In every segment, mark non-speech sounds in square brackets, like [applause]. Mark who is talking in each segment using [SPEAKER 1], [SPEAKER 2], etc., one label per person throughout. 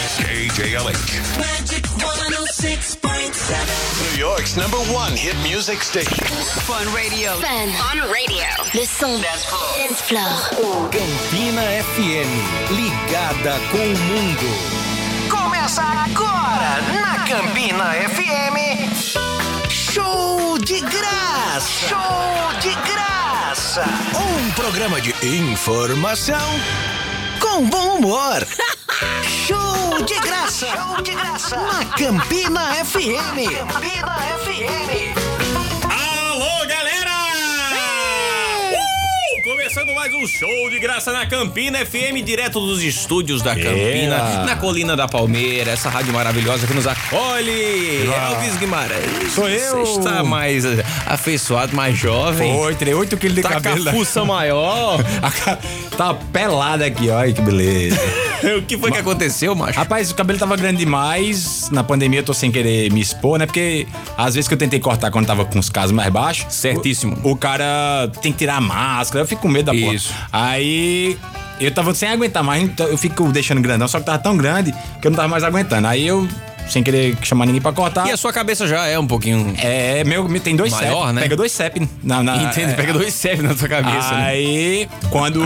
[SPEAKER 1] KJLH.
[SPEAKER 2] Magic 106.7.
[SPEAKER 3] New York's number one hit music station.
[SPEAKER 2] Fun Radio.
[SPEAKER 4] Fun on radio. Le son
[SPEAKER 2] Dance floor.
[SPEAKER 4] dance floor.
[SPEAKER 5] Campina FM, ligada com o mundo.
[SPEAKER 6] Começa agora na Campina FM. Show de graça! Show de graça!
[SPEAKER 3] Um programa de informação com bom humor.
[SPEAKER 6] Show de graça! Show de graça! Na
[SPEAKER 3] Campina FM.
[SPEAKER 6] Campina FM.
[SPEAKER 7] Alô, galera! Uh! Começando mais um show de graça na Campina FM, direto dos estúdios
[SPEAKER 8] É.
[SPEAKER 7] da Campina, na Colina da Palmeira, essa rádio maravilhosa que nos acolhe. Elvis Guimarães.
[SPEAKER 8] Ah. Sou eu.
[SPEAKER 7] Você está mais eh, afeiçoado, mais jovem.
[SPEAKER 8] Oi, tirei 8 quilos de
[SPEAKER 7] Tá com
[SPEAKER 8] cabelo.
[SPEAKER 7] a
[SPEAKER 8] da-
[SPEAKER 7] fuça maior.
[SPEAKER 8] [laughs] A ca- Tá pelada aqui, olha que beleza.
[SPEAKER 7] [laughs] o é que foi que aconteceu, macho?
[SPEAKER 8] Rapaz, o cabelo tava grande demais. Na pandemia eu tô sem querer me expor, né? Porque às vezes que eu tentei cortar quando tava com os casos mais baixos.
[SPEAKER 7] Certíssimo.
[SPEAKER 8] O, o cara tem que tirar a máscara. Eu fico com medo da porra.
[SPEAKER 7] Isso.
[SPEAKER 8] Aí. Eu tava sem aguentar mais, então eu fico deixando grandão, só que tava tão grande que eu não tava mais aguentando. Aí eu, sem querer chamar ninguém pra cortar.
[SPEAKER 7] E a sua cabeça já é um pouquinho.
[SPEAKER 8] É, meu, meu- tem dois
[SPEAKER 7] Maior,
[SPEAKER 8] CEP.
[SPEAKER 7] né?
[SPEAKER 8] Pega dois CEP na, na
[SPEAKER 7] Entende?
[SPEAKER 8] é,
[SPEAKER 7] Pega dois CEP na sua cabeça. né?
[SPEAKER 8] Aí, quando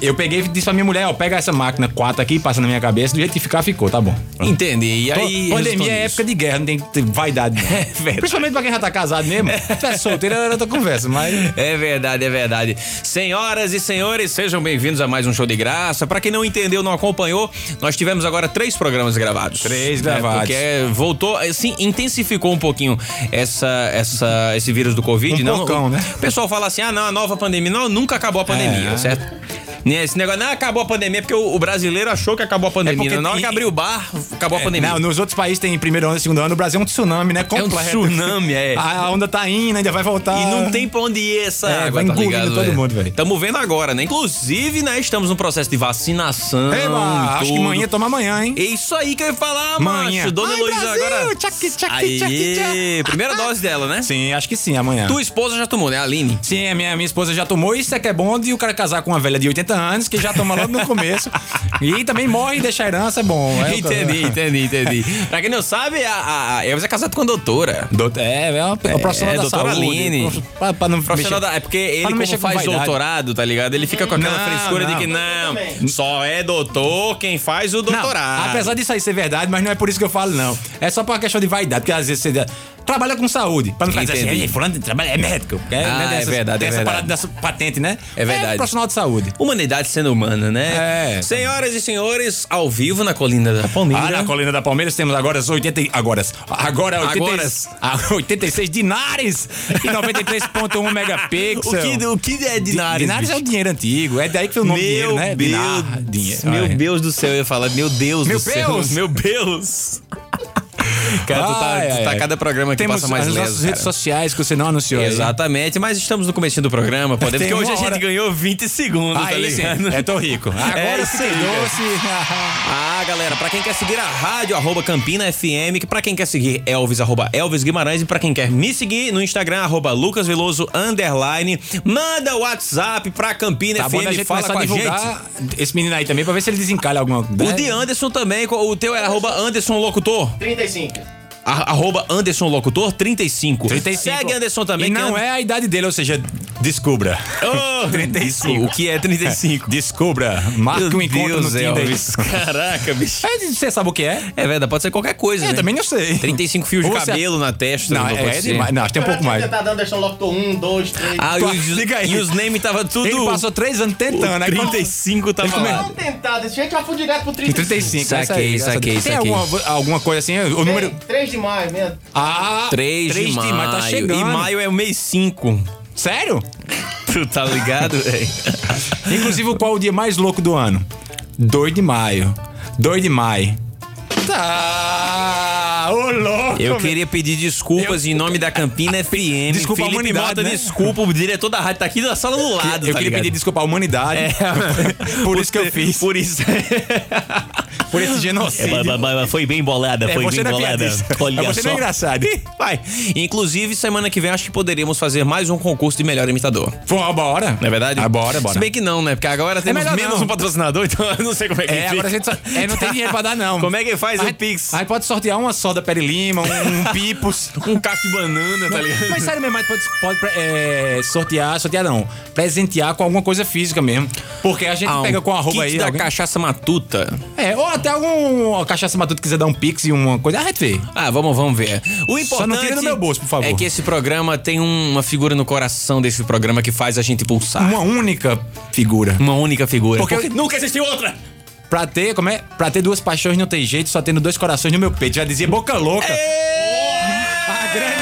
[SPEAKER 8] eu peguei e disse pra minha mulher, ó, pega essa máquina 4 aqui, passa na minha cabeça, do jeito que ficar, ficou, tá bom.
[SPEAKER 7] Entende? Ah, E aí.
[SPEAKER 8] Pô, pandemia
[SPEAKER 7] resultou
[SPEAKER 8] é
[SPEAKER 7] nisso.
[SPEAKER 8] época de guerra, não tem que ter vaidade. Não.
[SPEAKER 7] [laughs] É verdade.
[SPEAKER 8] Principalmente pra quem já tá casado mesmo.
[SPEAKER 7] [laughs]
[SPEAKER 8] Se tiver solteiro, era outra conversa, mas...
[SPEAKER 7] É verdade, é verdade. Senhoras e senhores, sejam bem-vindos a mais um show de graça. Pra quem não entendeu, não acompanhou, nós tivemos agora três programas gravados.
[SPEAKER 8] Três gravados.
[SPEAKER 7] É, porque voltou, assim, intensificou um pouquinho essa, essa, esse vírus do Covid.
[SPEAKER 8] Um
[SPEAKER 7] não,
[SPEAKER 8] pocão, né?
[SPEAKER 7] O pessoal fala assim, ah, não, a nova pandemia. Não, nunca acabou a pandemia,
[SPEAKER 8] É.
[SPEAKER 7] certo? Né, Esse negócio, não, acabou a pandemia, porque o, o brasileiro achou que acabou a pandemia.
[SPEAKER 8] É
[SPEAKER 7] né?
[SPEAKER 8] porque
[SPEAKER 7] Na hora
[SPEAKER 8] tem-
[SPEAKER 7] que abriu o bar, acabou a
[SPEAKER 8] É,
[SPEAKER 7] pandemia.
[SPEAKER 8] Não, nos outros países tem primeiro ano, segundo ano, o Brasil é um tsunami, né?
[SPEAKER 7] um
[SPEAKER 8] Completo.
[SPEAKER 7] tsunami, é.
[SPEAKER 8] A onda tá indo, ainda vai voltar.
[SPEAKER 7] E não tem pra onde ir essa
[SPEAKER 8] Ah. É,
[SPEAKER 7] água,
[SPEAKER 8] vai
[SPEAKER 7] tá
[SPEAKER 8] engolindo
[SPEAKER 7] ligado?
[SPEAKER 8] todo mundo, velho.
[SPEAKER 7] Tamo vendo agora, né? Inclusive, né, estamos no processo de vacinação.
[SPEAKER 8] Eba,
[SPEAKER 7] e
[SPEAKER 8] acho que
[SPEAKER 7] tudo.
[SPEAKER 8] manhã toma amanhã, hein?
[SPEAKER 7] É isso aí que eu ia falar,
[SPEAKER 8] Manhã.
[SPEAKER 7] macho. Dona
[SPEAKER 8] Ai,
[SPEAKER 7] Heloísa
[SPEAKER 8] Brasil,
[SPEAKER 7] agora.
[SPEAKER 8] tchaqui, tchaqui, tchaqui,
[SPEAKER 7] Aê,
[SPEAKER 8] tchaqui.
[SPEAKER 7] primeira dose dela, né?
[SPEAKER 8] Sim, acho que sim, amanhã.
[SPEAKER 7] Tua esposa já tomou, né, Aline?
[SPEAKER 8] Sim, a minha, minha esposa já tomou, isso é que é bom de o cara casar com uma velha de 80 anos, que já toma logo no
[SPEAKER 7] [laughs]
[SPEAKER 8] começo. e também morre e deixa a herança, é bom. É,
[SPEAKER 7] entendi, entendi, entendi. pra quem não sabe, a, a, a Elvis é casada com a doutora.
[SPEAKER 8] Doutor, é, é uma é, uma profissional
[SPEAKER 7] É,
[SPEAKER 8] da
[SPEAKER 7] doutora
[SPEAKER 8] saúde.
[SPEAKER 7] Aline.
[SPEAKER 8] Pra, pra não
[SPEAKER 7] Profissional
[SPEAKER 8] mexer.
[SPEAKER 7] da, é porque ele
[SPEAKER 8] não
[SPEAKER 7] como
[SPEAKER 8] mexer com
[SPEAKER 7] faz
[SPEAKER 8] vaidade.
[SPEAKER 7] doutorado, tá ligado? Ele fica com aquela
[SPEAKER 8] Não,
[SPEAKER 7] frescura de
[SPEAKER 8] não.
[SPEAKER 7] que não, só é doutor quem faz o
[SPEAKER 8] Não,
[SPEAKER 7] doutorado.
[SPEAKER 8] apesar disso aí ser verdade, mas não é por isso que eu falo, não. É só por uma questão de vaidade, porque às vezes você trabalha com saúde. Pra não fazer
[SPEAKER 7] Entendi.
[SPEAKER 8] assim, "Ei, fulano trabalha, é médico. É,
[SPEAKER 7] Ah, é verdade,
[SPEAKER 8] Tem
[SPEAKER 7] é
[SPEAKER 8] essa
[SPEAKER 7] verdade.
[SPEAKER 8] parada dessa patente, né?
[SPEAKER 7] É verdade.
[SPEAKER 8] É profissional de saúde.
[SPEAKER 7] Humanidade sendo humana, né?
[SPEAKER 8] É.
[SPEAKER 7] Senhoras e senhores, ao vivo na Colina da Palmeira.
[SPEAKER 8] Ah, na colina da Palmeiras temos agora as 80 e- agora agora 80,
[SPEAKER 7] Agora.
[SPEAKER 8] a 86 dinares e
[SPEAKER 7] [laughs]
[SPEAKER 8] 93.1
[SPEAKER 7] o,
[SPEAKER 8] megapixel.
[SPEAKER 7] que, o que é
[SPEAKER 8] Di-
[SPEAKER 7] Dinares?
[SPEAKER 8] dinares é o dinheiro antigo, é daí que foi o nome
[SPEAKER 7] meu
[SPEAKER 8] dinheiro, né?
[SPEAKER 7] Deus,
[SPEAKER 8] Dinar- dinheiro.
[SPEAKER 7] meu
[SPEAKER 8] Ai.
[SPEAKER 7] Deus do céu, eu ia falar, meu Deus
[SPEAKER 8] Meu
[SPEAKER 7] do céu,
[SPEAKER 8] Deus!
[SPEAKER 7] [laughs] meu Deus. Cara, tu tá,
[SPEAKER 8] Ai,
[SPEAKER 7] tu tá
[SPEAKER 8] ai.
[SPEAKER 7] cada programa que
[SPEAKER 8] Temos
[SPEAKER 7] passa
[SPEAKER 8] as
[SPEAKER 7] mais leso,
[SPEAKER 8] nossas
[SPEAKER 7] cara.
[SPEAKER 8] redes sociais que você não anunciou. aí.
[SPEAKER 7] Exatamente, mas estamos no começo do programa, podemos,
[SPEAKER 8] Tem
[SPEAKER 7] porque hoje
[SPEAKER 8] uma
[SPEAKER 7] a gente
[SPEAKER 8] hora.
[SPEAKER 7] ganhou 20 segundos, tá
[SPEAKER 8] Aí sim,
[SPEAKER 7] ligado?
[SPEAKER 8] [laughs] é tô rico. Agora
[SPEAKER 7] [laughs]
[SPEAKER 8] fiquei
[SPEAKER 7] É isso aí, cara.
[SPEAKER 8] doce.
[SPEAKER 7] Ah, galera, pra quem quer seguir a rádio, arroba Campina FM, que pra quem quer seguir Elvis, arroba Elvis Guimarães, e pra quem quer me seguir no Instagram, arroba Lucas Veloso, underline, manda o WhatsApp pra
[SPEAKER 8] [laughs]
[SPEAKER 7] Campina
[SPEAKER 8] Tá bom da
[SPEAKER 7] FM,
[SPEAKER 8] gente
[SPEAKER 7] fala
[SPEAKER 8] começar
[SPEAKER 7] com
[SPEAKER 8] a
[SPEAKER 7] a gente.
[SPEAKER 8] divulgar esse menino aí também pra ver se ele desencalha alguma né?
[SPEAKER 7] O de Anderson também, o teu é arroba Anderson Locutor.
[SPEAKER 6] 35.
[SPEAKER 7] A- Arroba Anderson Locutor 35.
[SPEAKER 8] 35.
[SPEAKER 7] Segue Anderson também.
[SPEAKER 8] E
[SPEAKER 7] que um-
[SPEAKER 8] não
[SPEAKER 7] And-
[SPEAKER 8] é a idade dele, ou seja, descubra. [laughs]
[SPEAKER 7] Oh,
[SPEAKER 8] 35.
[SPEAKER 7] O que é 35?
[SPEAKER 8] Descubra. Marque
[SPEAKER 7] Meu
[SPEAKER 8] um encontro
[SPEAKER 7] Deus,
[SPEAKER 8] no Tinder.
[SPEAKER 7] Elvis. [laughs] Caraca, bicho.
[SPEAKER 8] É, você sabe o que é?
[SPEAKER 7] É verdade, pode ser qualquer coisa,
[SPEAKER 8] Eu
[SPEAKER 7] né?
[SPEAKER 8] também não sei.
[SPEAKER 7] 35 fios de
[SPEAKER 8] Ou você-
[SPEAKER 7] cabelo na testa.
[SPEAKER 8] Não,
[SPEAKER 7] não
[SPEAKER 8] é,
[SPEAKER 7] pode
[SPEAKER 8] é
[SPEAKER 7] ser.
[SPEAKER 8] demais. Não, acho que tem um pouco mais.
[SPEAKER 9] Tá
[SPEAKER 6] dando Anderson Locutor 1, 2, 3.
[SPEAKER 7] Ah, e
[SPEAKER 8] Tua-
[SPEAKER 7] os,
[SPEAKER 8] liga aí.
[SPEAKER 7] e os name tava tudo.
[SPEAKER 8] Ele passou três anos tentando. aí quando-
[SPEAKER 7] 35 tava
[SPEAKER 8] Ele
[SPEAKER 7] lá.
[SPEAKER 8] come-
[SPEAKER 6] tentado, esse gente já foi direto pro
[SPEAKER 8] Em 35.
[SPEAKER 7] Saquei,
[SPEAKER 8] essa aí, essa aí.
[SPEAKER 7] saquei,
[SPEAKER 8] Tem
[SPEAKER 7] saquei.
[SPEAKER 8] alguma, alguma coisa assim? O número...
[SPEAKER 6] 3 de maio mesmo.
[SPEAKER 8] Ah,
[SPEAKER 7] 3 de, maio.
[SPEAKER 8] Mas tá chegando.
[SPEAKER 7] E maio é o mês 5.
[SPEAKER 8] Sério?
[SPEAKER 7] [laughs] Tu
[SPEAKER 8] [laughs]
[SPEAKER 7] tá ligado, velho?
[SPEAKER 8] Inclusive, qual o dia mais louco do ano? 2 de maio. 2 de maio. Tá... Ô, louco,
[SPEAKER 7] Eu
[SPEAKER 8] meu.
[SPEAKER 7] queria pedir desculpas em nome da Campina FM.
[SPEAKER 8] Ah, Desculpa a
[SPEAKER 7] Felipe
[SPEAKER 8] humanidade,
[SPEAKER 7] Mota,
[SPEAKER 8] né?
[SPEAKER 7] desculpa, o diretor da rádio tá aqui na sala do lado.
[SPEAKER 8] Eu
[SPEAKER 7] tá
[SPEAKER 8] queria
[SPEAKER 7] É, ligado?
[SPEAKER 8] [laughs]
[SPEAKER 7] [laughs]
[SPEAKER 8] pedir desculpa à humanidade. por isso que eu fiz.
[SPEAKER 7] Por isso.
[SPEAKER 8] [laughs] por esse genocídio.
[SPEAKER 7] É, ba- ba- ba- foi bem bolada,
[SPEAKER 8] É,
[SPEAKER 7] foi
[SPEAKER 8] você
[SPEAKER 7] bem
[SPEAKER 8] não é
[SPEAKER 7] bolada.
[SPEAKER 8] piadista.
[SPEAKER 7] Olha
[SPEAKER 8] É, você
[SPEAKER 7] só.
[SPEAKER 8] não é engraçado.
[SPEAKER 7] Ih, Vai. Inclusive, semana que vem acho que poderíamos fazer mais um concurso de melhor imitador.
[SPEAKER 8] Pô, bora.
[SPEAKER 7] Não é verdade?
[SPEAKER 8] Ah, bora, bora. É
[SPEAKER 7] Se bem que não, né? Porque agora temos
[SPEAKER 8] melhor
[SPEAKER 7] menos
[SPEAKER 8] não.
[SPEAKER 7] um patrocinador, [laughs] então eu não sei como é que
[SPEAKER 8] É,
[SPEAKER 7] fica.
[SPEAKER 8] agora a gente só, é, não tem dinheiro pra dar, não.
[SPEAKER 7] Como é que faz
[SPEAKER 8] Mas-
[SPEAKER 7] o Pix?
[SPEAKER 8] Aí pode sortear uma soda Perilima, um,
[SPEAKER 7] [laughs]
[SPEAKER 8] um Pipos.
[SPEAKER 7] Um cacho de banana, tá ligado?
[SPEAKER 8] Mas sério mesmo, mas pode, pode é, sortear, sortear não, presentear com alguma coisa física mesmo. Porque a gente
[SPEAKER 7] Ah, um
[SPEAKER 8] pega com arroba
[SPEAKER 7] kit
[SPEAKER 8] aí.
[SPEAKER 7] da
[SPEAKER 8] alguém-
[SPEAKER 7] cachaça matuta.
[SPEAKER 8] É, ou até algum cachaça matuto quiser dar um pix e uma coisa. Ah, vê.
[SPEAKER 7] Ah, vamos, vamos ver. O importante
[SPEAKER 8] Só não tira do meu bolso, por favor.
[SPEAKER 7] é que esse programa tem um- uma figura no coração desse programa que faz a gente pulsar.
[SPEAKER 8] Uma única figura.
[SPEAKER 7] Uma única figura.
[SPEAKER 8] Porque-
[SPEAKER 7] Tá. nunca existiu outra.
[SPEAKER 8] Pra ter, como é? Pra ter duas paixões não tem jeito, só tendo dois corações no meu peito. Já dizia Boca Louca. A grande,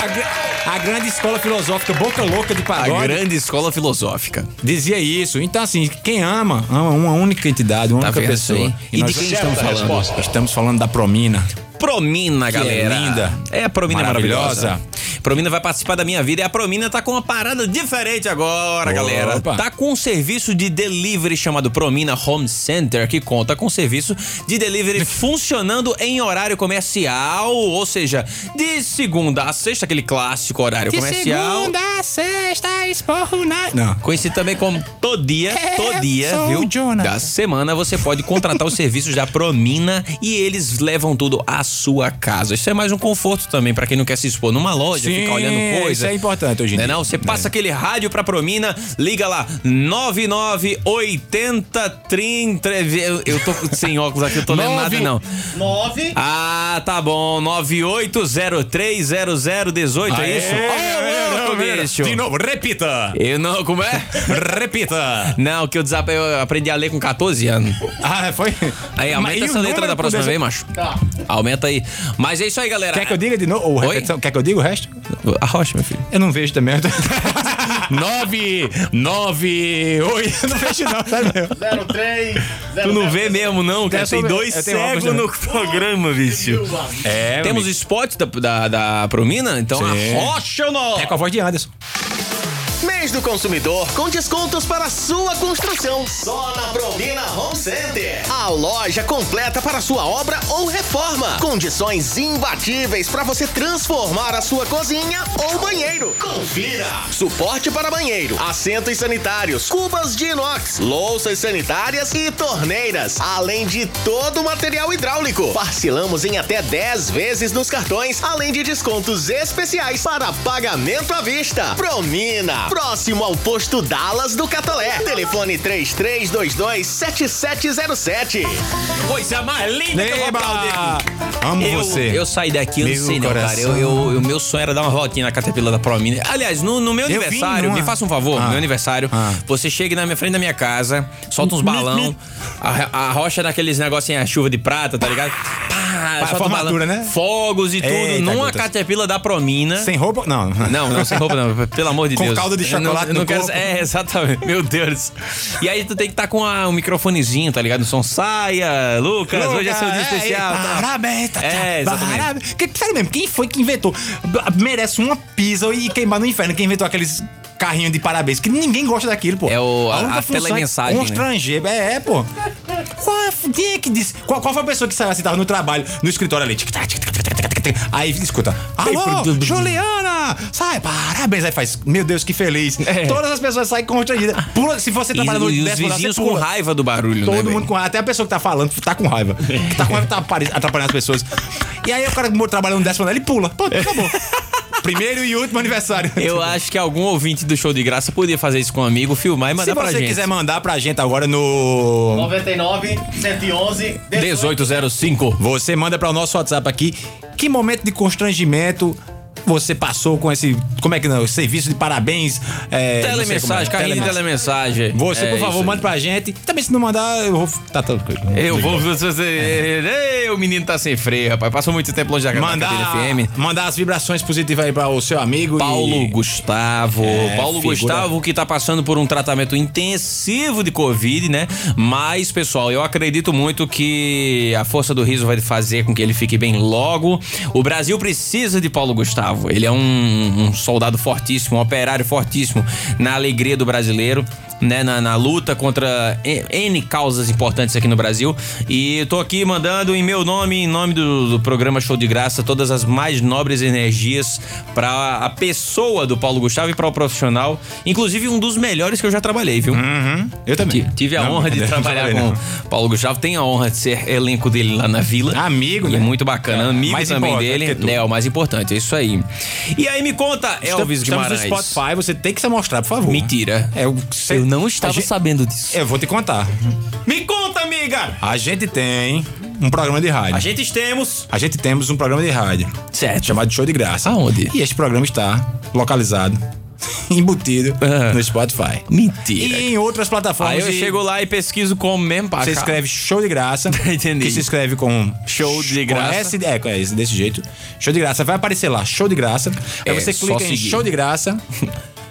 [SPEAKER 8] a gra- a, grande escola filosófica Boca Louca de
[SPEAKER 7] A
[SPEAKER 8] Pagode
[SPEAKER 7] grande escola filosófica.
[SPEAKER 8] dizia isso. Então, assim, quem ama, ama uma única entidade, uma
[SPEAKER 7] Tá
[SPEAKER 8] única
[SPEAKER 7] vendo
[SPEAKER 8] pessoa.
[SPEAKER 7] aí? E de
[SPEAKER 8] nós
[SPEAKER 7] quem estamos falando?
[SPEAKER 8] Estamos falando da Promina.
[SPEAKER 7] Promina, galera.
[SPEAKER 8] é linda.
[SPEAKER 7] É, a Promina é maravilhosa.
[SPEAKER 8] Maravilhosa.
[SPEAKER 7] Promina vai participar da minha vida e a Promina tá com uma parada diferente agora,
[SPEAKER 8] Opa.
[SPEAKER 7] galera. Tá com um serviço de delivery chamado Promina Home Center, que conta com um serviço
[SPEAKER 8] [laughs]
[SPEAKER 7] de delivery funcionando em horário comercial, ou seja, de segunda a sexta, aquele clássico horário comercial.
[SPEAKER 8] a sexta, esporro
[SPEAKER 7] Ah,
[SPEAKER 8] na... Não.
[SPEAKER 7] Conhecido também como Todia,
[SPEAKER 8] É,
[SPEAKER 7] Todia,
[SPEAKER 8] sou
[SPEAKER 7] viu?
[SPEAKER 8] o Jonathan.
[SPEAKER 7] Da semana você pode contratar os [laughs] serviços da Promina e eles levam tudo à sua casa. Isso é mais um conforto também pra quem não quer se expor numa loja,
[SPEAKER 8] Sim,
[SPEAKER 7] ficar olhando coisa.
[SPEAKER 8] isso é importante hoje em
[SPEAKER 7] Né
[SPEAKER 8] dia.
[SPEAKER 7] Não, você passa aquele rádio pra Promina, liga lá 998030. Eu eu tô [laughs] sem óculos aqui, eu tô lendo nada
[SPEAKER 8] Nove-
[SPEAKER 7] não. 9 Ah, tá bom. 98030018, é isso? Ô, louco, bicho.
[SPEAKER 8] De novo, repita.
[SPEAKER 7] Eu não, como é?
[SPEAKER 8] Repita.
[SPEAKER 7] Não, que eu, desap... eu aprendi a ler com 14 anos.
[SPEAKER 8] [laughs] Ah, foi?
[SPEAKER 7] Aí, aumenta
[SPEAKER 8] Mas e o
[SPEAKER 7] essa letra
[SPEAKER 8] número
[SPEAKER 7] da próxima
[SPEAKER 8] dessa-
[SPEAKER 7] vez, macho. Aumenta aí. Mas é isso aí, galera.
[SPEAKER 8] Quer que eu diga de novo? Ou
[SPEAKER 7] Oi?
[SPEAKER 8] repetição? Quer que eu diga o resto?
[SPEAKER 7] A rocha, meu filho.
[SPEAKER 8] Eu não vejo também. [laughs]
[SPEAKER 7] [laughs]
[SPEAKER 8] 9, 9, 8. Não vejo, não, tá
[SPEAKER 7] É,
[SPEAKER 8] meu?
[SPEAKER 7] Tu não vê mesmo, não, cara.
[SPEAKER 8] Eu sou-
[SPEAKER 7] Tem dois
[SPEAKER 8] eu tenho óculos
[SPEAKER 7] cegos no programa, bicho.
[SPEAKER 8] É,
[SPEAKER 7] Temos o spot da, da, da Promina, então
[SPEAKER 8] Sim.
[SPEAKER 7] a rocha ou não?
[SPEAKER 8] É com a voz de Anderson.
[SPEAKER 2] Mês do consumidor com descontos para sua construção. Só na Promina Home Center. A loja completa para sua obra ou reforma. Condições imbatíveis para você transformar a sua cozinha ou banheiro. Confira. Suporte para banheiro, assentos sanitários, cubas de inox, louças sanitárias e torneiras. Além de todo o material hidráulico. Parcelamos em até 10 vezes nos cartões, além de descontos especiais para pagamento à vista. Promina, próximo ao posto Dallas do Catolé. Telefone 3322-7707.
[SPEAKER 7] Coisa mais linda é que eu vou
[SPEAKER 8] Eba!
[SPEAKER 7] aplaudir aqui.
[SPEAKER 8] Amo
[SPEAKER 7] Eu,
[SPEAKER 8] você.
[SPEAKER 7] eu saí daqui, eu não
[SPEAKER 8] Meu
[SPEAKER 7] sei não, cara. Eu,
[SPEAKER 8] coração.
[SPEAKER 7] eu- eu- meu sonho era dar uma voltinha na Caterpillar da Promina. Aliás, no, no meu
[SPEAKER 8] Eu vi
[SPEAKER 7] aniversário,
[SPEAKER 8] numa-
[SPEAKER 7] me faça um favor,
[SPEAKER 8] Ah.
[SPEAKER 7] meu aniversário,
[SPEAKER 8] Ah.
[SPEAKER 7] você chega na minha frente da minha casa, solta uns balão, a, a rocha naqueles negocinhos, a chuva de prata, tá ligado? Pá, solta um
[SPEAKER 8] formatura,
[SPEAKER 7] balão,
[SPEAKER 8] né?
[SPEAKER 7] Fogos e tudo,
[SPEAKER 8] Eita,
[SPEAKER 7] numa
[SPEAKER 8] gotas.
[SPEAKER 7] Caterpillar da Promina.
[SPEAKER 8] Sem roupa? Não.
[SPEAKER 7] Não, não, sem roupa não, pelo amor de
[SPEAKER 8] Com
[SPEAKER 7] Deus.
[SPEAKER 8] calda de
[SPEAKER 7] Eu
[SPEAKER 8] chocolate
[SPEAKER 7] eu não
[SPEAKER 8] no
[SPEAKER 7] quero-
[SPEAKER 8] corpo.
[SPEAKER 7] É, exatamente. Meu Deus. E aí tu tem que estar com a- um microfonezinho, tá ligado? O som saia, Lucas, hoje é seu dia
[SPEAKER 8] Lucas,
[SPEAKER 7] especial.
[SPEAKER 8] é,
[SPEAKER 7] tá?
[SPEAKER 8] Parabéns, Tatiana.
[SPEAKER 7] É, exatamente.
[SPEAKER 8] Parabéns. Que, sério mesmo, quem foi que inventou? B- Merece uma pizza e queimar no inferno. Quem inventou aqueles carrinhos de parabéns? Que ninguém gosta daquilo, pô.
[SPEAKER 7] É o- a-
[SPEAKER 8] única
[SPEAKER 7] a
[SPEAKER 8] função é
[SPEAKER 7] telemensagem, né?
[SPEAKER 8] Constranger. É, é, pô. Qual, é- quem é que disse? Qual, qual foi a pessoa que saiu assim, tava no trabalho, no escritório ali? tic, tac, tic, tac, tic, tac, tic, tic, tic. Aí escuta. Alô, Juliana! Sai, parabéns. Aí faz, meu Deus, que feliz.
[SPEAKER 7] É.
[SPEAKER 8] Todas as pessoas saem constrangidas. Pula, se você
[SPEAKER 7] E,
[SPEAKER 8] trabalha no
[SPEAKER 7] e os
[SPEAKER 8] décimo andar,
[SPEAKER 7] vizinhos
[SPEAKER 8] você
[SPEAKER 7] com
[SPEAKER 8] pula.
[SPEAKER 7] raiva do barulho, né?
[SPEAKER 8] Todo
[SPEAKER 7] velho?
[SPEAKER 8] mundo com raiva. Até a pessoa que tá falando tá com raiva. Que tá com raiva tá apare- atrapalhando as pessoas. E aí o cara mo- trabalha no décimo andar, ele pula. Pô,
[SPEAKER 7] [laughs]
[SPEAKER 8] acabou. Primeiro e último aniversário.
[SPEAKER 7] Eu acho que algum ouvinte do show de graça podia fazer isso com um amigo, filmar e
[SPEAKER 8] Se
[SPEAKER 7] mandar pra
[SPEAKER 8] você
[SPEAKER 7] gente.
[SPEAKER 8] quiser mandar pra gente agora no.
[SPEAKER 2] 99 111
[SPEAKER 7] 1805.
[SPEAKER 8] Você manda pra o nosso WhatsApp aqui. Que momento de constrangimento você passou com esse. Como é que não? Serviço de parabéns. É, não sei como é.
[SPEAKER 7] Telemensagem, carrinho de telemensagem.
[SPEAKER 8] Você,
[SPEAKER 7] É
[SPEAKER 8] por favor,
[SPEAKER 7] isso
[SPEAKER 8] manda pra gente. Também se não mandar, eu vou. Tá tranquilo.
[SPEAKER 7] aí. Eu vou. Você... Ei, o menino tá sem freio, rapaz. Passou muito tempo longe da da
[SPEAKER 8] É. Mandar,
[SPEAKER 7] Cadeira FM.
[SPEAKER 8] mandar as vibrações positivas aí pra o seu amigo. e-
[SPEAKER 7] Paulo Gustavo.
[SPEAKER 8] É,
[SPEAKER 7] Paulo
[SPEAKER 8] figura.
[SPEAKER 7] Gustavo que tá passando por um tratamento intensivo de Covid, né? Mas, pessoal, eu acredito muito que a força do riso vai fazer com que ele fique bem logo. O Brasil precisa de Paulo Gustavo. escravo. Ele é um, um soldado fortíssimo, um operário fortíssimo na alegria do brasileiro, né? Na, na luta contra N- N causas importantes aqui no Brasil. E tô aqui mandando em meu nome, em nome do, do programa Show de Graça, todas as mais nobres energias para a pessoa do Paulo Gustavo e para o profissional. Inclusive um dos melhores que eu já trabalhei, viu?
[SPEAKER 8] Eu também.
[SPEAKER 7] Ti- Tive a
[SPEAKER 8] Hum, Não,
[SPEAKER 7] honra de
[SPEAKER 8] não
[SPEAKER 7] trabalhar
[SPEAKER 8] falei,
[SPEAKER 7] com
[SPEAKER 8] não.
[SPEAKER 7] o Paulo Gustavo. Tenho a honra de ser elenco dele lá na vila.
[SPEAKER 8] Amigo,
[SPEAKER 7] E
[SPEAKER 8] né?
[SPEAKER 7] muito bacana.
[SPEAKER 8] É,
[SPEAKER 7] Amigo
[SPEAKER 8] mais
[SPEAKER 7] também
[SPEAKER 8] importante
[SPEAKER 7] dele.
[SPEAKER 8] que tudo.
[SPEAKER 7] É, o mais importante. É isso aí. E aí me conta,
[SPEAKER 8] Estamos
[SPEAKER 7] Elvis Guimarães.
[SPEAKER 8] no Spotify, você tem que se mostrar, por favor.
[SPEAKER 7] Mentira.
[SPEAKER 8] É, eu,
[SPEAKER 7] Eu não estava
[SPEAKER 8] a gente-
[SPEAKER 7] sabendo disso.
[SPEAKER 8] Eu vou te contar.
[SPEAKER 7] Me conta, amiga!
[SPEAKER 8] A gente tem um programa de rádio.
[SPEAKER 7] A gente temos...
[SPEAKER 8] A gente temos um programa de rádio
[SPEAKER 7] Certo.
[SPEAKER 8] chamado Show de Graça.
[SPEAKER 7] Aonde?
[SPEAKER 8] E este programa está localizado, [laughs] embutido
[SPEAKER 7] Ah.
[SPEAKER 8] no Spotify.
[SPEAKER 7] Mentira.
[SPEAKER 8] E em outras plataformas.
[SPEAKER 7] Aí eu
[SPEAKER 8] e
[SPEAKER 7] chego lá e pesquiso como mesmo, pra
[SPEAKER 8] Você
[SPEAKER 7] cá.
[SPEAKER 8] escreve Show de Graça.
[SPEAKER 7] [laughs] Entendi.
[SPEAKER 8] Que se escreve com
[SPEAKER 7] Show de
[SPEAKER 8] com
[SPEAKER 7] graça.
[SPEAKER 8] S, é, com S, desse jeito. Show de Graça vai aparecer lá, Show de Graça. Aí
[SPEAKER 7] É,
[SPEAKER 8] você
[SPEAKER 7] só
[SPEAKER 8] clica em
[SPEAKER 7] seguir.
[SPEAKER 8] Show de
[SPEAKER 7] [laughs]
[SPEAKER 8] Graça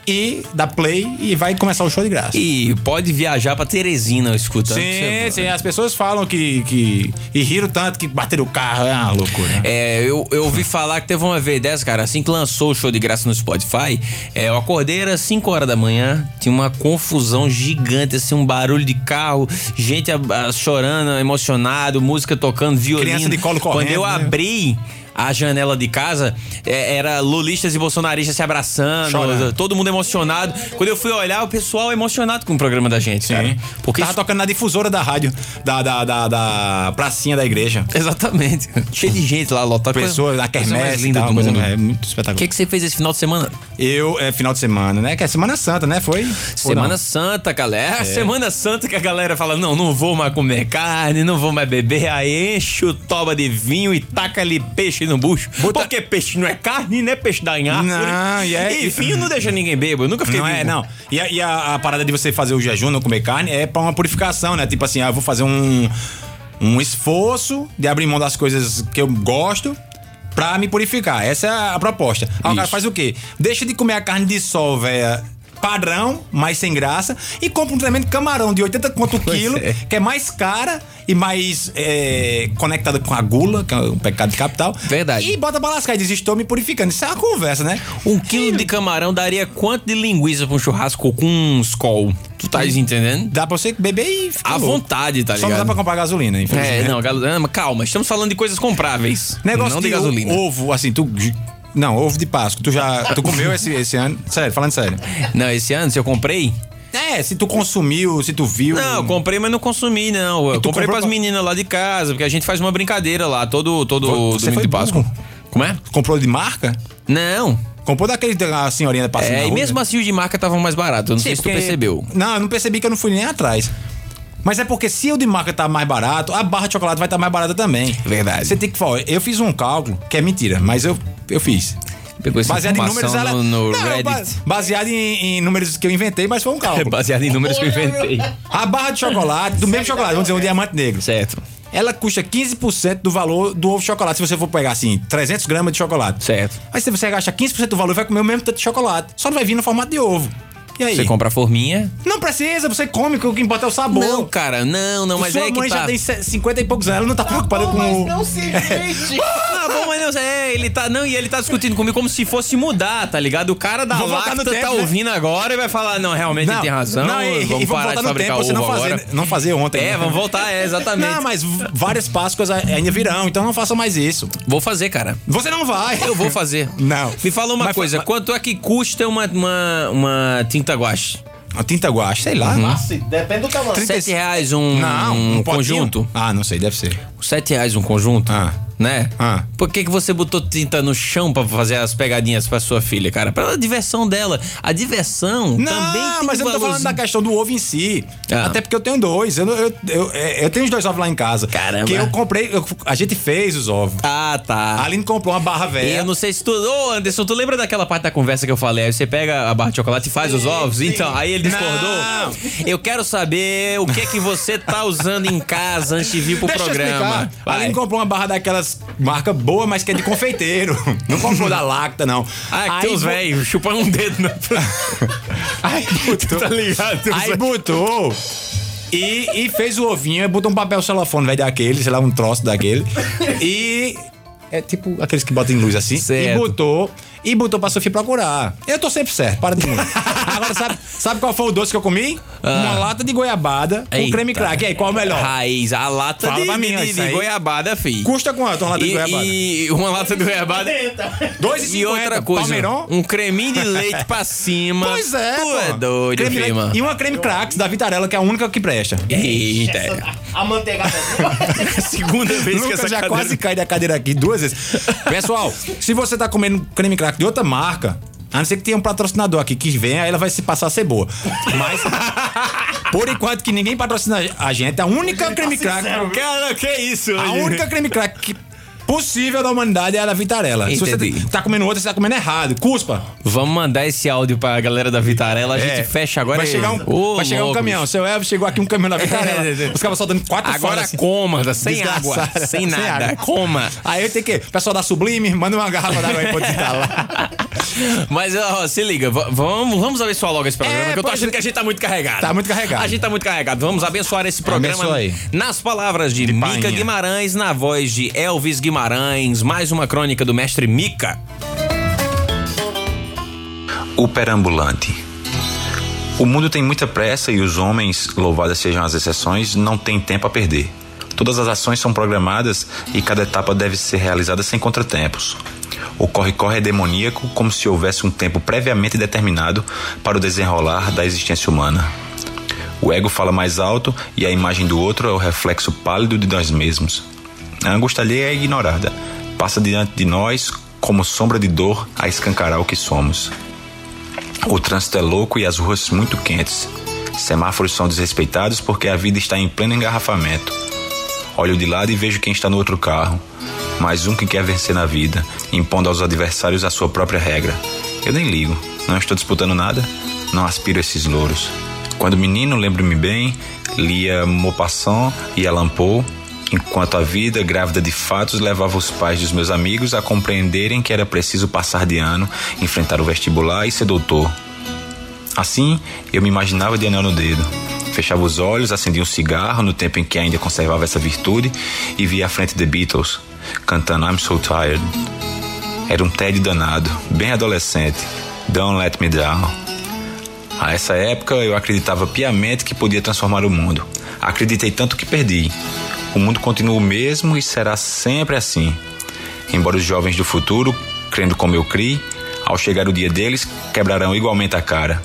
[SPEAKER 8] e dá play e vai começar o Show de Graça.
[SPEAKER 7] E pode viajar pra Teresina escutando.
[SPEAKER 8] Sim,
[SPEAKER 7] Você-
[SPEAKER 8] sim. As pessoas falam que, que. E riram tanto que bateram o carro. É uma loucura.
[SPEAKER 7] É, eu, eu ouvi falar que teve uma vez dessa, cara, assim que lançou o show de graça no Spotify, é, eu acordei, era 5 horas da manhã, tinha uma confusão gigante, assim, um barulho de carro, gente ah, ah, chorando, emocionado, música tocando, violino.
[SPEAKER 8] Criança de colo correndo,
[SPEAKER 7] Quando eu
[SPEAKER 8] né?
[SPEAKER 7] abri a janela de casa, é, era lulistas e bolsonaristas se abraçando,
[SPEAKER 8] Chorando.
[SPEAKER 7] todo mundo emocionado. Quando eu fui olhar, o pessoal emocionado com o programa da gente, cara.
[SPEAKER 8] Porque
[SPEAKER 7] Porque
[SPEAKER 8] Tava
[SPEAKER 7] isso-
[SPEAKER 8] tocando na difusora da rádio, da, da, da, da pracinha da igreja.
[SPEAKER 7] [laughs] Exatamente. Cheio de gente lá, lotado. Coisa-
[SPEAKER 8] Pessoa na
[SPEAKER 7] coisa mais
[SPEAKER 8] quermesse e
[SPEAKER 7] linda
[SPEAKER 8] tal,
[SPEAKER 7] do
[SPEAKER 8] coisa-
[SPEAKER 7] mundo.
[SPEAKER 8] É muito
[SPEAKER 7] O
[SPEAKER 8] espetacular.
[SPEAKER 7] que, que você fez esse final de semana?
[SPEAKER 8] Eu, é final de semana, né? Que é Semana Santa, né? Foi?
[SPEAKER 7] Semana Santa, galera. É. a [laughs] Semana Santa que a galera fala: não, não vou mais comer carne, não vou mais beber. Aí enche o toba de vinho e taca ali peixe no bucho. Porque peixe não é carne, né? Peixe da em árvore.
[SPEAKER 8] Não, e é-
[SPEAKER 7] E vinho não deixa ninguém bêbado. Eu nunca fiquei
[SPEAKER 8] Não é,
[SPEAKER 7] bêbado.
[SPEAKER 8] não. E, a, e a- a parada de você fazer o jejum, não comer carne, é pra uma purificação, né? Tipo assim, ah, eu vou fazer um, um esforço de abrir mão das coisas que eu gosto pra me purificar. Essa é a proposta. Aí o cara
[SPEAKER 7] Isso.
[SPEAKER 8] faz o quê? Deixa de comer a carne de sol, velho. Padrão, mas sem graça, e compra um tremendo camarão de 80 quanto o
[SPEAKER 7] Pois
[SPEAKER 8] quilo,
[SPEAKER 7] é.
[SPEAKER 8] que é mais cara e mais é, conectada com a gula, que é um pecado capital.
[SPEAKER 7] Verdade.
[SPEAKER 8] E bota pra lascar e diz: Estou me purificando. Isso é uma conversa, né?
[SPEAKER 7] Um quilo de camarão daria quanto de linguiça pra um churrasco com um Skol? Tu tá entendendo?
[SPEAKER 8] Dá pra você beber e ficar
[SPEAKER 7] À
[SPEAKER 8] Hum. louco.
[SPEAKER 7] vontade, tá
[SPEAKER 8] Só não dá
[SPEAKER 7] ligado?
[SPEAKER 8] pra comprar gasolina,
[SPEAKER 7] É,
[SPEAKER 8] infelizmente.
[SPEAKER 7] não, gal- ah, mas calma, estamos falando de coisas compráveis.
[SPEAKER 8] Negócio
[SPEAKER 7] não de,
[SPEAKER 8] de,
[SPEAKER 7] gasolina.
[SPEAKER 8] ovo, assim, tu... Não, ovo de Páscoa. Tu já... Tu comeu esse, esse ano? Sério, falando sério.
[SPEAKER 7] Não, esse ano, se eu comprei,
[SPEAKER 8] É, se tu consumiu, se tu viu...
[SPEAKER 7] Não, eu comprei, mas não consumi, não. Eu
[SPEAKER 8] tu comprou
[SPEAKER 7] comprei pras
[SPEAKER 8] pra-
[SPEAKER 7] meninas lá de casa, porque a gente faz uma brincadeira lá, todo, todo
[SPEAKER 8] Foi- você
[SPEAKER 7] domingo
[SPEAKER 8] foi
[SPEAKER 7] de Páscoa.
[SPEAKER 8] burro.
[SPEAKER 7] Como é?
[SPEAKER 8] Comprou de marca?
[SPEAKER 7] Não.
[SPEAKER 8] Comprou daquele da senhorinha passando na
[SPEAKER 7] É, e
[SPEAKER 8] rua,
[SPEAKER 7] mesmo
[SPEAKER 8] né?
[SPEAKER 7] assim os de marca estavam mais baratos. Eu não sei se tu
[SPEAKER 8] Porque-
[SPEAKER 7] percebeu.
[SPEAKER 8] Não, eu não percebi que eu não fui nem atrás. Mas é porque se o de marca tá mais barato, a barra de chocolate vai estar mais barata também.
[SPEAKER 7] Verdade.
[SPEAKER 8] Você tem que falar, eu fiz um cálculo, que é mentira, mas eu, eu fiz.
[SPEAKER 7] Pegou essa
[SPEAKER 8] Baseado em números
[SPEAKER 7] informação
[SPEAKER 8] ela-
[SPEAKER 7] no, no
[SPEAKER 8] Não,
[SPEAKER 7] Reddit. É
[SPEAKER 8] ba-
[SPEAKER 7] [laughs]
[SPEAKER 8] Baseado em, em números que eu inventei, mas foi um cálculo.
[SPEAKER 7] Baseado em números que eu inventei.
[SPEAKER 8] A barra de chocolate, do mesmo chocolate, vamos dizer, um diamante negro.
[SPEAKER 7] Certo.
[SPEAKER 8] Ela custa 15% do valor do ovo de chocolate, se você for pegar, assim, 300 gramas de chocolate.
[SPEAKER 7] Certo.
[SPEAKER 8] Aí se você gastar 15% do valor, vai comer o mesmo tanto de chocolate. Só não vai vir no formato de ovo. E aí?
[SPEAKER 7] Você compra a forminha?
[SPEAKER 8] Não precisa, você come, que o que importa é o sabor.
[SPEAKER 7] Não, cara, não, não, mas
[SPEAKER 8] Sua
[SPEAKER 7] é que
[SPEAKER 8] mãe
[SPEAKER 7] tá.
[SPEAKER 8] já tem se- 50 e poucos anos, ela não tá, preocupada com o...
[SPEAKER 7] Tá bom, mas não, é, ele tá, não, e ele tá discutindo comigo como se fosse mudar, tá ligado? O cara da
[SPEAKER 8] Vou voltar
[SPEAKER 7] Lacta
[SPEAKER 8] no
[SPEAKER 7] tá
[SPEAKER 8] tempo, né?
[SPEAKER 7] ouvindo agora e vai falar, não, realmente ele tem razão,
[SPEAKER 8] não, e,
[SPEAKER 7] vamos
[SPEAKER 8] e
[SPEAKER 7] parar
[SPEAKER 8] voltar
[SPEAKER 7] de
[SPEAKER 8] no
[SPEAKER 7] fabricar
[SPEAKER 8] tempo, você não
[SPEAKER 7] ovo
[SPEAKER 8] fazer,
[SPEAKER 7] agora.
[SPEAKER 8] não fazer ontem.
[SPEAKER 7] É,
[SPEAKER 8] né?
[SPEAKER 7] vamos voltar, é, exatamente.
[SPEAKER 8] Não, mas v- várias Páscoas a- ainda virão, então não faça mais isso.
[SPEAKER 7] Vou fazer, cara.
[SPEAKER 8] Você não vai.
[SPEAKER 7] Eu vou fazer.
[SPEAKER 8] Não.
[SPEAKER 7] Me fala uma
[SPEAKER 8] Mas fa-
[SPEAKER 7] coisa,
[SPEAKER 8] mas-
[SPEAKER 7] quanto é que custa uma, uma, uma tinta guache?
[SPEAKER 8] A tinta guache, sei lá.
[SPEAKER 2] Se- Depende do tamanho.
[SPEAKER 8] 30
[SPEAKER 7] Uhum. Sete reais um,
[SPEAKER 8] Não,
[SPEAKER 7] um
[SPEAKER 8] potinho?
[SPEAKER 7] conjunto?
[SPEAKER 8] Ah, não sei, deve ser.
[SPEAKER 7] Sete reais um conjunto?
[SPEAKER 8] Ah.
[SPEAKER 7] Né?
[SPEAKER 8] Ah.
[SPEAKER 7] Por que, que você botou tinta no chão pra fazer as pegadinhas pra sua filha, cara? Pra diversão dela. A diversão
[SPEAKER 8] Não,
[SPEAKER 7] também tem um
[SPEAKER 8] mas eu não tô
[SPEAKER 7] valorzinho.
[SPEAKER 8] falando da questão do ovo em si.
[SPEAKER 7] Ah.
[SPEAKER 8] Até porque eu tenho dois. Eu, não- eu, eu, é, eu tenho os dois ovos lá em casa.
[SPEAKER 7] Caramba.
[SPEAKER 8] Que eu comprei, eu- a gente fez os ovos.
[SPEAKER 7] Ah, tá.
[SPEAKER 8] A Aline comprou uma barra
[SPEAKER 7] E
[SPEAKER 8] velha.
[SPEAKER 7] eu não sei se tu. Ô, Anderson, tu lembra daquela parte da conversa que eu falei? Aí você pega a barra de chocolate e faz os ovos? Então, aí ele discordou.
[SPEAKER 8] Não.
[SPEAKER 7] Eu quero saber o que é que você tá usando em casa antes de vir pro
[SPEAKER 8] Deixa eu
[SPEAKER 7] programa.
[SPEAKER 8] explicar. A
[SPEAKER 7] Vai.
[SPEAKER 8] Aline comprou uma barra daquelas marca boa, mas que é de confeiteiro. [laughs] não comprou da Lacta, não.
[SPEAKER 7] Ah, que tem
[SPEAKER 8] Aí
[SPEAKER 7] os
[SPEAKER 8] bo-
[SPEAKER 7] velhos chupando um dedo na. [laughs]
[SPEAKER 8] Aí botou.
[SPEAKER 7] Tá ligado? Tem uns
[SPEAKER 8] Aí
[SPEAKER 7] velhos.
[SPEAKER 8] botou.
[SPEAKER 7] [laughs]
[SPEAKER 8] E, e fez o ovinho, aí botou um papel celofone, velho, daquele, sei lá, um troço daquele. E É tipo aqueles que botam em luz assim.
[SPEAKER 7] Certo.
[SPEAKER 8] E botou. E botou pra Sofia procurar. Eu tô sempre certo, para de
[SPEAKER 7] [laughs]
[SPEAKER 8] mim. Agora, sabe, sabe qual foi o doce que eu comi? Uma lata de goiabada com
[SPEAKER 7] Ah. Eita.
[SPEAKER 8] creme crack. E aí, qual é o melhor?
[SPEAKER 7] Raiz, a lata
[SPEAKER 8] Fala
[SPEAKER 7] de,
[SPEAKER 8] pra mim,
[SPEAKER 7] de-
[SPEAKER 8] ó,
[SPEAKER 7] de-
[SPEAKER 8] isso
[SPEAKER 7] de
[SPEAKER 8] aí.
[SPEAKER 7] goiabada, fi.
[SPEAKER 8] Custa quanto uma lata de
[SPEAKER 7] E,
[SPEAKER 8] goiabada?
[SPEAKER 7] e uma lata de goiabada.
[SPEAKER 8] Dois e
[SPEAKER 7] E outra coisa,
[SPEAKER 8] Palmeirão?
[SPEAKER 7] um creminho de leite pra cima.
[SPEAKER 8] Pois é,
[SPEAKER 7] Tu
[SPEAKER 8] pô.
[SPEAKER 7] é doido,
[SPEAKER 8] Creme leite-
[SPEAKER 7] prima.
[SPEAKER 8] E uma creme cracks da Vitarella, que é a única que presta.
[SPEAKER 7] Eita. É
[SPEAKER 2] [laughs]
[SPEAKER 10] A manteigada.
[SPEAKER 7] Segunda vez que
[SPEAKER 8] Lucas
[SPEAKER 7] essa
[SPEAKER 8] já
[SPEAKER 7] cadeira... [laughs]
[SPEAKER 8] quase cai da cadeira aqui duas vezes. Pessoal, se você tá comendo creme crack de outra marca, a não ser que tenha um patrocinador aqui que venha, aí ela vai se passar a ser boa.
[SPEAKER 7] [laughs]
[SPEAKER 8] Mas, por enquanto que ninguém patrocina a gente, a
[SPEAKER 7] tá
[SPEAKER 8] única creme crack,
[SPEAKER 7] Cara, que é isso
[SPEAKER 8] a
[SPEAKER 7] hoje?
[SPEAKER 8] única creme crack que possível da humanidade é a da Vitarella. Se você
[SPEAKER 7] Entendi.
[SPEAKER 8] tá comendo outra, você tá comendo errado. Cuspa.
[SPEAKER 7] Vamos mandar esse áudio pra galera da Vitarela. A gente
[SPEAKER 8] É.
[SPEAKER 7] fecha agora.
[SPEAKER 8] Vai
[SPEAKER 7] e-
[SPEAKER 8] chegar um,
[SPEAKER 7] Ô,
[SPEAKER 8] vai chegar um
[SPEAKER 7] louco,
[SPEAKER 8] caminhão.
[SPEAKER 7] bicho.
[SPEAKER 8] Seu Elvis chegou aqui um caminhão
[SPEAKER 7] [laughs]
[SPEAKER 8] na Vitarella.
[SPEAKER 7] É, é, é.
[SPEAKER 8] Os caras só dando quatro
[SPEAKER 7] Agora
[SPEAKER 8] folhas assim.
[SPEAKER 7] coma, sem água,
[SPEAKER 8] Desgraçada.
[SPEAKER 7] sem nada.
[SPEAKER 8] água.
[SPEAKER 7] Coma.
[SPEAKER 8] Aí eu tenho que. Pessoal da Sublime, manda uma garrafa d'água [laughs] aí pra eu desinstalar.
[SPEAKER 7] Mas ó, se liga, va- vamos, vamos abençoar logo esse programa,
[SPEAKER 8] É,
[SPEAKER 7] que eu tô
[SPEAKER 8] pois
[SPEAKER 7] achando
[SPEAKER 8] é.
[SPEAKER 7] que a gente tá muito carregado.
[SPEAKER 8] Tá muito carregado.
[SPEAKER 7] A gente tá muito carregado. Vamos abençoar esse programa
[SPEAKER 8] Abençoa aí.
[SPEAKER 7] nas palavras de, Mica
[SPEAKER 8] painha.
[SPEAKER 7] Guimarães, na voz de Elvis Guimarães, mais uma crônica do mestre Mica.
[SPEAKER 11] O perambulante. O mundo tem muita pressa e os homens, louvadas sejam as exceções, não têm tempo a perder. Todas as ações são programadas e cada etapa deve ser realizada sem contratempos. O corre-corre é demoníaco, como se houvesse um tempo previamente determinado para o desenrolar da existência humana. O ego fala mais alto e a imagem do outro é o reflexo pálido de nós mesmos. A angústia alheia é ignorada, passa diante de nós como sombra de dor a escancarar o que somos. O trânsito é louco e as ruas muito quentes. Semáforos são desrespeitados porque a vida está em pleno engarrafamento. Olho de lado e vejo quem está no outro carro. Mais um que quer vencer na vida, impondo aos adversários a sua própria regra. Eu nem ligo, não estou disputando nada, não aspiro a esses louros. Quando menino, lembro-me bem, lia Maupassant e Alain Poe, enquanto a vida, grávida de fatos, levava os pais dos meus amigos a compreenderem que era preciso passar de ano, enfrentar o vestibular e ser doutor. Assim, eu me imaginava de anel no dedo. Fechava os olhos, acendia um cigarro no tempo em que ainda conservava essa virtude e via à frente The Beatles, cantando I'm So Tired. Era um tédio danado, bem adolescente. Don't Let Me Down. A essa época, eu acreditava piamente que podia transformar o mundo. Acreditei tanto que perdi. O mundo continua o mesmo e será sempre assim. Embora os jovens do futuro, crendo como eu criei, ao chegar o dia deles, quebrarão igualmente a cara.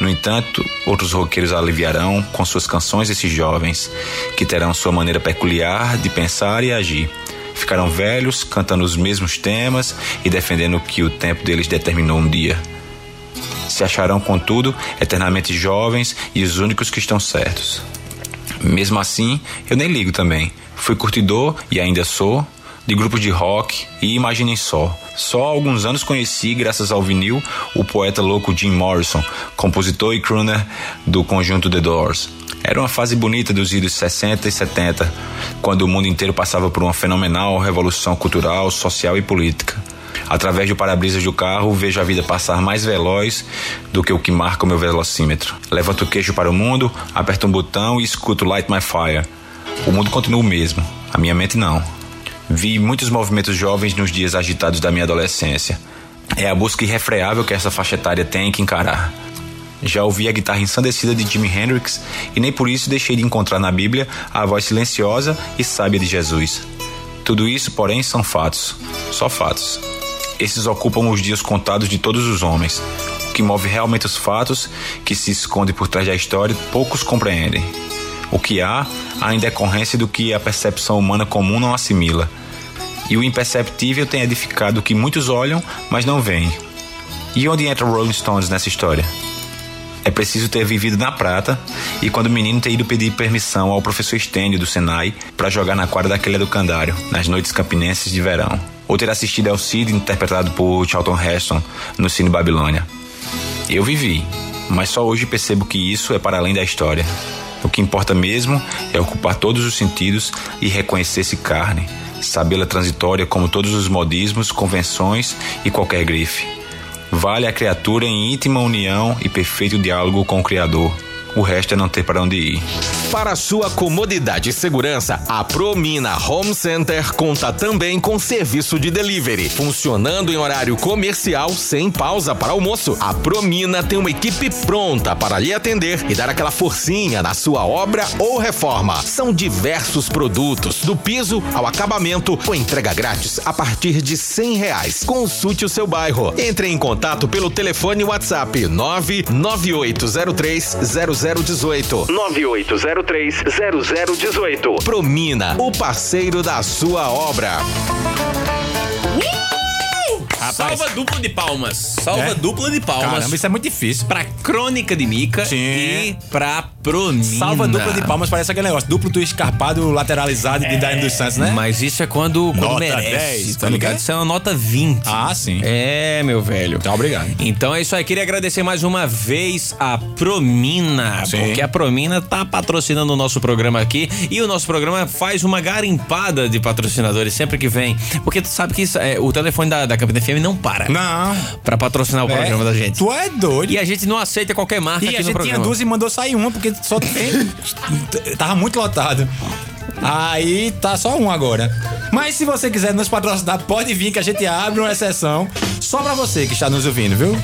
[SPEAKER 11] No entanto, outros roqueiros aliviarão com suas canções esses jovens, que terão sua maneira peculiar de pensar e agir. Ficarão velhos, cantando os mesmos temas e defendendo o que o tempo deles determinou um dia. Se acharão, contudo, eternamente jovens e os únicos que estão certos. Mesmo assim, eu nem ligo também. Fui curtidor e ainda sou de grupos de rock e imaginem só. Só há alguns anos conheci, graças ao vinil, o poeta louco Jim Morrison, compositor e crooner do conjunto The Doors. Era uma fase bonita dos idos 60 e 70, quando o mundo inteiro passava por uma fenomenal revolução cultural, social e política. Através do para-brisas do carro, vejo a vida passar mais veloz do que o que marca o meu velocímetro. Levanto o queixo para o mundo, aperto um botão e escuto Light My Fire. O mundo continua o mesmo, a minha mente não. Vi muitos movimentos jovens nos dias agitados da minha adolescência. É a busca irrefreável que essa faixa etária tem que encarar. Já ouvi a guitarra ensandecida de Jimi Hendrix e nem por isso deixei de encontrar na Bíblia a voz silenciosa e sábia de Jesus. Tudo isso, porém, são fatos. Só fatos. Esses ocupam os dias contados de todos os homens. O que move realmente os fatos, que se esconde por trás da história, poucos compreendem. O que há, há em decorrência do que a percepção humana comum não assimila. E o imperceptível tem edificado o que muitos olham, mas não veem. E onde entra Rolling Stones nessa história? É preciso ter vivido na Prata e quando menino ter ido pedir permissão ao professor Stênio do Senai para jogar na quadra daquele do Candário, nas noites campinenses de verão. Ou ter assistido ao Cid, interpretado por Charlton Heston, no Cine Babilônia. Eu vivi, mas só hoje percebo que isso é para além da história. O que importa mesmo é ocupar todos os sentidos e reconhecer-se carne, sabê-la transitória como todos os modismos, convenções e qualquer grife. Vale a criatura em íntima união e perfeito diálogo com o Criador. O resto é não ter para onde ir.
[SPEAKER 10] Para sua comodidade e segurança, a Promina Home Center conta também com serviço de delivery. Funcionando em horário comercial, sem pausa para almoço, a Promina tem uma equipe pronta para lhe atender e dar aquela forcinha na sua obra ou reforma. São diversos produtos, do piso ao acabamento, com entrega grátis a partir de cem reais. Consulte o seu bairro. Entre em contato pelo telefone WhatsApp 998030018. 9803-0018. Promina, o parceiro da sua obra.
[SPEAKER 7] Salva dupla de palmas. Salva
[SPEAKER 8] É?
[SPEAKER 7] dupla de palmas.
[SPEAKER 8] Caramba, isso é muito difícil.
[SPEAKER 7] Pra Crônica de Mica
[SPEAKER 8] Sim.
[SPEAKER 7] e pra Promina.
[SPEAKER 8] Salva dupla de palmas, parece aquele negócio. Duplo tu escarpado, lateralizado de Dino dos Santos, né?
[SPEAKER 7] Mas isso é quando, quando
[SPEAKER 8] Nota
[SPEAKER 7] merece,
[SPEAKER 8] 10,
[SPEAKER 7] tá
[SPEAKER 8] quando
[SPEAKER 7] ligado?
[SPEAKER 8] quer?
[SPEAKER 7] Isso é uma nota 20.
[SPEAKER 8] Ah, sim.
[SPEAKER 7] É, meu velho.
[SPEAKER 8] Tá, obrigado.
[SPEAKER 7] Então é isso aí. Queria agradecer mais uma vez a Promina,
[SPEAKER 8] Sim.
[SPEAKER 7] porque a Promina tá patrocinando o nosso programa aqui e o nosso programa faz uma garimpada de patrocinadores sempre que vem. Porque tu sabe que isso é- o telefone da, da Campina FM não para
[SPEAKER 8] Não.
[SPEAKER 7] pra patrocinar o
[SPEAKER 8] É.
[SPEAKER 7] programa da gente.
[SPEAKER 8] Tu é doido.
[SPEAKER 7] E a gente não aceita qualquer marca
[SPEAKER 8] E
[SPEAKER 7] aqui
[SPEAKER 8] a
[SPEAKER 7] no
[SPEAKER 8] gente tinha
[SPEAKER 7] programa.
[SPEAKER 8] duas e mandou sair uma, porque só tem. t- Tava muito lotado. Aí tá só um agora. Mas se você quiser nos patrocinar, pode vir que a gente abre uma exceção só pra você que está nos ouvindo, viu?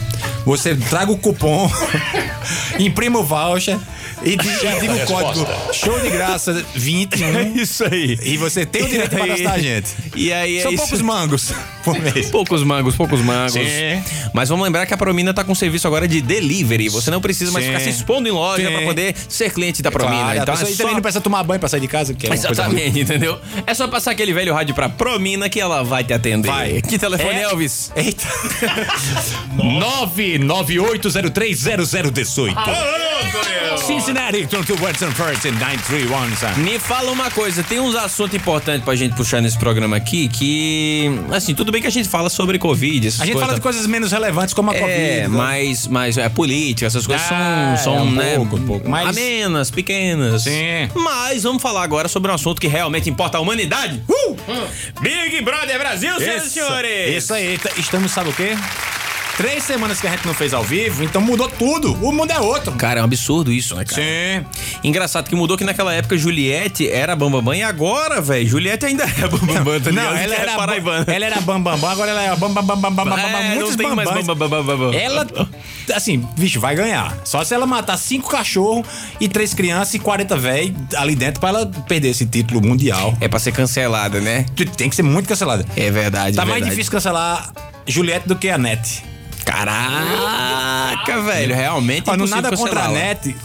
[SPEAKER 8] Você traga o cupom, [laughs] imprima o voucher e di- e diga o código show de graça 21
[SPEAKER 7] É Isso aí.
[SPEAKER 8] e você tem o
[SPEAKER 7] [laughs]
[SPEAKER 8] direito de patrocinar a gente.
[SPEAKER 7] E aí é
[SPEAKER 8] São
[SPEAKER 7] isso.
[SPEAKER 8] poucos mangos por mês.
[SPEAKER 7] Poucos mangos, poucos mangos.
[SPEAKER 8] Sim.
[SPEAKER 7] Mas vamos lembrar que a Promina tá com serviço agora de delivery. Você não precisa mais
[SPEAKER 8] Sim.
[SPEAKER 7] ficar se expondo em loja
[SPEAKER 8] Sim.
[SPEAKER 7] pra poder ser cliente da Promina.
[SPEAKER 8] Claro,
[SPEAKER 7] então
[SPEAKER 8] então,
[SPEAKER 7] é
[SPEAKER 8] aí
[SPEAKER 7] só...
[SPEAKER 8] também não precisa tomar banho pra sair de casa, que é uma coisa muito-
[SPEAKER 7] [laughs] Exatamente, entendeu? É só passar aquele velho rádio pra Promina que ela vai te atender.
[SPEAKER 8] Vai.
[SPEAKER 7] Que telefone,
[SPEAKER 8] É-
[SPEAKER 7] Elvis?
[SPEAKER 8] Eita. 998030018. Cincinnati, 931.
[SPEAKER 7] Me fala uma coisa, tem uns assuntos importantes pra gente puxar nesse programa aqui que. Assim, tudo bem que a gente fala sobre Covid, essas
[SPEAKER 8] A gente
[SPEAKER 7] coisas.
[SPEAKER 8] fala de coisas menos relevantes como a
[SPEAKER 7] É,
[SPEAKER 8] Covid. né?
[SPEAKER 7] mas, mas é política, essas coisas
[SPEAKER 8] Ah, é,
[SPEAKER 7] são, são
[SPEAKER 8] um
[SPEAKER 7] né,
[SPEAKER 8] pouco, um pouco, mas-
[SPEAKER 7] amenas, pequenas.
[SPEAKER 8] Sim.
[SPEAKER 7] Mas vamos falar agora sobre um assunto que realmente importa a humanidade.
[SPEAKER 8] Uh!
[SPEAKER 7] Hum. Big Brother Brasil, senhoras e
[SPEAKER 8] Isso-
[SPEAKER 7] senhores.
[SPEAKER 8] Isso aí. T- Estamos, sabe o quê? Três semanas que a gente não fez ao vivo, então mudou tudo. O mundo é outro.
[SPEAKER 7] Cara, é um absurdo isso, né, cara?
[SPEAKER 8] Sim.
[SPEAKER 7] Engraçado que mudou que naquela época Juliette era Bambambam e agora, velho, Juliette ainda é Bambambam, tá ligado?
[SPEAKER 8] Não, ela
[SPEAKER 7] Que é
[SPEAKER 8] era,
[SPEAKER 7] paraibana.
[SPEAKER 8] ba- ela era bambambam, agora ela é bambambambambambam.
[SPEAKER 7] É, não tem mais bambambambambam.
[SPEAKER 8] Ela, assim, bicho, vai ganhar. Só se ela matar cinco cachorros e três crianças e 40 velhos ali dentro pra ela perder esse título mundial.
[SPEAKER 7] É pra ser cancelada, né?
[SPEAKER 8] Tu Tem que ser muito cancelada.
[SPEAKER 7] É verdade,
[SPEAKER 8] Tá
[SPEAKER 7] é
[SPEAKER 8] mais
[SPEAKER 7] verdade.
[SPEAKER 8] difícil cancelar Juliette do que a NET.
[SPEAKER 7] Caraca, velho, realmente é
[SPEAKER 8] Ó, não
[SPEAKER 7] impossível
[SPEAKER 8] nada contra a
[SPEAKER 7] cancelá-la.
[SPEAKER 8] NET,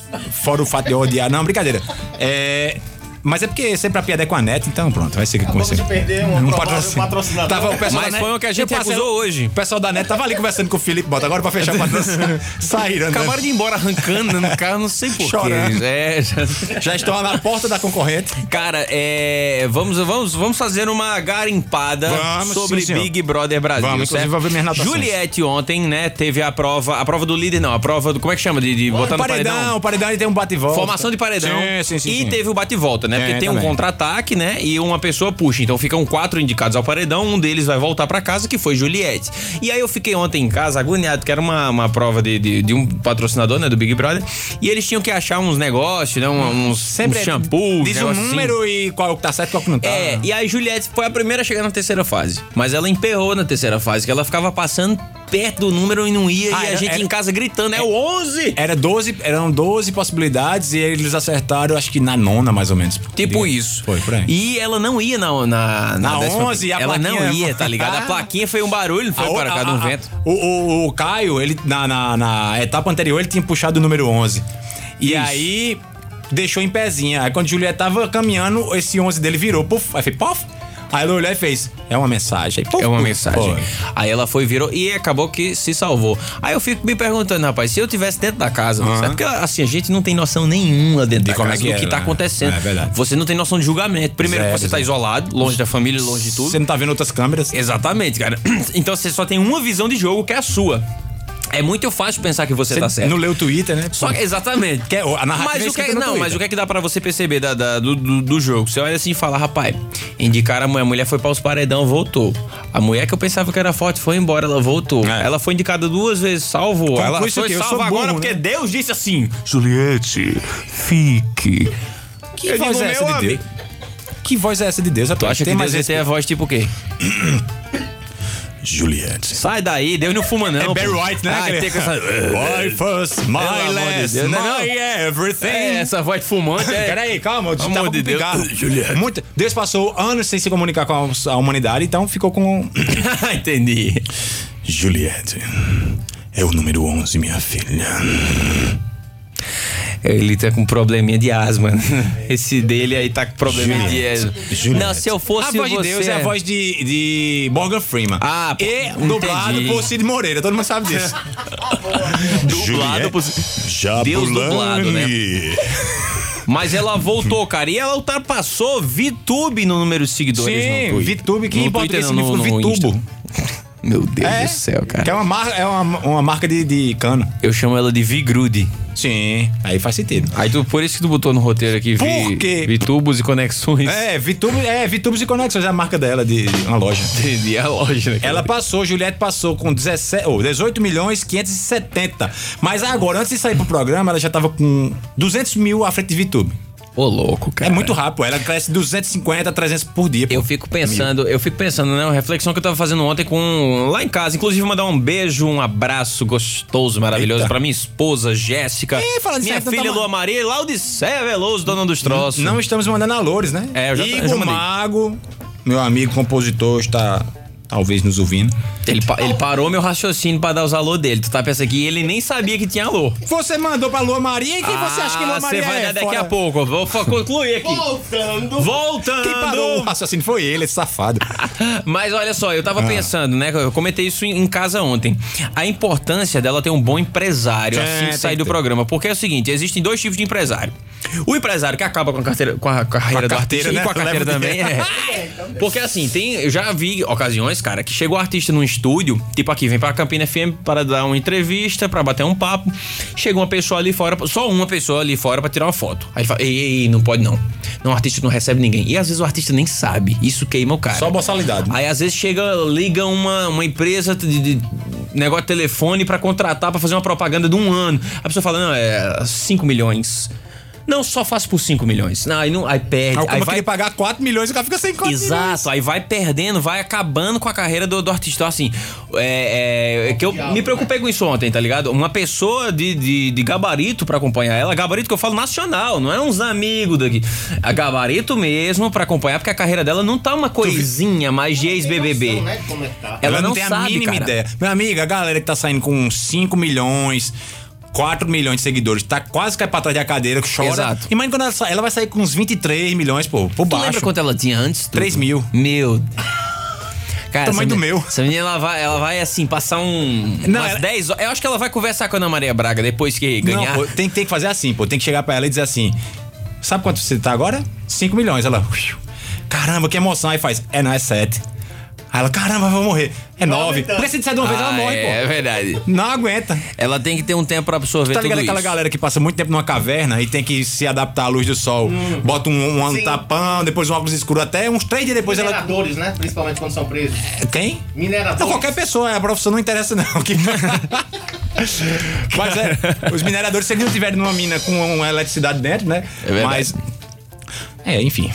[SPEAKER 8] fora o fato de eu odiar. Não, brincadeira. É. Mas é porque sempre a piada é com a NET, então pronto, vai ser que com
[SPEAKER 6] de perder um provável
[SPEAKER 8] assim.
[SPEAKER 6] patrocinador.
[SPEAKER 8] Tava o pessoal
[SPEAKER 7] Mas
[SPEAKER 8] da
[SPEAKER 7] foi
[SPEAKER 8] NET-
[SPEAKER 7] o que a gente
[SPEAKER 8] Eu passei-
[SPEAKER 7] acusou hoje.
[SPEAKER 8] O pessoal da NET tava ali conversando com o Felipe Bota agora pra fechar o patrocínio.
[SPEAKER 7] [laughs]
[SPEAKER 8] Saíram, né? andando.
[SPEAKER 7] Acabaram de ir embora arrancando no carro, não sei porquê.
[SPEAKER 8] Chorando.
[SPEAKER 7] É, já-
[SPEAKER 8] Já estão lá na porta da concorrente.
[SPEAKER 7] Cara, é, vamos, vamos, vamos fazer uma garimpada
[SPEAKER 8] Vamos,
[SPEAKER 7] sobre
[SPEAKER 8] sim, senhor.
[SPEAKER 7] Big Brother Brasil.
[SPEAKER 8] Vamos,
[SPEAKER 7] certo?
[SPEAKER 8] inclusive, vou ver minhas anotações.
[SPEAKER 7] Juliette ontem, né, teve a prova, a prova do líder, não, a prova do, como é que chama? De, de botar no paredão.
[SPEAKER 8] paredão, o paredão ele tem um bate-volta.
[SPEAKER 7] Formação de paredão.
[SPEAKER 8] Sim, sim, sim.
[SPEAKER 7] e
[SPEAKER 8] sim.
[SPEAKER 7] teve o bate-volta, né? Porque
[SPEAKER 8] É,
[SPEAKER 7] tem um
[SPEAKER 8] também.
[SPEAKER 7] contra-ataque, né? E uma pessoa puxa. Então ficam quatro indicados ao paredão, um deles vai voltar pra casa, que foi Juliette. E aí eu fiquei ontem em casa agoniado, que era uma, uma prova de, de, de um patrocinador, né? Do Big Brother. E eles tinham que achar uns negócios, né? um- Uns,
[SPEAKER 8] Sempre
[SPEAKER 7] uns
[SPEAKER 8] é-
[SPEAKER 7] shampoos,
[SPEAKER 8] Diz o
[SPEAKER 7] negócio assim.
[SPEAKER 8] número e qual que tá certo e qual que não tá.
[SPEAKER 7] É, e aí Juliette foi a primeira a chegar na terceira fase. Mas ela emperrou na terceira fase, que ela ficava passando perto do número e não ia.
[SPEAKER 8] Ah,
[SPEAKER 7] e a
[SPEAKER 8] era-
[SPEAKER 7] gente
[SPEAKER 8] era-
[SPEAKER 7] em casa gritando, é o 11!
[SPEAKER 8] Era 12, eram 12 possibilidades e eles acertaram, acho que na nona, mais ou menos.
[SPEAKER 7] Tipo isso.
[SPEAKER 8] Foi, por aí.
[SPEAKER 7] E ela não ia na. Na,
[SPEAKER 8] Na
[SPEAKER 7] décima-
[SPEAKER 8] 11, a
[SPEAKER 7] Ela não
[SPEAKER 8] plaquinha- Ah.
[SPEAKER 7] ia, tá ligado? A plaquinha foi um barulho, foi
[SPEAKER 8] A Ah, o-
[SPEAKER 7] para cada um
[SPEAKER 8] a- a-
[SPEAKER 7] vento.
[SPEAKER 8] O, o- o Caio, ele, na, na, na etapa anterior, ele tinha puxado o número 11. E aí, deixou em pezinha. Aí, quando Juliette tava caminhando, esse 11 dele virou. Puf, aí fez pof. Aí ele olhou e fez, é uma mensagem. Aí, puf,
[SPEAKER 7] É uma
[SPEAKER 8] puf,
[SPEAKER 7] mensagem.
[SPEAKER 8] foi.
[SPEAKER 7] Aí ela foi, virou e acabou que se salvou. Aí eu fico me perguntando, rapaz, se eu tivesse dentro da casa, sabe? Porque assim, a gente não tem noção nenhuma dentro da
[SPEAKER 8] como
[SPEAKER 7] casa
[SPEAKER 8] é que
[SPEAKER 7] do que
[SPEAKER 8] é,
[SPEAKER 7] tá
[SPEAKER 8] né?
[SPEAKER 7] acontecendo.
[SPEAKER 8] É verdade.
[SPEAKER 7] Você não tem noção de julgamento. Primeiro que
[SPEAKER 8] Zero,
[SPEAKER 7] você tá
[SPEAKER 8] zero.
[SPEAKER 7] isolado, longe da família, longe de tudo.
[SPEAKER 8] Você não tá vendo outras câmeras?
[SPEAKER 7] [clears throat] Exatamente, cara. Então você só tem uma visão de jogo que é a sua. É muito fácil pensar que você,
[SPEAKER 8] Você
[SPEAKER 7] tá certo.
[SPEAKER 8] não lê o Twitter, né?
[SPEAKER 7] Só que- exatamente.
[SPEAKER 8] Que é o- a narrativa é
[SPEAKER 7] mas o que,
[SPEAKER 8] escrita no
[SPEAKER 7] não,
[SPEAKER 8] Twitter.
[SPEAKER 7] mas o que é que dá pra você perceber da- da- do, do- do jogo? Você olha assim e fala, rapaz, indicaram a mulher, a mulher foi para os paredão, voltou. A mulher que eu pensava que era forte foi embora, ela voltou.
[SPEAKER 8] É.
[SPEAKER 7] Ela foi indicada duas vezes, salvo. ela
[SPEAKER 8] isso
[SPEAKER 7] foi
[SPEAKER 8] aqui, eu sou
[SPEAKER 7] salva
[SPEAKER 8] burro,
[SPEAKER 7] agora
[SPEAKER 8] né?
[SPEAKER 7] porque Deus disse assim.
[SPEAKER 3] Juliette, fique.
[SPEAKER 7] Que voz é essa de Deus?
[SPEAKER 8] Que voz é essa de Deus?
[SPEAKER 7] Tu acha que Deus ia ter a
[SPEAKER 8] respeito.
[SPEAKER 7] voz tipo o quê?
[SPEAKER 8] Juliette.
[SPEAKER 7] Sai daí, Deus não fuma não.
[SPEAKER 8] É Barry
[SPEAKER 7] pô.
[SPEAKER 8] White, né?
[SPEAKER 7] Ah,
[SPEAKER 8] aquele-
[SPEAKER 7] tem com
[SPEAKER 8] [laughs]
[SPEAKER 7] essa...
[SPEAKER 8] Life was my
[SPEAKER 7] amor de
[SPEAKER 8] last,
[SPEAKER 7] Deus,
[SPEAKER 8] my
[SPEAKER 7] não é não?
[SPEAKER 8] everything.
[SPEAKER 7] É, essa voz de
[SPEAKER 8] [laughs]
[SPEAKER 7] fumante é...
[SPEAKER 8] Peraí, calma, eu
[SPEAKER 7] Pelo
[SPEAKER 8] tava
[SPEAKER 7] amor
[SPEAKER 8] com
[SPEAKER 7] de Deus.
[SPEAKER 8] pigarro. Muito- Deus passou anos sem se comunicar com a a humanidade, então ficou com. [clears throat]
[SPEAKER 7] Ah, Entendi.
[SPEAKER 8] Juliette. É o número 11, minha filha.
[SPEAKER 7] Ele tá com probleminha de asma. né? [laughs] Esse dele aí tá com probleminha de asma. Não, se eu fosse
[SPEAKER 8] A voz de
[SPEAKER 7] você...
[SPEAKER 8] Deus é a voz de, de Morgan Freeman.
[SPEAKER 7] Ah, pô,
[SPEAKER 8] e
[SPEAKER 7] entendi.
[SPEAKER 8] dublado por Cid Moreira. Todo mundo sabe disso.
[SPEAKER 7] dublado por... Deus dublado, né? Mas ela voltou, cara. E ela ultrapassou VTube no número de seguidores no
[SPEAKER 8] Sim,
[SPEAKER 7] Twitter.
[SPEAKER 8] VTube, que
[SPEAKER 7] No
[SPEAKER 8] em português
[SPEAKER 7] Twitter, não,
[SPEAKER 8] significa
[SPEAKER 7] no- no
[SPEAKER 8] VTubo.
[SPEAKER 7] Meu Deus
[SPEAKER 8] É.
[SPEAKER 7] do céu, cara.
[SPEAKER 8] Que é uma, mar, é uma, uma marca de, de cano.
[SPEAKER 7] Eu chamo ela de Vigrude.
[SPEAKER 8] Sim. Aí faz sentido.
[SPEAKER 7] Aí tu, por isso que tu botou no roteiro aqui
[SPEAKER 8] Por
[SPEAKER 7] vi,
[SPEAKER 8] quê?
[SPEAKER 7] VTubos e conexões. [laughs]
[SPEAKER 8] É, VTube, é, VTubes e Conexões é a marca dela, de, de uma loja.
[SPEAKER 7] Entendi, é a loja, né? cara?
[SPEAKER 8] Ela passou, Juliette passou com 17, ou 18 milhões 570. Mas agora, antes de sair pro programa, ela já tava com 200 mil à frente de VTube.
[SPEAKER 7] Ô, louco,
[SPEAKER 8] É
[SPEAKER 7] cara.
[SPEAKER 8] muito rápido, ela cresce 250, 300 por dia. pô.
[SPEAKER 7] Eu fico pensando, eu fico pensando, né? Uma reflexão que eu tava fazendo ontem com lá em casa. Inclusive, mandar um beijo, um abraço gostoso, maravilhoso
[SPEAKER 8] Eita.
[SPEAKER 7] pra minha esposa, Jéssica.
[SPEAKER 8] Ih, fala nisso,
[SPEAKER 7] minha
[SPEAKER 8] então tá
[SPEAKER 7] filha,
[SPEAKER 8] mal.
[SPEAKER 7] Lua Maria, e Laudicéia Veloso, dona dos troços.
[SPEAKER 8] Não estamos mandando alores, né?
[SPEAKER 7] É, eu já-
[SPEAKER 8] Igor
[SPEAKER 7] já mandei.
[SPEAKER 8] Mago, meu amigo compositor, está talvez nos ouvindo.
[SPEAKER 7] Ele, pa- ele parou meu raciocínio pra dar os alô dele. Tu tá pensando que ele nem sabia que tinha alô.
[SPEAKER 8] Você mandou pra Lua Maria e quem você acha que Lua
[SPEAKER 7] Ah,
[SPEAKER 8] Maria
[SPEAKER 7] Você vai
[SPEAKER 8] é?
[SPEAKER 7] dar daqui
[SPEAKER 8] Fora-
[SPEAKER 7] a pouco. eu Vou fa- concluir aqui.
[SPEAKER 2] Voltando.
[SPEAKER 7] Voltando.
[SPEAKER 8] Quem parou o raciocínio foi ele, esse safado.
[SPEAKER 7] Mas olha só, eu tava
[SPEAKER 8] Ah.
[SPEAKER 7] pensando, né? Eu comentei isso em em casa ontem. A importância dela ter um bom empresário
[SPEAKER 8] É,
[SPEAKER 7] assim que
[SPEAKER 8] tem
[SPEAKER 7] sair
[SPEAKER 8] que
[SPEAKER 7] do
[SPEAKER 8] ter.
[SPEAKER 7] programa. Porque é o seguinte: existem dois tipos de empresário. O empresário que acaba com a carteira, com a carreira do
[SPEAKER 8] carteira,
[SPEAKER 7] artista
[SPEAKER 8] né?
[SPEAKER 7] e com a carteira
[SPEAKER 8] Leva o
[SPEAKER 7] também.
[SPEAKER 8] dinheiro.
[SPEAKER 7] é. [laughs] Porque assim, tem, eu já vi ocasiões, cara, que chegou o artista num estúdio, tipo aqui, vem pra Campina FM para dar uma entrevista, pra bater um papo. Chega uma pessoa ali fora, só uma pessoa ali fora pra tirar uma foto. Aí ele fala: ei, ei, ei, não pode não. Não, o artista não recebe ninguém. E às vezes o artista nem sabe. Isso queima o cara.
[SPEAKER 8] Só a boçalidade.
[SPEAKER 7] Aí às vezes chega, liga uma, uma empresa de, de negócio de telefone pra contratar pra fazer uma propaganda de um ano. A pessoa fala, não, é 5 milhões. Não, só faço por 5 milhões. Não, aí, não, aí perde.
[SPEAKER 8] Aí, como
[SPEAKER 7] Aí
[SPEAKER 8] é vai...
[SPEAKER 7] vai,
[SPEAKER 8] queria pagar 4 milhões e o cara fica sem 4 milhões.
[SPEAKER 7] exato, aí vai perdendo, vai acabando com a carreira do, do artista. Então, assim, é, é- é que eu me preocupei com isso ontem, tá ligado? Uma pessoa de, de, de gabarito pra acompanhar ela, gabarito que eu falo nacional, não é uns amigos daqui. A gabarito mesmo pra acompanhar, porque a carreira dela não tá uma coisinha mais né, de ex-BBB. tá. Ela, não,
[SPEAKER 8] tem
[SPEAKER 7] sabe,
[SPEAKER 8] a mínima
[SPEAKER 7] cara.
[SPEAKER 8] ideia. Minha amiga, a galera que tá saindo com 5 milhões, 4 milhões de seguidores, tá quase cai pra trás da cadeira, que chora.
[SPEAKER 7] Exato.
[SPEAKER 8] Imagina quando ela sai, ela vai sair com uns 23 milhões, pô, por
[SPEAKER 7] Tu
[SPEAKER 8] baixo.
[SPEAKER 7] lembra quanto ela tinha antes? Tudo?
[SPEAKER 8] 3 mil.
[SPEAKER 7] Meu. Cara,
[SPEAKER 8] Tamanho
[SPEAKER 7] essa
[SPEAKER 8] do
[SPEAKER 7] menina-
[SPEAKER 8] meu.
[SPEAKER 7] Essa menina, ela vai, ela vai assim, passar um.
[SPEAKER 8] Não,
[SPEAKER 7] umas
[SPEAKER 8] ela-
[SPEAKER 7] 10 horas. Eu acho que ela vai conversar com a Ana Maria Braga depois que ganhar.
[SPEAKER 8] Não, pô, tem, tem que fazer assim, pô. Tem que chegar pra ela e dizer assim: Sabe quanto você tá agora? 5 milhões. Ela, "Uiu, caramba, que emoção. Aí faz: É, não, é 7. Aí ela, caramba, eu vou morrer. É 9. Porque se disser de uma vez, ela
[SPEAKER 7] Ah,
[SPEAKER 8] morre,
[SPEAKER 7] é, é
[SPEAKER 8] pô.
[SPEAKER 7] verdade.
[SPEAKER 8] Não aguenta.
[SPEAKER 7] Ela tem que ter um tempo pra absorver
[SPEAKER 8] Tá ligado
[SPEAKER 7] tudo
[SPEAKER 8] aquela
[SPEAKER 7] isso.
[SPEAKER 8] galera que passa muito tempo numa caverna e tem que se adaptar à luz do sol? Bota um, um tapão, depois um óculos escuro, até uns três dias depois ela.
[SPEAKER 9] Mineradores, né? Principalmente quando são presos.
[SPEAKER 8] Quem?
[SPEAKER 9] Mineradores.
[SPEAKER 8] Não, qualquer pessoa, a profissão não interessa, não. Que- Mas é, os mineradores, se eles não tiverem numa mina com uma eletricidade dentro, né?
[SPEAKER 7] É verdade.
[SPEAKER 8] Mas. É, enfim.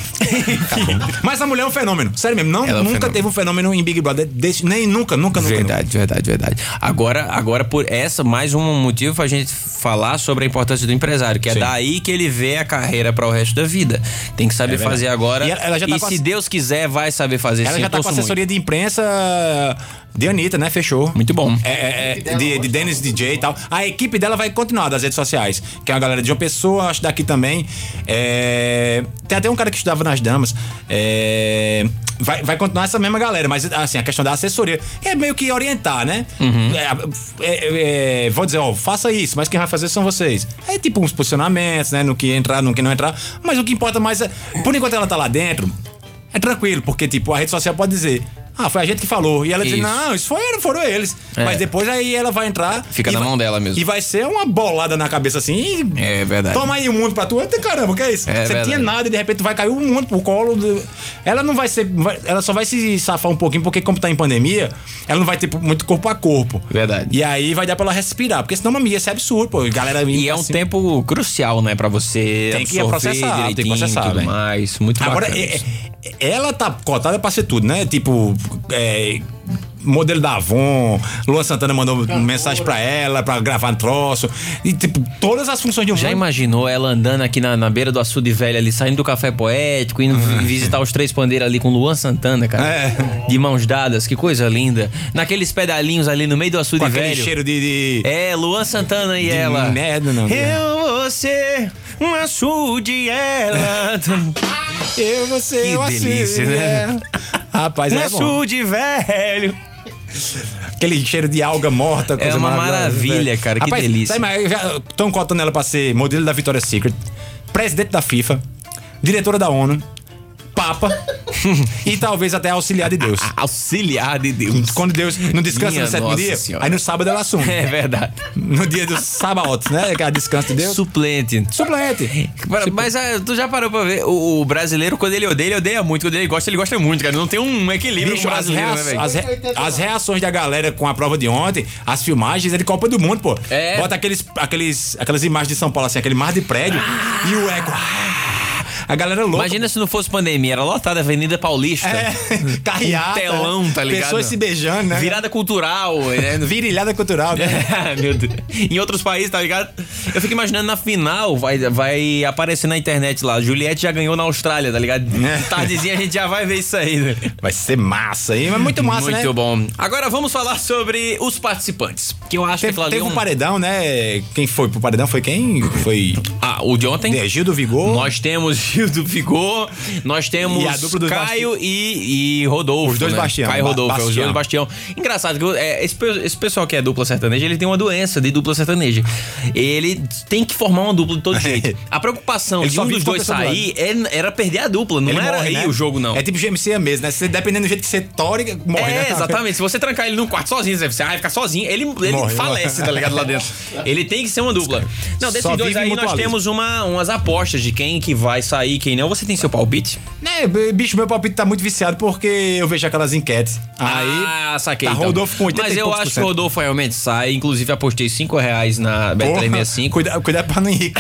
[SPEAKER 8] Mas a mulher é um fenômeno. Sério mesmo, não,
[SPEAKER 7] Ela é um
[SPEAKER 8] nunca
[SPEAKER 7] fenômeno.
[SPEAKER 8] teve um fenômeno em Big Brother. desse- nem nunca, nunca, nunca.
[SPEAKER 7] Verdade, verdade, verdade. Agora, agora por essa mais um motivo pra gente falar sobre a importância do empresário, que é
[SPEAKER 8] Sim.
[SPEAKER 7] daí que ele vê a carreira para o resto da vida. Tem que saber
[SPEAKER 8] É verdade.
[SPEAKER 7] fazer agora.
[SPEAKER 8] E ela- ela já tá com
[SPEAKER 7] se
[SPEAKER 8] a-
[SPEAKER 7] Deus quiser, vai saber fazer.
[SPEAKER 8] Ela
[SPEAKER 7] sim,
[SPEAKER 8] já
[SPEAKER 7] eu
[SPEAKER 8] tá com
[SPEAKER 7] torço muito.
[SPEAKER 8] assessoria de imprensa de Anitta, né? Fechou.
[SPEAKER 7] Muito bom.
[SPEAKER 8] É, é, é, de, de Dennis DJ e tal. A equipe dela vai continuar das redes sociais. Que é uma galera de uma pessoa, acho daqui também. É, tem até um cara que estudava nas damas. É, vai, vai continuar essa mesma galera, mas assim, a questão da assessoria é meio que orientar, né? É, é, é, vou dizer, ó, faça isso, mas quem vai fazer são vocês. É tipo uns posicionamentos, né? No que entrar, no que não entrar. Mas o que importa mais é. Por enquanto ela tá lá dentro, é tranquilo, porque, tipo, a rede social pode dizer: Ah, foi a gente que falou. E ela disse,
[SPEAKER 7] Isso.
[SPEAKER 8] não, isso foram, foram eles.
[SPEAKER 7] É.
[SPEAKER 8] Mas depois aí ela vai entrar.
[SPEAKER 7] Fica
[SPEAKER 8] e
[SPEAKER 7] na
[SPEAKER 8] vai-
[SPEAKER 7] mão dela mesmo.
[SPEAKER 8] E vai ser uma bolada na cabeça assim. e-
[SPEAKER 7] É verdade.
[SPEAKER 8] Toma aí o mundo pra tu. Eita, caramba, o que é isso?
[SPEAKER 7] É
[SPEAKER 8] Você
[SPEAKER 7] verdade.
[SPEAKER 8] tinha nada e de repente vai cair um mundo pro colo. do- Ela não vai ser. vai- Ela só vai se safar um pouquinho, porque como tá em pandemia, ela não vai ter muito corpo a corpo.
[SPEAKER 7] Verdade.
[SPEAKER 8] E aí vai dar pra ela respirar, porque senão mamia, isso é absurdo, pô. Galera, assim,
[SPEAKER 7] E é um tempo crucial, né, pra você
[SPEAKER 8] Tem que
[SPEAKER 7] absorver
[SPEAKER 8] processar, tem que
[SPEAKER 7] direitinho e
[SPEAKER 8] processar,
[SPEAKER 7] tudo
[SPEAKER 8] velho.
[SPEAKER 7] mais. Muito
[SPEAKER 8] Agora,
[SPEAKER 7] bacana.
[SPEAKER 8] é- é- ela tá cotada pra ser tudo, né? Tipo, é, modelo da Avon, Luan Santana mandou mensagem pra ela, pra gravar um troço. E, tipo, todas as funções de um
[SPEAKER 7] Já
[SPEAKER 8] mundo.
[SPEAKER 7] imaginou ela andando aqui na, na beira do açude velho ali, saindo do café poético, indo vi-
[SPEAKER 8] Uhum.
[SPEAKER 7] visitar os três pandeiros ali com Luan Santana, cara?
[SPEAKER 8] É,
[SPEAKER 7] De mãos dadas, que coisa linda. Naqueles pedalinhos ali no meio do açude
[SPEAKER 8] Com aquele
[SPEAKER 7] velho.
[SPEAKER 8] cheiro de,
[SPEAKER 7] É, Luan Santana e ela.
[SPEAKER 8] merda, não. né?
[SPEAKER 7] Eu, você, um açude,
[SPEAKER 8] [laughs]
[SPEAKER 7] ela.
[SPEAKER 8] Eu, você,
[SPEAKER 7] Que
[SPEAKER 8] eu
[SPEAKER 7] delícia,
[SPEAKER 8] assim,
[SPEAKER 7] né?
[SPEAKER 8] é. Rapaz,
[SPEAKER 7] um
[SPEAKER 8] é bom.
[SPEAKER 7] açude velho.
[SPEAKER 8] Aquele cheiro de alga morta. coisa
[SPEAKER 7] É uma
[SPEAKER 8] maravilhosa,
[SPEAKER 7] maravilha,
[SPEAKER 8] velho.
[SPEAKER 7] cara, que
[SPEAKER 8] Rapaz,
[SPEAKER 7] delícia.
[SPEAKER 8] Sabe, mas estão cotando ela pra ser modelo da Victoria's Secret, presidente da FIFA, diretora da ONU,
[SPEAKER 7] [laughs]
[SPEAKER 8] papa e talvez até auxiliar de Deus.
[SPEAKER 7] Auxiliar de Deus.
[SPEAKER 8] Quando Deus não descansa
[SPEAKER 7] Minha
[SPEAKER 8] no sétimo
[SPEAKER 7] Nossa
[SPEAKER 8] dia,
[SPEAKER 7] Senhora.
[SPEAKER 8] aí no sábado ela assume.
[SPEAKER 7] [laughs] É verdade.
[SPEAKER 8] No dia do sábado, né? Que ela descansa de Deus.
[SPEAKER 7] Suplente. É,
[SPEAKER 8] Suplente.
[SPEAKER 7] Pra- Mas ah, tu já parou pra ver? O, o brasileiro, quando ele odeia, ele odeia muito. Quando ele gosta, ele gosta muito, cara. Não tem um equilíbrio
[SPEAKER 8] Bicho, as,
[SPEAKER 7] brasileiro,
[SPEAKER 8] rea-
[SPEAKER 7] né, velho?
[SPEAKER 8] as re- as reações da galera com a prova de ontem, as filmagens, é de Copa do Mundo, pô.
[SPEAKER 7] É.
[SPEAKER 8] Bota aqueles, aqueles, aquelas imagens de São Paulo, assim, aquele mar de prédio e o eco. ah, A galera louca.
[SPEAKER 7] Imagina se não fosse pandemia, era lotada a Avenida Paulista. [laughs]
[SPEAKER 8] É, [laughs] carreata.
[SPEAKER 7] Um telão, tá ligado?
[SPEAKER 8] Pessoas se beijando, né?
[SPEAKER 7] Virada cultural,
[SPEAKER 8] [laughs]
[SPEAKER 7] né?
[SPEAKER 8] Virilhada cultural,
[SPEAKER 7] É.
[SPEAKER 8] né?
[SPEAKER 7] [laughs] Meu Deus. Em outros países, tá ligado? Eu fico imaginando na final, vai, vai aparecer na internet lá. Juliette já ganhou na Austrália, tá ligado?
[SPEAKER 8] É.
[SPEAKER 7] [laughs] Tardezinha a gente já vai ver isso aí, né?
[SPEAKER 8] Vai ser massa, hein? Mas muito massa, né?
[SPEAKER 7] Muito bom. Agora vamos falar sobre os participantes. Que eu acho que
[SPEAKER 8] Teve,
[SPEAKER 7] aquilo ali
[SPEAKER 8] teve
[SPEAKER 7] é
[SPEAKER 8] um paredão, né? Quem foi pro paredão foi quem? Foi
[SPEAKER 7] Ah, o de ontem?
[SPEAKER 8] é, Gil do Vigor.
[SPEAKER 7] Nós temos [laughs] Gil do Vigor, nós temos
[SPEAKER 8] E a dupla dos
[SPEAKER 7] Caio e, e Rodolfo.
[SPEAKER 8] Os dois
[SPEAKER 7] né?
[SPEAKER 8] Bastião,
[SPEAKER 7] Caio e
[SPEAKER 8] Ba-
[SPEAKER 7] Rodolfo, é, os
[SPEAKER 8] Bastião.
[SPEAKER 7] dois Bastião. Engraçado, que eu- é, esse, pe- esse pessoal que é dupla sertaneja, ele tem uma doença de dupla sertaneja. Ele tem que formar uma dupla
[SPEAKER 8] [laughs]
[SPEAKER 7] de todo jeito. A preocupação
[SPEAKER 8] Ele
[SPEAKER 7] de
[SPEAKER 8] só
[SPEAKER 7] um
[SPEAKER 8] vive
[SPEAKER 7] dos
[SPEAKER 8] com a
[SPEAKER 7] dois
[SPEAKER 8] pessoa do lado.
[SPEAKER 7] sair é- era perder a dupla, não
[SPEAKER 8] Ele
[SPEAKER 7] era
[SPEAKER 8] morre,
[SPEAKER 7] aí
[SPEAKER 8] né?
[SPEAKER 7] o jogo, não.
[SPEAKER 8] É tipo GMC mesmo, né? Você, dependendo do jeito que você tora, morre,
[SPEAKER 7] É,
[SPEAKER 8] né?
[SPEAKER 7] exatamente. Se você trancar ele num quarto sozinho, você vai ficar sozinho. Ele, ele
[SPEAKER 8] Morre, né?
[SPEAKER 7] falece,
[SPEAKER 8] morre.
[SPEAKER 7] tá ligado?
[SPEAKER 8] [laughs]
[SPEAKER 7] Lá dentro. Ele tem que ser uma dupla. Não, desses
[SPEAKER 8] Só
[SPEAKER 7] dois
[SPEAKER 8] vive
[SPEAKER 7] aí nós
[SPEAKER 8] mutualismo.
[SPEAKER 7] temos uma, umas apostas de quem que vai sair, quem não. Você tem seu palpite?
[SPEAKER 8] Né, b- bicho, meu palpite tá muito viciado porque eu vejo aquelas enquetes. Aí.
[SPEAKER 7] ah, saquei.
[SPEAKER 8] Tá
[SPEAKER 7] então.
[SPEAKER 8] Rodolfo com 80
[SPEAKER 7] Mas
[SPEAKER 8] e
[SPEAKER 7] eu
[SPEAKER 8] poucos
[SPEAKER 7] acho
[SPEAKER 8] por
[SPEAKER 7] que o
[SPEAKER 8] cento.
[SPEAKER 7] Rodolfo realmente sai. Inclusive, apostei 5 reais na
[SPEAKER 8] porra,
[SPEAKER 7] Bet365.
[SPEAKER 8] Cuida, cuidado pra não
[SPEAKER 7] [laughs]
[SPEAKER 8] ir.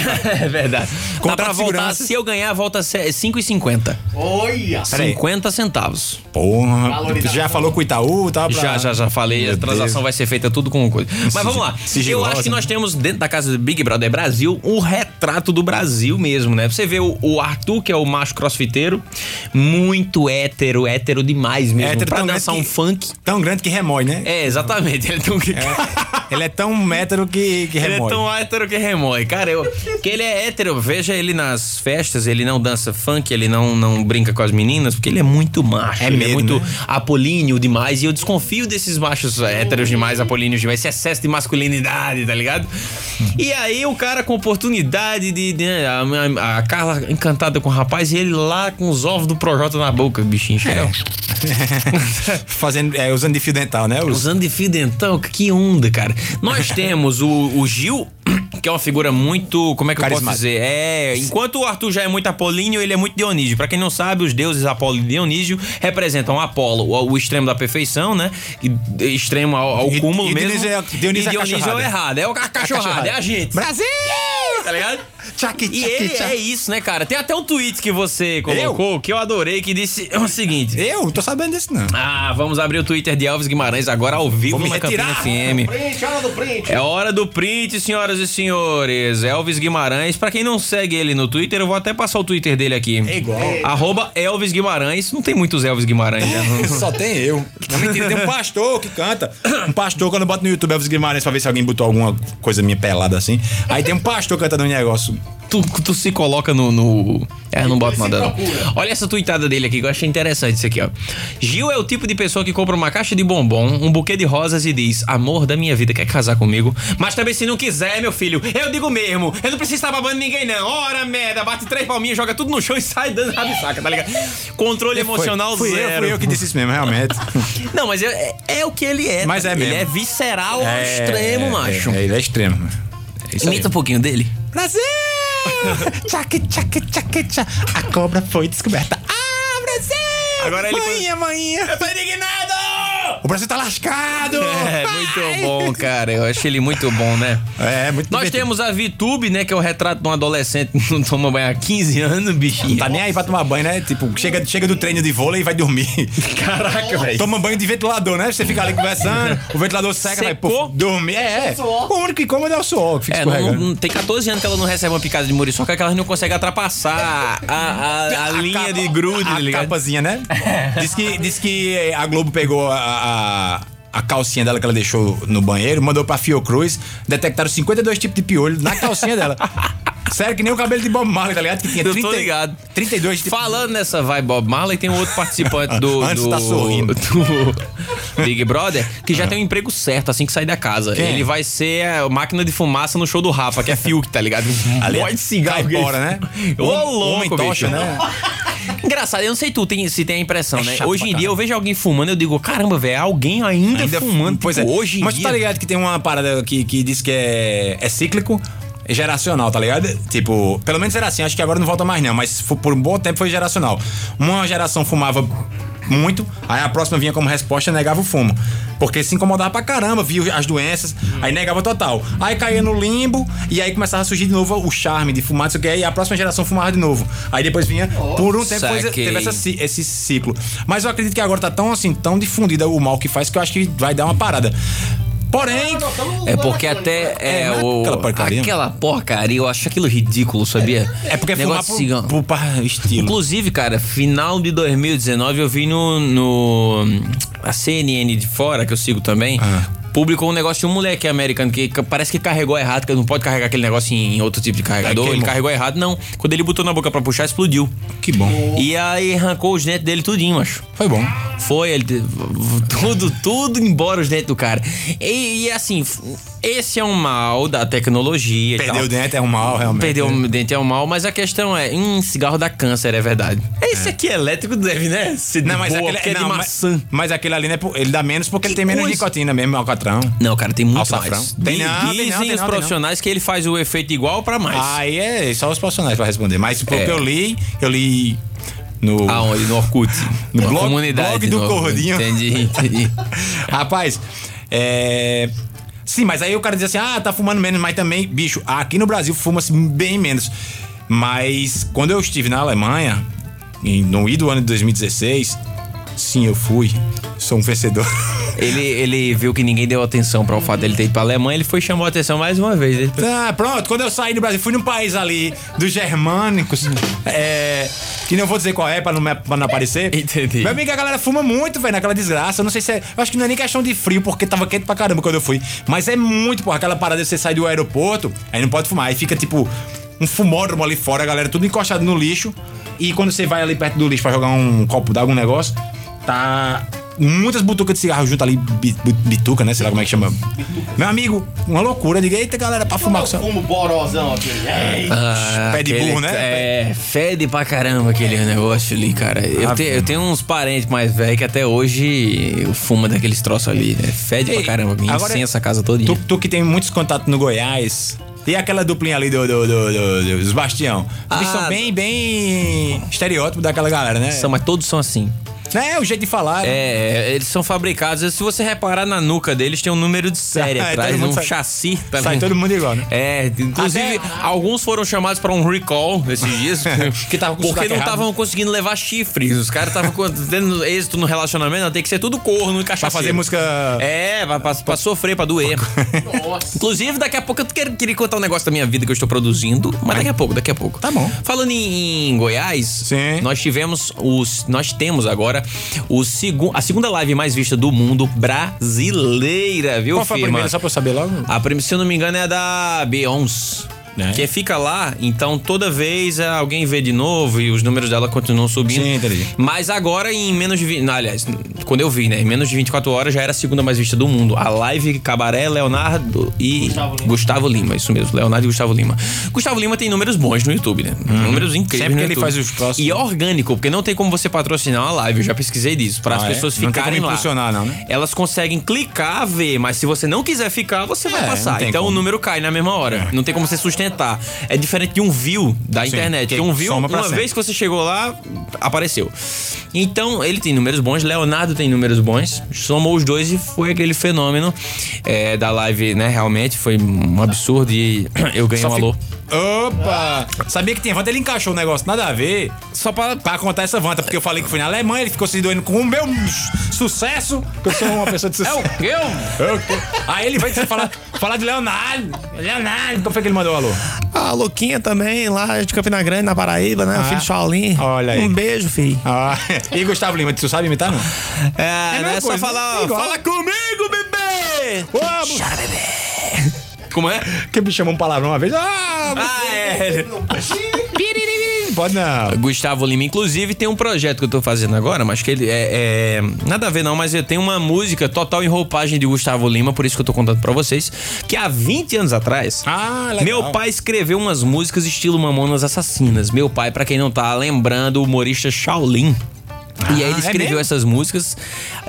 [SPEAKER 7] É verdade. Dá
[SPEAKER 8] Contrato
[SPEAKER 7] pra
[SPEAKER 8] de
[SPEAKER 7] voltar,
[SPEAKER 8] segurança.
[SPEAKER 7] se eu ganhar, volta 5,50.
[SPEAKER 9] Olha!
[SPEAKER 8] Peraí.
[SPEAKER 7] 50 centavos.
[SPEAKER 8] Porra,
[SPEAKER 9] Valorização.
[SPEAKER 8] já falou com o Itaú, tá? pra-
[SPEAKER 7] Já, já, já falei.
[SPEAKER 8] Meu
[SPEAKER 7] a transação
[SPEAKER 8] Deus.
[SPEAKER 7] vai ser feita tudo com coisa. Mas vamos lá.
[SPEAKER 8] sigilosa,
[SPEAKER 7] eu acho que
[SPEAKER 8] né?
[SPEAKER 7] nós temos dentro da casa do Big Brother Brasil um retrato do Brasil mesmo, né? Você vê o, o Arthur, que é o macho crossfiteiro, muito hétero, hétero demais mesmo.
[SPEAKER 8] Hétero
[SPEAKER 7] pra
[SPEAKER 8] tão
[SPEAKER 7] dançar um
[SPEAKER 8] grande que-
[SPEAKER 7] funk.
[SPEAKER 8] Tão grande que remói, né?
[SPEAKER 7] É, exatamente. [laughs] Ele tem um...
[SPEAKER 8] Ele é tão hétero que, que
[SPEAKER 7] Ele é
[SPEAKER 8] remói. [laughs]
[SPEAKER 7] tão hétero que remói. Cara, eu, que ele é hétero. Veja ele nas festas, ele não dança funk, ele não, não brinca com as meninas, porque ele é muito macho.
[SPEAKER 8] É
[SPEAKER 7] ele é
[SPEAKER 8] mesmo,
[SPEAKER 7] muito
[SPEAKER 8] né?
[SPEAKER 7] apolíneo demais. E eu desconfio desses machos héteros demais, apolíneos demais. Esse excesso de masculinidade, tá ligado? E aí o cara com oportunidade de. de- a, a- a Carla encantada com o rapaz e ele lá com os ovos do Projota na boca,
[SPEAKER 8] É.
[SPEAKER 7] bichinho. chegou.
[SPEAKER 8] Fazendo, é, usando de fio dental, né? Os-
[SPEAKER 7] Usando de fio dental, que onda, cara.
[SPEAKER 8] [laughs]
[SPEAKER 7] Nós temos o, o Gil, que é uma figura muito. Como é que eu posso
[SPEAKER 8] Carismático.
[SPEAKER 7] dizer? É. Enquanto o Arthur já é muito apolíneo, ele é muito Dionísio. Pra quem não sabe, os deuses Apolo e Dionísio representam Apolo, o, o extremo da perfeição, né? E- e extremo ao, ao
[SPEAKER 8] E-
[SPEAKER 7] cúmulo
[SPEAKER 8] e
[SPEAKER 7] mesmo.
[SPEAKER 8] Dionísio é- Dionísio
[SPEAKER 7] e
[SPEAKER 8] é a
[SPEAKER 7] Dionísio é o
[SPEAKER 8] cachorrada.
[SPEAKER 7] errado, é o ca- cachorrada, é a gente.
[SPEAKER 8] Brasil!
[SPEAKER 7] Tá ligado?
[SPEAKER 8] Tchac,
[SPEAKER 7] E
[SPEAKER 8] tchac,
[SPEAKER 7] ele
[SPEAKER 8] tchac.
[SPEAKER 7] é isso, né, cara? Tem até um tweet que você colocou que eu adorei, que disse o seguinte.
[SPEAKER 8] Eu? Não tô sabendo disso, não.
[SPEAKER 7] Ah, vamos abrir o Twitter de Elvis Guimarães agora ao vivo
[SPEAKER 8] Vou me
[SPEAKER 7] na Campina
[SPEAKER 8] retirar.
[SPEAKER 7] FM.
[SPEAKER 9] Print, hora do print!
[SPEAKER 7] É hora do print, senhoras e senhores. Elvis Guimarães, pra quem não segue ele no Twitter, eu vou até passar o Twitter dele aqui. É
[SPEAKER 8] igual.
[SPEAKER 7] Arroba Elvis Guimarães. Não tem muitos Elvis Guimarães, né?
[SPEAKER 8] [laughs] Só tem eu. Não, mentira, tem um pastor que canta. Um pastor, quando eu boto no YouTube Elvis Guimarães pra ver se alguém botou alguma coisa minha pelada assim. Aí tem um pastor cantando no negócio.
[SPEAKER 7] Tu, tu se coloca no. no... É, não bota nada não. Olha essa tuitada dele aqui, que eu achei interessante isso aqui, ó. Gil é o tipo de pessoa que compra uma caixa de bombom, um buquê de rosas e diz: Amor da minha vida, quer casar comigo? Mas também se não quiser, meu filho, eu digo mesmo, eu não preciso estar babando ninguém, não. Ora, merda, bate três palminhas, joga tudo no chão e sai dando rabisaca, tá ligado? Controle emocional
[SPEAKER 8] É, Foi- fui
[SPEAKER 7] zero.
[SPEAKER 8] Eu, fui eu que disse isso mesmo, realmente.
[SPEAKER 7] Não, mas é, é- é o que ele é.
[SPEAKER 8] Mas
[SPEAKER 7] tá?
[SPEAKER 8] é mesmo.
[SPEAKER 7] Ele é visceral
[SPEAKER 8] [laughs]
[SPEAKER 7] ao
[SPEAKER 8] É,
[SPEAKER 7] extremo,
[SPEAKER 8] é,
[SPEAKER 7] macho.
[SPEAKER 8] É, ele é extremo. mano. É isso aí.
[SPEAKER 7] Imita um pouquinho dele.
[SPEAKER 8] Brasil! [laughs] tchac, tchac, tchac, tchac. A cobra foi descoberta. Ah, Brasil!
[SPEAKER 7] Agora ele-
[SPEAKER 8] Manhã, manhã.
[SPEAKER 7] Eu tô indignado!
[SPEAKER 8] O Brasil tá lascado!
[SPEAKER 7] [laughs] É, muito bom, cara. Eu achei ele muito bom, né?
[SPEAKER 8] É, muito
[SPEAKER 7] Nós
[SPEAKER 8] divertido.
[SPEAKER 7] temos a VTube, né? Que é o retrato de um adolescente que não toma banho há 15 anos,
[SPEAKER 8] Não
[SPEAKER 7] bichinho.
[SPEAKER 8] tá nem aí pra tomar banho, né? Tipo, chega, chega do treino de vôlei e vai dormir.
[SPEAKER 7] [laughs]
[SPEAKER 8] [laughs]
[SPEAKER 7] Caraca, velho.
[SPEAKER 8] Toma banho de ventilador, né? Você fica ali conversando, o ventilador seca, vai, pô,
[SPEAKER 7] Secou?
[SPEAKER 8] dormir. É, é. O único incômodo é o suor que fica
[SPEAKER 7] É, não,
[SPEAKER 8] escorregando.
[SPEAKER 7] não- tem 14 anos que ela não recebe uma picada de muriçoca que ela não consegue ultrapassar a, a- a linha
[SPEAKER 8] capa-
[SPEAKER 7] de grude,
[SPEAKER 8] a
[SPEAKER 7] tá ligado? É.
[SPEAKER 8] capazinha, né? Diz que, diz que a Globo pegou a, a- a calcinha dela que ela deixou no banheiro, mandou pra Fiocruz, detectaram 52 tipos de piolho na calcinha
[SPEAKER 7] [laughs]
[SPEAKER 8] dela. Sério, que nem o cabelo de Bob Marley, tá ligado? Que tinha
[SPEAKER 7] Eu tô
[SPEAKER 8] 30
[SPEAKER 7] ligado.
[SPEAKER 8] 32 tipos.
[SPEAKER 7] Tipo, Falando nessa vibe Bob Marley, tem um outro participante do,
[SPEAKER 8] [laughs] Antes
[SPEAKER 7] do,
[SPEAKER 8] tá sorrindo.
[SPEAKER 7] do Big Brother que já tem um emprego certo assim que sai da casa.
[SPEAKER 8] Quem?
[SPEAKER 7] Ele vai ser a máquina de fumaça no show do Rafa, que é Fiuk, tá ligado?
[SPEAKER 8] [laughs] Ali é-
[SPEAKER 7] Pode cigarro.
[SPEAKER 8] cai
[SPEAKER 7] que ele-
[SPEAKER 8] fora, né?
[SPEAKER 7] Ô, louco,
[SPEAKER 8] Homem tocha,
[SPEAKER 7] bicho.
[SPEAKER 8] né?
[SPEAKER 7] é Engraçado, eu não sei tu tem, se tem a impressão,
[SPEAKER 8] É
[SPEAKER 7] né?
[SPEAKER 8] chato
[SPEAKER 7] Hoje em
[SPEAKER 8] pra
[SPEAKER 7] dia eu vejo alguém fumando, eu digo, caramba, velho, alguém ainda, fumando.
[SPEAKER 8] Pois
[SPEAKER 7] tipo,
[SPEAKER 8] é.
[SPEAKER 7] hoje em
[SPEAKER 8] Mas tu
[SPEAKER 7] dia.
[SPEAKER 8] tá ligado que tem uma parada que, que diz que é, é cíclico, é geracional, tá ligado? Tipo, pelo menos era assim, acho que agora não volta mais não, mas fo- por um bom tempo foi geracional. Uma geração fumava muito, aí a próxima vinha como resposta e negava o fumo. Porque se incomodava pra caramba, via as doenças, aí negava total. Aí caía no limbo e aí começava a surgir de novo o charme de fumar, não sei o que, aí a próxima geração fumava de novo. Aí depois vinha, por um tempo, coisa-
[SPEAKER 7] saquei.
[SPEAKER 8] teve essa esse, esse ciclo. Mas eu acredito que agora tá tão assim, tão difundida o mal que faz que eu acho que vai dar uma parada. Porém,
[SPEAKER 7] É porque até é,
[SPEAKER 8] É, mas
[SPEAKER 7] o,
[SPEAKER 8] aquela porcaria.
[SPEAKER 7] aquela porcaria, eu acho aquilo ridículo, sabia?
[SPEAKER 8] é porque fumar
[SPEAKER 7] Negócio de cigarro.
[SPEAKER 8] por, por, pra estilo.
[SPEAKER 7] Inclusive, cara, final de 2019 eu vi no, no- a CNN de fora que eu sigo também.
[SPEAKER 8] Ah.
[SPEAKER 7] Publicou um negócio de um moleque americano que ca- parece que carregou errado, que não pode carregar aquele negócio em outro tipo de carregador. ele
[SPEAKER 8] queimou.
[SPEAKER 7] carregou errado, não. Quando ele botou na boca pra puxar, explodiu.
[SPEAKER 8] Que bom.
[SPEAKER 7] E aí arrancou os dentes dele tudinho, acho.
[SPEAKER 8] Foi bom.
[SPEAKER 7] Foi, ele te- tudo, tudo embora os dentes do cara. E, e assim, f- esse é um mal da tecnologia. e
[SPEAKER 8] Perdeu
[SPEAKER 7] tal.
[SPEAKER 8] o dente é um mal, realmente.
[SPEAKER 7] Perdeu o dente é um mal, mas a questão é, hum, cigarro dá câncer, é verdade. Esse aqui é elétrico deve, né? Ser de
[SPEAKER 8] Não, mas
[SPEAKER 7] boa,
[SPEAKER 8] aquele
[SPEAKER 7] porque é de
[SPEAKER 8] não, mas-
[SPEAKER 7] maçã.
[SPEAKER 8] Mas, aquele ali, né, pô, ele dá menos porque ele tem menos
[SPEAKER 7] coisa.
[SPEAKER 8] nicotina mesmo, é alcatrão.
[SPEAKER 7] Não, cara, tem muito
[SPEAKER 8] Alçafrão.
[SPEAKER 7] mais.
[SPEAKER 8] Tem
[SPEAKER 7] Di-
[SPEAKER 8] não, tem não,
[SPEAKER 7] Dizem
[SPEAKER 8] tem não,
[SPEAKER 7] os
[SPEAKER 8] tem
[SPEAKER 7] profissionais que ele faz o efeito igual pra mais.
[SPEAKER 8] Aí é só os profissionais pra responder. Mas porque eu li, eu li no...
[SPEAKER 7] Aonde? No Orkut.
[SPEAKER 8] No
[SPEAKER 7] Na
[SPEAKER 8] blog-
[SPEAKER 7] comunidade.
[SPEAKER 8] blog do
[SPEAKER 7] no-
[SPEAKER 8] Corrodinho.
[SPEAKER 7] Entendi,
[SPEAKER 8] [laughs]
[SPEAKER 7] entendi.
[SPEAKER 8] Rapaz, é. Sim, mas aí o cara diz assim: ah, tá fumando menos, mas também, bicho, aqui no Brasil fuma-se bem menos. Mas quando eu estive na Alemanha, em- no I do ano de 2016, sim, eu fui. Sou um vencedor. [laughs]
[SPEAKER 7] Ele, ele viu que ninguém deu atenção pra o fato dele ter ido pra Alemanha, ele foi e chamou a atenção mais uma vez. Ele-
[SPEAKER 8] Ah, pronto, quando eu saí do Brasil, fui num país ali dos germânicos, é, que não vou dizer qual é pra não, me- pra não aparecer.
[SPEAKER 7] Entendi.
[SPEAKER 8] Meu amigo, a galera fuma muito, velho, naquela desgraça. Eu não sei se é. Eu acho que não é nem questão de frio, porque tava quente pra caramba quando eu fui. Mas é muito, porra, aquela parada de você sair do aeroporto, aí não pode fumar, aí fica tipo um fumódromo ali fora, a galera tudo encostado no lixo. E quando você vai ali perto do lixo pra jogar um copo d'água, um negócio, tá. Muitas butucas de cigarro junto ali, bi- bi- bituca, né? Sei lá como é que chama. Meu amigo, uma loucura. Diga, eita, galera, pra fumar com
[SPEAKER 9] Como borozão aquele. Ei,
[SPEAKER 7] Ah,
[SPEAKER 8] Pé Ah, de
[SPEAKER 7] aquele-
[SPEAKER 8] burro, né?
[SPEAKER 7] É, fede pra caramba aquele negócio ali, cara. Eu, te- eu tenho uns parentes mais velhos que até hoje eu fumo daqueles troços ali. né? Fede
[SPEAKER 8] Ei,
[SPEAKER 7] pra caramba, me
[SPEAKER 8] agora-
[SPEAKER 7] incensa a casa toda.
[SPEAKER 8] Tu, tu que tem muitos contatos no Goiás. E aquela duplinha ali do, do, do- do- dos Bastião. Eles
[SPEAKER 7] Ah,
[SPEAKER 8] são bem, bem estereótipo daquela galera, né?
[SPEAKER 7] Mas todos são assim.
[SPEAKER 8] É, o jeito de falar. né?
[SPEAKER 7] É, eles são fabricados. Se você reparar na nuca deles, tem um número de
[SPEAKER 8] [laughs]
[SPEAKER 7] série
[SPEAKER 8] É, todo
[SPEAKER 7] atrás,
[SPEAKER 8] mundo
[SPEAKER 7] um
[SPEAKER 8] sai-
[SPEAKER 7] chassi. Tá
[SPEAKER 8] Sai
[SPEAKER 7] ligado?
[SPEAKER 8] todo mundo igual, né?
[SPEAKER 7] É, inclusive,
[SPEAKER 8] Até-
[SPEAKER 7] alguns foram chamados pra um recall esses dias.
[SPEAKER 8] [laughs] Que tava com o
[SPEAKER 7] porque
[SPEAKER 8] sotaque
[SPEAKER 7] não
[SPEAKER 8] errado.
[SPEAKER 7] estavam conseguindo levar chifres. Os caras estavam com- tendo êxito no relacionamento, tem que ser tudo corno e
[SPEAKER 8] Pra
[SPEAKER 7] cachaceiro.
[SPEAKER 8] fazer música.
[SPEAKER 7] É, pra, pra- pra sofrer, pra doer. Inclusive, daqui a pouco eu quero, queria contar um negócio da minha vida que eu estou produzindo, mas daqui a pouco, daqui a pouco.
[SPEAKER 8] Tá bom.
[SPEAKER 7] Falando em, em Goiás,
[SPEAKER 8] Sim.
[SPEAKER 7] nós tivemos os. Nós temos agora o segun, a segunda live mais vista do mundo brasileira, viu,
[SPEAKER 8] Qual foi a
[SPEAKER 7] firma? Ah.
[SPEAKER 8] primeira? Só pra eu saber logo.
[SPEAKER 7] A primeira, se eu não me engano, é a da Beyoncé. né? Que fica lá, então toda vez ah, alguém vê de novo e os números dela continuam subindo.
[SPEAKER 8] Sim, entendi.
[SPEAKER 7] Mas agora em menos de 20, não, aliás, quando eu vi, né, em menos de 24 horas já era a segunda mais vista do mundo. A live Cabaré, Leonardo e Gustavo Lima, isso mesmo, Leonardo e Gustavo Lima. Gustavo Lima tem números bons no YouTube, né? Números incríveis
[SPEAKER 8] Uhum. Sempre
[SPEAKER 7] no
[SPEAKER 8] que ele
[SPEAKER 7] YouTube.
[SPEAKER 8] faz os próximos-
[SPEAKER 7] E é orgânico, porque não tem como você patrocinar uma live, eu já pesquisei disso, para as
[SPEAKER 8] Ah, é?
[SPEAKER 7] pessoas
[SPEAKER 8] Não tem
[SPEAKER 7] ficarem
[SPEAKER 8] como
[SPEAKER 7] lá.
[SPEAKER 8] impulsionar, não, né?
[SPEAKER 7] Elas conseguem clicar, ver, mas se você não quiser ficar, você vai
[SPEAKER 8] É, não
[SPEAKER 7] passar.
[SPEAKER 8] tem
[SPEAKER 7] Então o
[SPEAKER 8] como. É.
[SPEAKER 7] número cai na mesma hora. Não tem como você sustentar. É diferente de um view da
[SPEAKER 8] Sim,
[SPEAKER 7] internet.
[SPEAKER 8] que
[SPEAKER 7] Que um view,
[SPEAKER 8] soma
[SPEAKER 7] uma
[SPEAKER 8] pra sempre.
[SPEAKER 7] vez que você chegou lá, apareceu. Então ele tem números bons, Leonardo tem números bons. Somou os dois e foi aquele fenômeno é, da live, né? Realmente foi um absurdo e [clears throat] eu ganhei
[SPEAKER 8] Só
[SPEAKER 7] um
[SPEAKER 8] fi-
[SPEAKER 7] valor.
[SPEAKER 8] Opa! Sabia que tinha vanta, ele encaixou o negócio, nada a ver. Só pra, pra contar essa vanta, porque eu falei que fui na Alemanha, ele ficou se doendo com o meu sucesso. que Eu sou uma pessoa de sucesso.
[SPEAKER 7] [laughs] É o
[SPEAKER 8] Aí ele vai falar, falar de Leonardo. Leonardo, como foi que ele mandou o alô?
[SPEAKER 7] A Luquinha também, lá de Campina Grande, na Paraíba, né?
[SPEAKER 8] O filho do
[SPEAKER 7] Shaolin.
[SPEAKER 8] Olha aí.
[SPEAKER 7] Um beijo, filho.
[SPEAKER 8] Ah, e Gustavo Lima, tu sabe imitar, não?
[SPEAKER 7] É,
[SPEAKER 8] mesma
[SPEAKER 7] né? Só
[SPEAKER 8] coisa,
[SPEAKER 7] falar, ó,
[SPEAKER 8] igual.
[SPEAKER 7] fala comigo, bebê!
[SPEAKER 8] Vamos!
[SPEAKER 7] Como
[SPEAKER 8] [laughs]
[SPEAKER 7] é?
[SPEAKER 8] Que me chamou um palavrão uma vez. Ah,
[SPEAKER 7] Ah, é.
[SPEAKER 8] pode não.
[SPEAKER 7] Gustavo Lima, inclusive, tem um projeto que eu tô fazendo agora, mas que ele é. é- nada a ver, não, mas eu tenho uma música total em roupagem de Gustavo Lima, por isso que eu tô contando pra vocês. Que há 20 anos atrás,
[SPEAKER 8] Ah, legal.
[SPEAKER 7] meu pai escreveu umas músicas estilo Mamonas Assassinas. Meu pai, pra quem não tá lembrando, o humorista Shaolin. E aí
[SPEAKER 8] Ah,
[SPEAKER 7] ele
[SPEAKER 8] é
[SPEAKER 7] escreveu
[SPEAKER 8] mesmo?
[SPEAKER 7] essas músicas.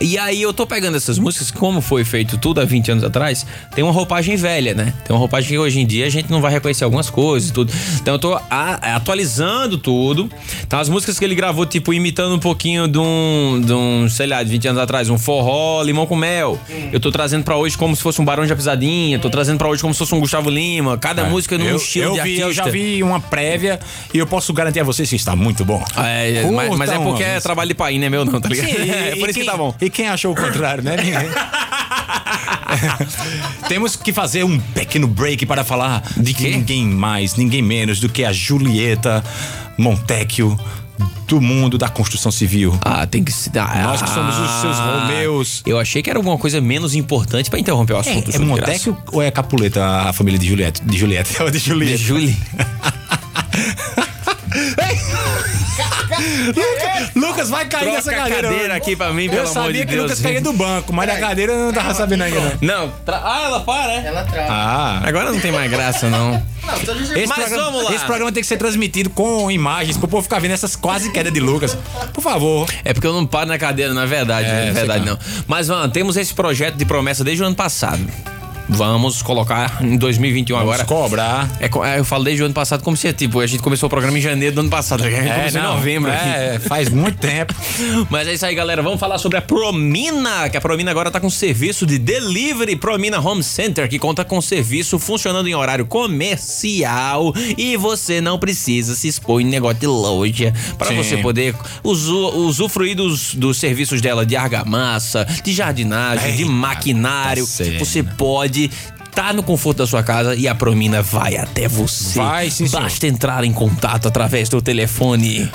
[SPEAKER 7] E aí eu tô pegando essas músicas, como foi feito tudo há 20 anos atrás, tem uma roupagem velha, né? Tem uma roupagem que hoje em dia a gente não vai reconhecer algumas coisas e tudo. Então eu tô a- atualizando tudo. Então as músicas que ele gravou, tipo, imitando um pouquinho de um, de um, sei lá, de 20 anos atrás, um forró, limão com mel. Eu tô trazendo pra hoje como se fosse um Barão de Pisadinha, tô trazendo pra hoje como se fosse um Gustavo Lima. Cada música num
[SPEAKER 8] É, eu,
[SPEAKER 7] estilo
[SPEAKER 8] eu
[SPEAKER 7] de
[SPEAKER 8] vi,
[SPEAKER 7] artista.
[SPEAKER 8] Eu já vi uma prévia e eu posso garantir a vocês que está muito bom.
[SPEAKER 7] É, mas, mas é
[SPEAKER 8] Curtam,
[SPEAKER 7] porque é
[SPEAKER 8] mano.
[SPEAKER 7] trabalho de pai, né? Meu não, tá ligado? [laughs]
[SPEAKER 8] Sim, [laughs] e-
[SPEAKER 7] é,
[SPEAKER 8] e
[SPEAKER 7] por isso
[SPEAKER 8] quem-
[SPEAKER 7] que tá bom.
[SPEAKER 8] E quem achou o contrário, [laughs] né? Ninguém. Temos que fazer um pequeno break para falar de que ninguém mais, ninguém menos do que a Julieta Montecchio do mundo da construção civil.
[SPEAKER 7] Ah, tem que se dar. Ah,
[SPEAKER 8] Nós que somos os seus Romeus.
[SPEAKER 7] Eu achei que era alguma coisa menos importante pra interromper o assunto.
[SPEAKER 8] É, é
[SPEAKER 7] seu desgraça.
[SPEAKER 8] [laughs] Montecchio ou é Capuleta a família de Julieta? De Julieta, [laughs] ou de Julieta.
[SPEAKER 7] De Julie.
[SPEAKER 8] Lucas, Lucas vai cair
[SPEAKER 7] Troca
[SPEAKER 8] nessa
[SPEAKER 7] a
[SPEAKER 8] cadeira.
[SPEAKER 7] cadeira aqui pra mim, pelo
[SPEAKER 8] né? Eu
[SPEAKER 7] amor
[SPEAKER 8] sabia
[SPEAKER 7] de
[SPEAKER 8] que tá
[SPEAKER 7] Deus,
[SPEAKER 8] Lucas
[SPEAKER 7] gente.
[SPEAKER 8] peguei do banco, mas a cadeira eu não tava sabendo ainda. não.
[SPEAKER 7] Não. tra- Ah, ela para, é?
[SPEAKER 9] Ela trava.
[SPEAKER 8] Ah.
[SPEAKER 7] Agora não tem mais graça, não.
[SPEAKER 9] Não, tô dizendo-
[SPEAKER 8] Esse
[SPEAKER 7] Mas
[SPEAKER 8] programa,
[SPEAKER 7] vamos lá.
[SPEAKER 8] Esse programa tem que ser transmitido com imagens, pro povo ficar vendo essas quase quedas de Lucas. Por favor.
[SPEAKER 7] É porque eu não paro na cadeira, não é verdade,
[SPEAKER 8] É,
[SPEAKER 7] não é
[SPEAKER 8] sei
[SPEAKER 7] verdade
[SPEAKER 8] lá.
[SPEAKER 7] não. Mas vamos, temos esse projeto de promessa desde o ano passado. Vamos colocar em 2021
[SPEAKER 8] Vamos
[SPEAKER 7] agora.
[SPEAKER 8] cobrar.
[SPEAKER 7] É co- é, eu falo desde o ano passado como se, tipo, a gente começou o programa em janeiro do ano passado. A gente começou em É, novembro.
[SPEAKER 8] É, faz muito tempo.
[SPEAKER 7] Mas é isso aí, galera. Vamos falar sobre a Promina, que a Promina agora tá com serviço de delivery Promina Home Center, que conta com serviço funcionando em horário comercial e você não precisa se expor em negócio de loja para
[SPEAKER 8] Sim.
[SPEAKER 7] você poder usu- usufruir dos, dos serviços dela de argamassa, de jardinagem, de
[SPEAKER 8] Eita, tá
[SPEAKER 7] maquinário.
[SPEAKER 8] Serena.
[SPEAKER 7] Você pode tá no conforto da sua casa e a Promina vai até você.
[SPEAKER 8] Vai, sim, senhor.
[SPEAKER 7] Basta entrar em contato através do telefone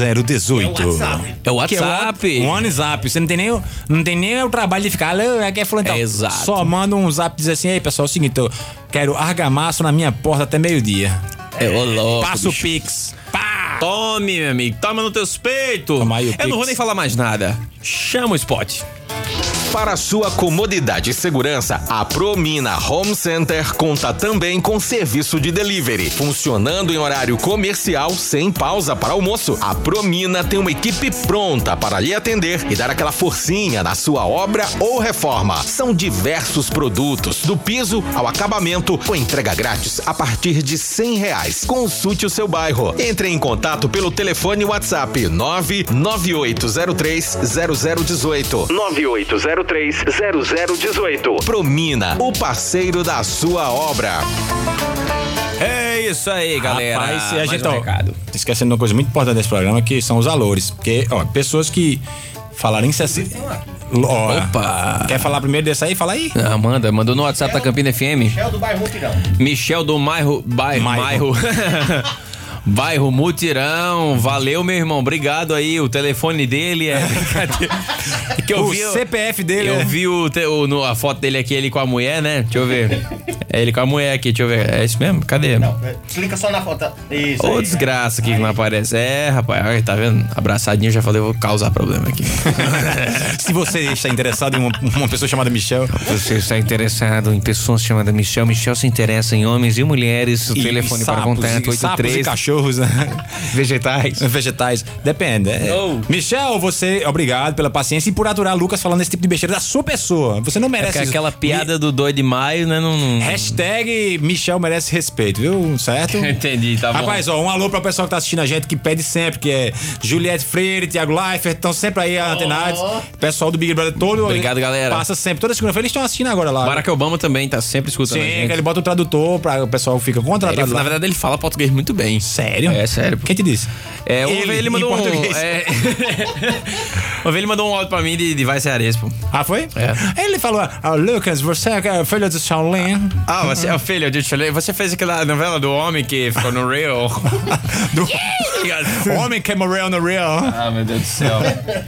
[SPEAKER 8] 998030018. Que
[SPEAKER 7] É o
[SPEAKER 8] é
[SPEAKER 7] WhatsApp.
[SPEAKER 8] Um WhatsApp. Você não tem nem, o- não tem nem o trabalho de ficar, "Alô, aqui é fulano. e tal."
[SPEAKER 7] É, exato.
[SPEAKER 8] Só manda um zap e diz assim, ei pessoal, é o seguinte, eu quero argamassa na minha porta até meio-dia.
[SPEAKER 7] É, ô louco.
[SPEAKER 8] Passa o
[SPEAKER 7] bicho.
[SPEAKER 8] Pix. Pá!
[SPEAKER 7] Tome, meu amigo. Toma no teus peitos.
[SPEAKER 8] Toma aí o
[SPEAKER 7] Eu
[SPEAKER 8] Pix.
[SPEAKER 7] não vou nem falar mais nada. Chama o spot.
[SPEAKER 10] Para sua comodidade e segurança, a Promina Home Center conta também com serviço de delivery, funcionando em horário comercial sem pausa para almoço. A Promina tem uma equipe pronta para lhe atender e dar aquela forcinha na sua obra ou reforma. São diversos produtos, do piso ao acabamento, com entrega grátis a partir de R$ 100 reais. Consulte o seu bairro. Entre em contato pelo telefone WhatsApp 998030018. 9803-0018. Promina, o parceiro da sua obra.
[SPEAKER 7] É isso aí, galera.
[SPEAKER 8] Rapaz, se a
[SPEAKER 7] Mais
[SPEAKER 8] gente,
[SPEAKER 7] um
[SPEAKER 8] ó,
[SPEAKER 7] recado.
[SPEAKER 8] esquecendo de uma coisa muito importante desse programa, que são os valores. Porque, ó, pessoas que falaram em... Cess...
[SPEAKER 7] Opa.
[SPEAKER 8] Quer falar primeiro desse aí? Fala aí.
[SPEAKER 7] Ah, manda, mandou no WhatsApp da Campina FM.
[SPEAKER 9] É o do bairro Mutirão.
[SPEAKER 7] Michel do Mairo. Bairro.
[SPEAKER 8] Mairo.
[SPEAKER 7] [laughs] Mairo. Bairro Mutirão. Valeu, meu irmão. Obrigado aí. O telefone dele [laughs] é brincadeira. Que eu
[SPEAKER 8] O
[SPEAKER 7] vi-
[SPEAKER 8] CPF dele,
[SPEAKER 7] Eu
[SPEAKER 8] né?
[SPEAKER 7] vi o, te- o- no- a foto dele aqui, ele com a mulher, né? Deixa eu ver. É ele com a mulher aqui, deixa eu ver. É isso mesmo? Cadê?
[SPEAKER 2] Clica só na foto. Isso.
[SPEAKER 7] Ô,
[SPEAKER 2] aí.
[SPEAKER 7] desgraça que não aparece. É, rapaz, olha, tá vendo? Abraçadinho, eu já falei, eu vou causar problema aqui.
[SPEAKER 8] [laughs] Se você está interessado em uma, uma pessoa chamada Michel.
[SPEAKER 7] [laughs] Você está interessado em pessoas chamadas Michel? Michel se interessa em homens e mulheres. O
[SPEAKER 8] E
[SPEAKER 7] telefone para é
[SPEAKER 8] sapos,
[SPEAKER 7] contato
[SPEAKER 8] e sapos e
[SPEAKER 7] 83.
[SPEAKER 8] cachorros,
[SPEAKER 7] [laughs]
[SPEAKER 8] né?
[SPEAKER 7] Vegetais.
[SPEAKER 8] Vegetais. Depende. é.
[SPEAKER 7] Oh.
[SPEAKER 8] Michel, você. Obrigado pela paciência e por aturar Lucas falando esse tipo de besteira da sua pessoa. Você não merece
[SPEAKER 7] É que
[SPEAKER 8] isso.
[SPEAKER 7] aquela piada do 2 de maio, né? Não, não-
[SPEAKER 8] Hashtag Michel merece respeito, viu? Certo?
[SPEAKER 7] [laughs] Entendi, tá bom.
[SPEAKER 8] Rapaz, ó, um alô pra pessoal que tá assistindo a gente, que pede sempre, que é Juliette Freire, Thiago Leifert, estão sempre aí antenados. Pessoal do Big Brother todo.
[SPEAKER 7] Obrigado, galera.
[SPEAKER 8] Passa sempre. Toda segunda-feira eles estão assistindo agora lá.
[SPEAKER 7] Barack Obama também tá sempre escutando
[SPEAKER 8] Sim,
[SPEAKER 7] a gente.
[SPEAKER 8] que ele bota o tradutor pra o pessoal fica contratado.
[SPEAKER 7] Ele, na
[SPEAKER 8] lá.
[SPEAKER 7] verdade, ele fala português muito bem.
[SPEAKER 8] Sério?
[SPEAKER 7] É, sério. pô.
[SPEAKER 8] Quem te disse?
[SPEAKER 7] É, uma
[SPEAKER 8] Ele,
[SPEAKER 7] vez ele
[SPEAKER 8] em
[SPEAKER 7] mandou um.
[SPEAKER 8] português.
[SPEAKER 7] É... [laughs] uma vez ele mandou um áudio pra mim de, de Vai Cearense, pô.
[SPEAKER 8] Ah, foi?
[SPEAKER 7] É.
[SPEAKER 8] Ele falou: ah, Lucas, você é filho do Shaolin.
[SPEAKER 7] [laughs] Ah, você é o filho, eu te falei. Você fez aquela novela do homem que ficou no Real.
[SPEAKER 8] Do... Homem que morreu no real.
[SPEAKER 7] ah, meu Deus do céu.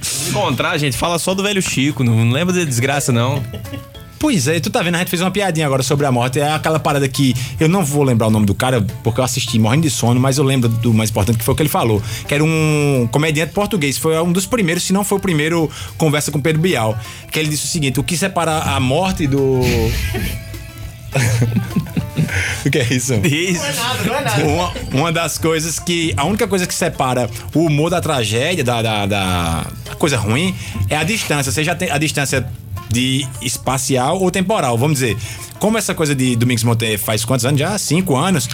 [SPEAKER 7] Se encontrar, gente, fala só do velho Chico. Não, não lembra da desgraça, não.
[SPEAKER 8] Pois é, tu tá vendo, a gente fez uma piadinha agora sobre a morte. É aquela parada que eu não vou lembrar o nome do cara, porque eu assisti morrendo de sono, mas eu lembro do mais importante, que foi o que ele falou. Que era um comediante português, foi um dos primeiros, se não foi o primeiro, conversa com Pedro Bial. Que ele disse o seguinte: o que separa a morte do. [laughs] o que é isso?
[SPEAKER 7] Isso.
[SPEAKER 2] Não é nada.
[SPEAKER 8] Uma, uma das coisas que. A única coisa que separa o humor da tragédia, da, da, da coisa ruim, é a distância. Seja a distância de espacial ou temporal. Vamos dizer, como essa coisa de Domingos Monteiro faz quantos anos já? Cinco anos.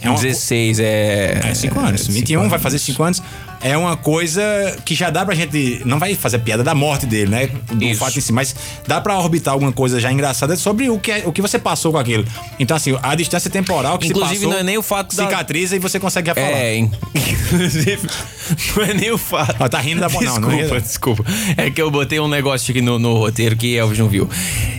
[SPEAKER 8] É uma,
[SPEAKER 7] 16 é.
[SPEAKER 8] é, cinco anos. 21 vai fazer cinco anos. É uma coisa que já dá pra gente. Não vai fazer piada da morte dele, né? Do
[SPEAKER 7] Isso.
[SPEAKER 8] fato em si, mas dá pra orbitar alguma coisa já engraçada sobre o que, é- o que você passou com aquilo. Então, assim, a distância temporal que
[SPEAKER 7] Inclusive,
[SPEAKER 8] se passou.
[SPEAKER 7] não é nem o fato da-
[SPEAKER 8] Cicatriza e você consegue já falar.
[SPEAKER 7] É, hein? inclusive, [laughs] não é nem o fato.
[SPEAKER 8] Ó, tá rindo da- não,
[SPEAKER 7] Desculpa,
[SPEAKER 8] não é-
[SPEAKER 7] desculpa. É que eu botei um negócio aqui no, no roteiro que Elvis não viu.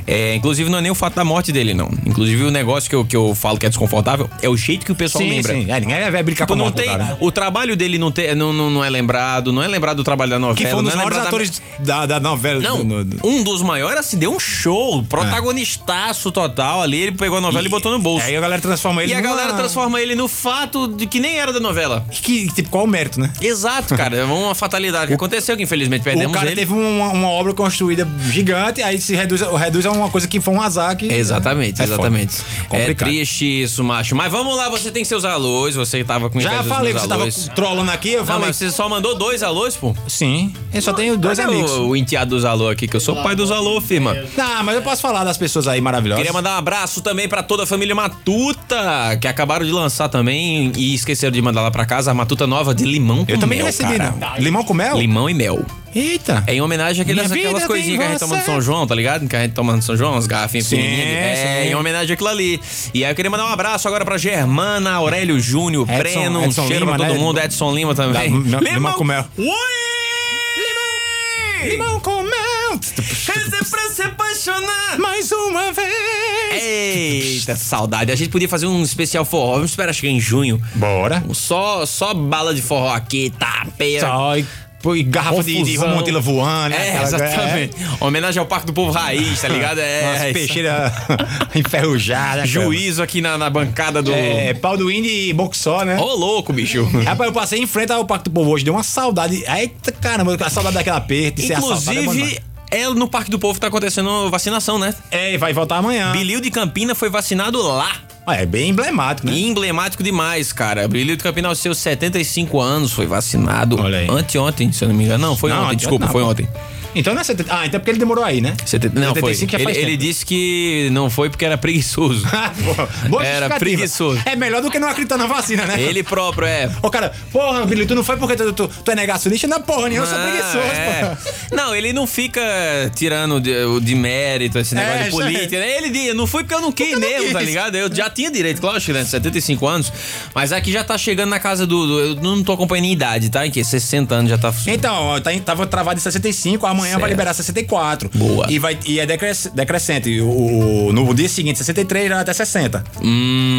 [SPEAKER 7] É, inclusive, não é nem o fato da morte dele, não. Inclusive, o negócio que eu, que eu falo que é desconfortável é o jeito que o pessoal
[SPEAKER 8] Sim,
[SPEAKER 7] lembra.
[SPEAKER 8] sim. É, ninguém vai brincar com
[SPEAKER 7] Tipo,
[SPEAKER 8] a
[SPEAKER 7] não
[SPEAKER 8] morte do
[SPEAKER 7] tem,
[SPEAKER 8] cara, né?
[SPEAKER 7] O trabalho dele não, tem, não, não, não é lembrado, não é lembrado do trabalho da novela.
[SPEAKER 8] Que foi um
[SPEAKER 7] não
[SPEAKER 8] dos
[SPEAKER 7] é
[SPEAKER 8] maiores
[SPEAKER 7] lembrado da-
[SPEAKER 8] atores da, da novela.
[SPEAKER 7] Não,
[SPEAKER 8] do- do- É.
[SPEAKER 7] um dos maiores se deu um show, protagonistaço total ali. Ele pegou a novela e, botou no bolso.
[SPEAKER 8] Aí a galera transforma ele
[SPEAKER 7] E a
[SPEAKER 8] numa-
[SPEAKER 7] galera transforma ele no fato de que nem era da novela.
[SPEAKER 8] Que, tipo, qual o mérito, né?
[SPEAKER 7] Exato, cara. É uma fatalidade que aconteceu, que infelizmente perdemos
[SPEAKER 8] o cara
[SPEAKER 7] ele.
[SPEAKER 8] teve um, uma, uma obra construída gigante, aí se reduz, a- reduz a uma coisa que foi um azar que.
[SPEAKER 7] Exatamente,
[SPEAKER 8] É
[SPEAKER 7] exatamente.
[SPEAKER 8] foda.
[SPEAKER 7] É,
[SPEAKER 8] Complicado.
[SPEAKER 7] triste isso, macho. Mas vamos lá, você tem seus alôs, você tava com inveja
[SPEAKER 8] Já
[SPEAKER 7] dos
[SPEAKER 8] falei que
[SPEAKER 7] meus
[SPEAKER 8] você tava
[SPEAKER 7] alôs.
[SPEAKER 8] trolando aqui, eu
[SPEAKER 7] Não,
[SPEAKER 8] falei.
[SPEAKER 7] mas você só mandou dois alôs, pô.
[SPEAKER 8] Sim, eu só tenho dois
[SPEAKER 7] Cadê
[SPEAKER 8] amigos.
[SPEAKER 7] O, o enteado dos alôs aqui, que eu sou o pai dos alôs, firma.
[SPEAKER 8] Não, mas eu posso falar das pessoas aí maravilhosas.
[SPEAKER 7] Queria mandar um abraço também pra toda a família Matuta, que acabaram de lançar também e esqueceram de mandar lá pra casa a Matuta nova de limão com
[SPEAKER 8] Eu também
[SPEAKER 7] mel,
[SPEAKER 8] recebi,
[SPEAKER 7] cara.
[SPEAKER 8] não. Limão com mel?
[SPEAKER 7] Limão e mel.
[SPEAKER 8] Eita.
[SPEAKER 7] É em homenagem àquelas,
[SPEAKER 8] Minha vida
[SPEAKER 7] aquelas
[SPEAKER 8] tem
[SPEAKER 7] coisinhas que a gente
[SPEAKER 8] você.
[SPEAKER 7] toma no São João, tá ligado? Que a gente toma no São João, as garrafinhas
[SPEAKER 8] Sim,
[SPEAKER 7] pequenininhas. É,
[SPEAKER 8] sim.
[SPEAKER 7] em homenagem àquilo ali. E aí eu queria mandar um abraço agora pra Germana, Aurélio Júnior,
[SPEAKER 8] Edson-
[SPEAKER 7] Breno, um
[SPEAKER 8] Edson
[SPEAKER 7] cheiro
[SPEAKER 8] Lima,
[SPEAKER 7] pra todo
[SPEAKER 8] né?
[SPEAKER 7] mundo, Edson Lima
[SPEAKER 8] Da-
[SPEAKER 7] também.
[SPEAKER 8] limão- limão com mel.
[SPEAKER 7] Ui! É.
[SPEAKER 8] Limão com mel.
[SPEAKER 7] Essa é pra se apaixonar!
[SPEAKER 8] Mais uma vez.
[SPEAKER 7] É. Eita, saudade. A gente podia fazer um especial forró. Vamos esperar chegar em junho.
[SPEAKER 8] Bora.
[SPEAKER 7] Só, só bala de forró aqui, tapeia.
[SPEAKER 8] Só e- pô, e garrafa de, de
[SPEAKER 7] Confusão.
[SPEAKER 8] Romontila voando, né?
[SPEAKER 7] É,
[SPEAKER 8] Aquela-
[SPEAKER 7] exatamente. Homenagem ao Parque do Povo Raiz, tá [laughs] ligado?
[SPEAKER 8] É, umas
[SPEAKER 7] É, isso.
[SPEAKER 8] peixeiras [laughs] enferrujadas. cara.
[SPEAKER 7] Juízo aqui na, na bancada do.
[SPEAKER 8] É, pau do índio e boxó, né?
[SPEAKER 7] Ô, louco, [laughs] bicho.
[SPEAKER 8] Rapaz, eu passei em frente ao Pacto do Povo hoje, deu uma saudade. Eita, caramba, a saudade daquela é perto.
[SPEAKER 7] Inclusive, é, no Parque do Povo tá acontecendo vacinação, né?
[SPEAKER 8] é, vai voltar amanhã.
[SPEAKER 7] Bilil de Campina foi vacinado lá.
[SPEAKER 8] Ah, É bem emblemático, né?
[SPEAKER 7] E emblemático demais, cara. Bilil de Campina, aos seus 75 anos, foi vacinado
[SPEAKER 8] Olha aí.
[SPEAKER 7] anteontem, se eu não me engano. Não, foi
[SPEAKER 8] Não,
[SPEAKER 7] ontem,
[SPEAKER 8] anteontem
[SPEAKER 7] desculpa,
[SPEAKER 8] não,
[SPEAKER 7] foi
[SPEAKER 8] pô.
[SPEAKER 7] ontem.
[SPEAKER 8] Então não é 70. Ah, então é porque ele demorou aí, né?
[SPEAKER 7] Setenta- Não, foi.
[SPEAKER 8] 75 já
[SPEAKER 7] Ele,
[SPEAKER 8] faz tempo.
[SPEAKER 7] ele disse que não foi porque era preguiçoso.
[SPEAKER 8] [laughs] Ah, pô, boa
[SPEAKER 7] Era
[SPEAKER 8] justificativa.
[SPEAKER 7] preguiçoso.
[SPEAKER 8] É melhor do que não acreditar na vacina, né?
[SPEAKER 7] ele próprio, é.
[SPEAKER 8] Ô, cara, porra, Billy, tu não foi porque tu, tu- tu é negacionista? Não, porra, nenhuma, eu sou
[SPEAKER 7] Ah,
[SPEAKER 8] preguiçoso,
[SPEAKER 7] é.
[SPEAKER 8] pô.
[SPEAKER 7] Não, ele não fica tirando de, o de mérito, esse negócio
[SPEAKER 8] É,
[SPEAKER 7] de
[SPEAKER 8] já é.
[SPEAKER 7] política. né? Ele diz, não foi porque eu não quis
[SPEAKER 8] eu não
[SPEAKER 7] mesmo, tá
[SPEAKER 8] quis.
[SPEAKER 7] ligado? Eu já tinha direito, né? claro, Chileno, 75 anos. Mas aqui já tá chegando na casa do. do- eu não tô acompanhando a idade, tá? Em que? 60 anos já tá.
[SPEAKER 8] Então, ó, tá, em- tava travado em 65, a amanhã vai
[SPEAKER 7] Certo.
[SPEAKER 8] liberar 64.
[SPEAKER 7] Boa.
[SPEAKER 8] E, vai, e é decres- decrescente. E o- o- no dia seguinte, 63 vai é até 60.
[SPEAKER 7] Uhum.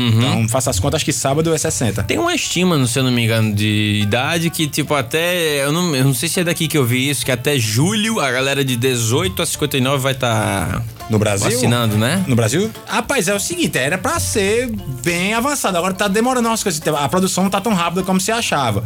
[SPEAKER 7] Hum?
[SPEAKER 8] Então faça as contas que sábado é 60.
[SPEAKER 7] Tem uma estima, se eu não me engano, de idade que, tipo, até. Eu não, eu não sei se é daqui que eu vi isso, que até julho a galera de 18 a 59 vai estar.
[SPEAKER 8] No Brasil?
[SPEAKER 7] Vacinando, né?
[SPEAKER 8] No Brasil? Rapaz, é o seguinte, era pra ser bem avançado. Agora tá demorando umas coisas. A produção não tá tão rápida como se achava.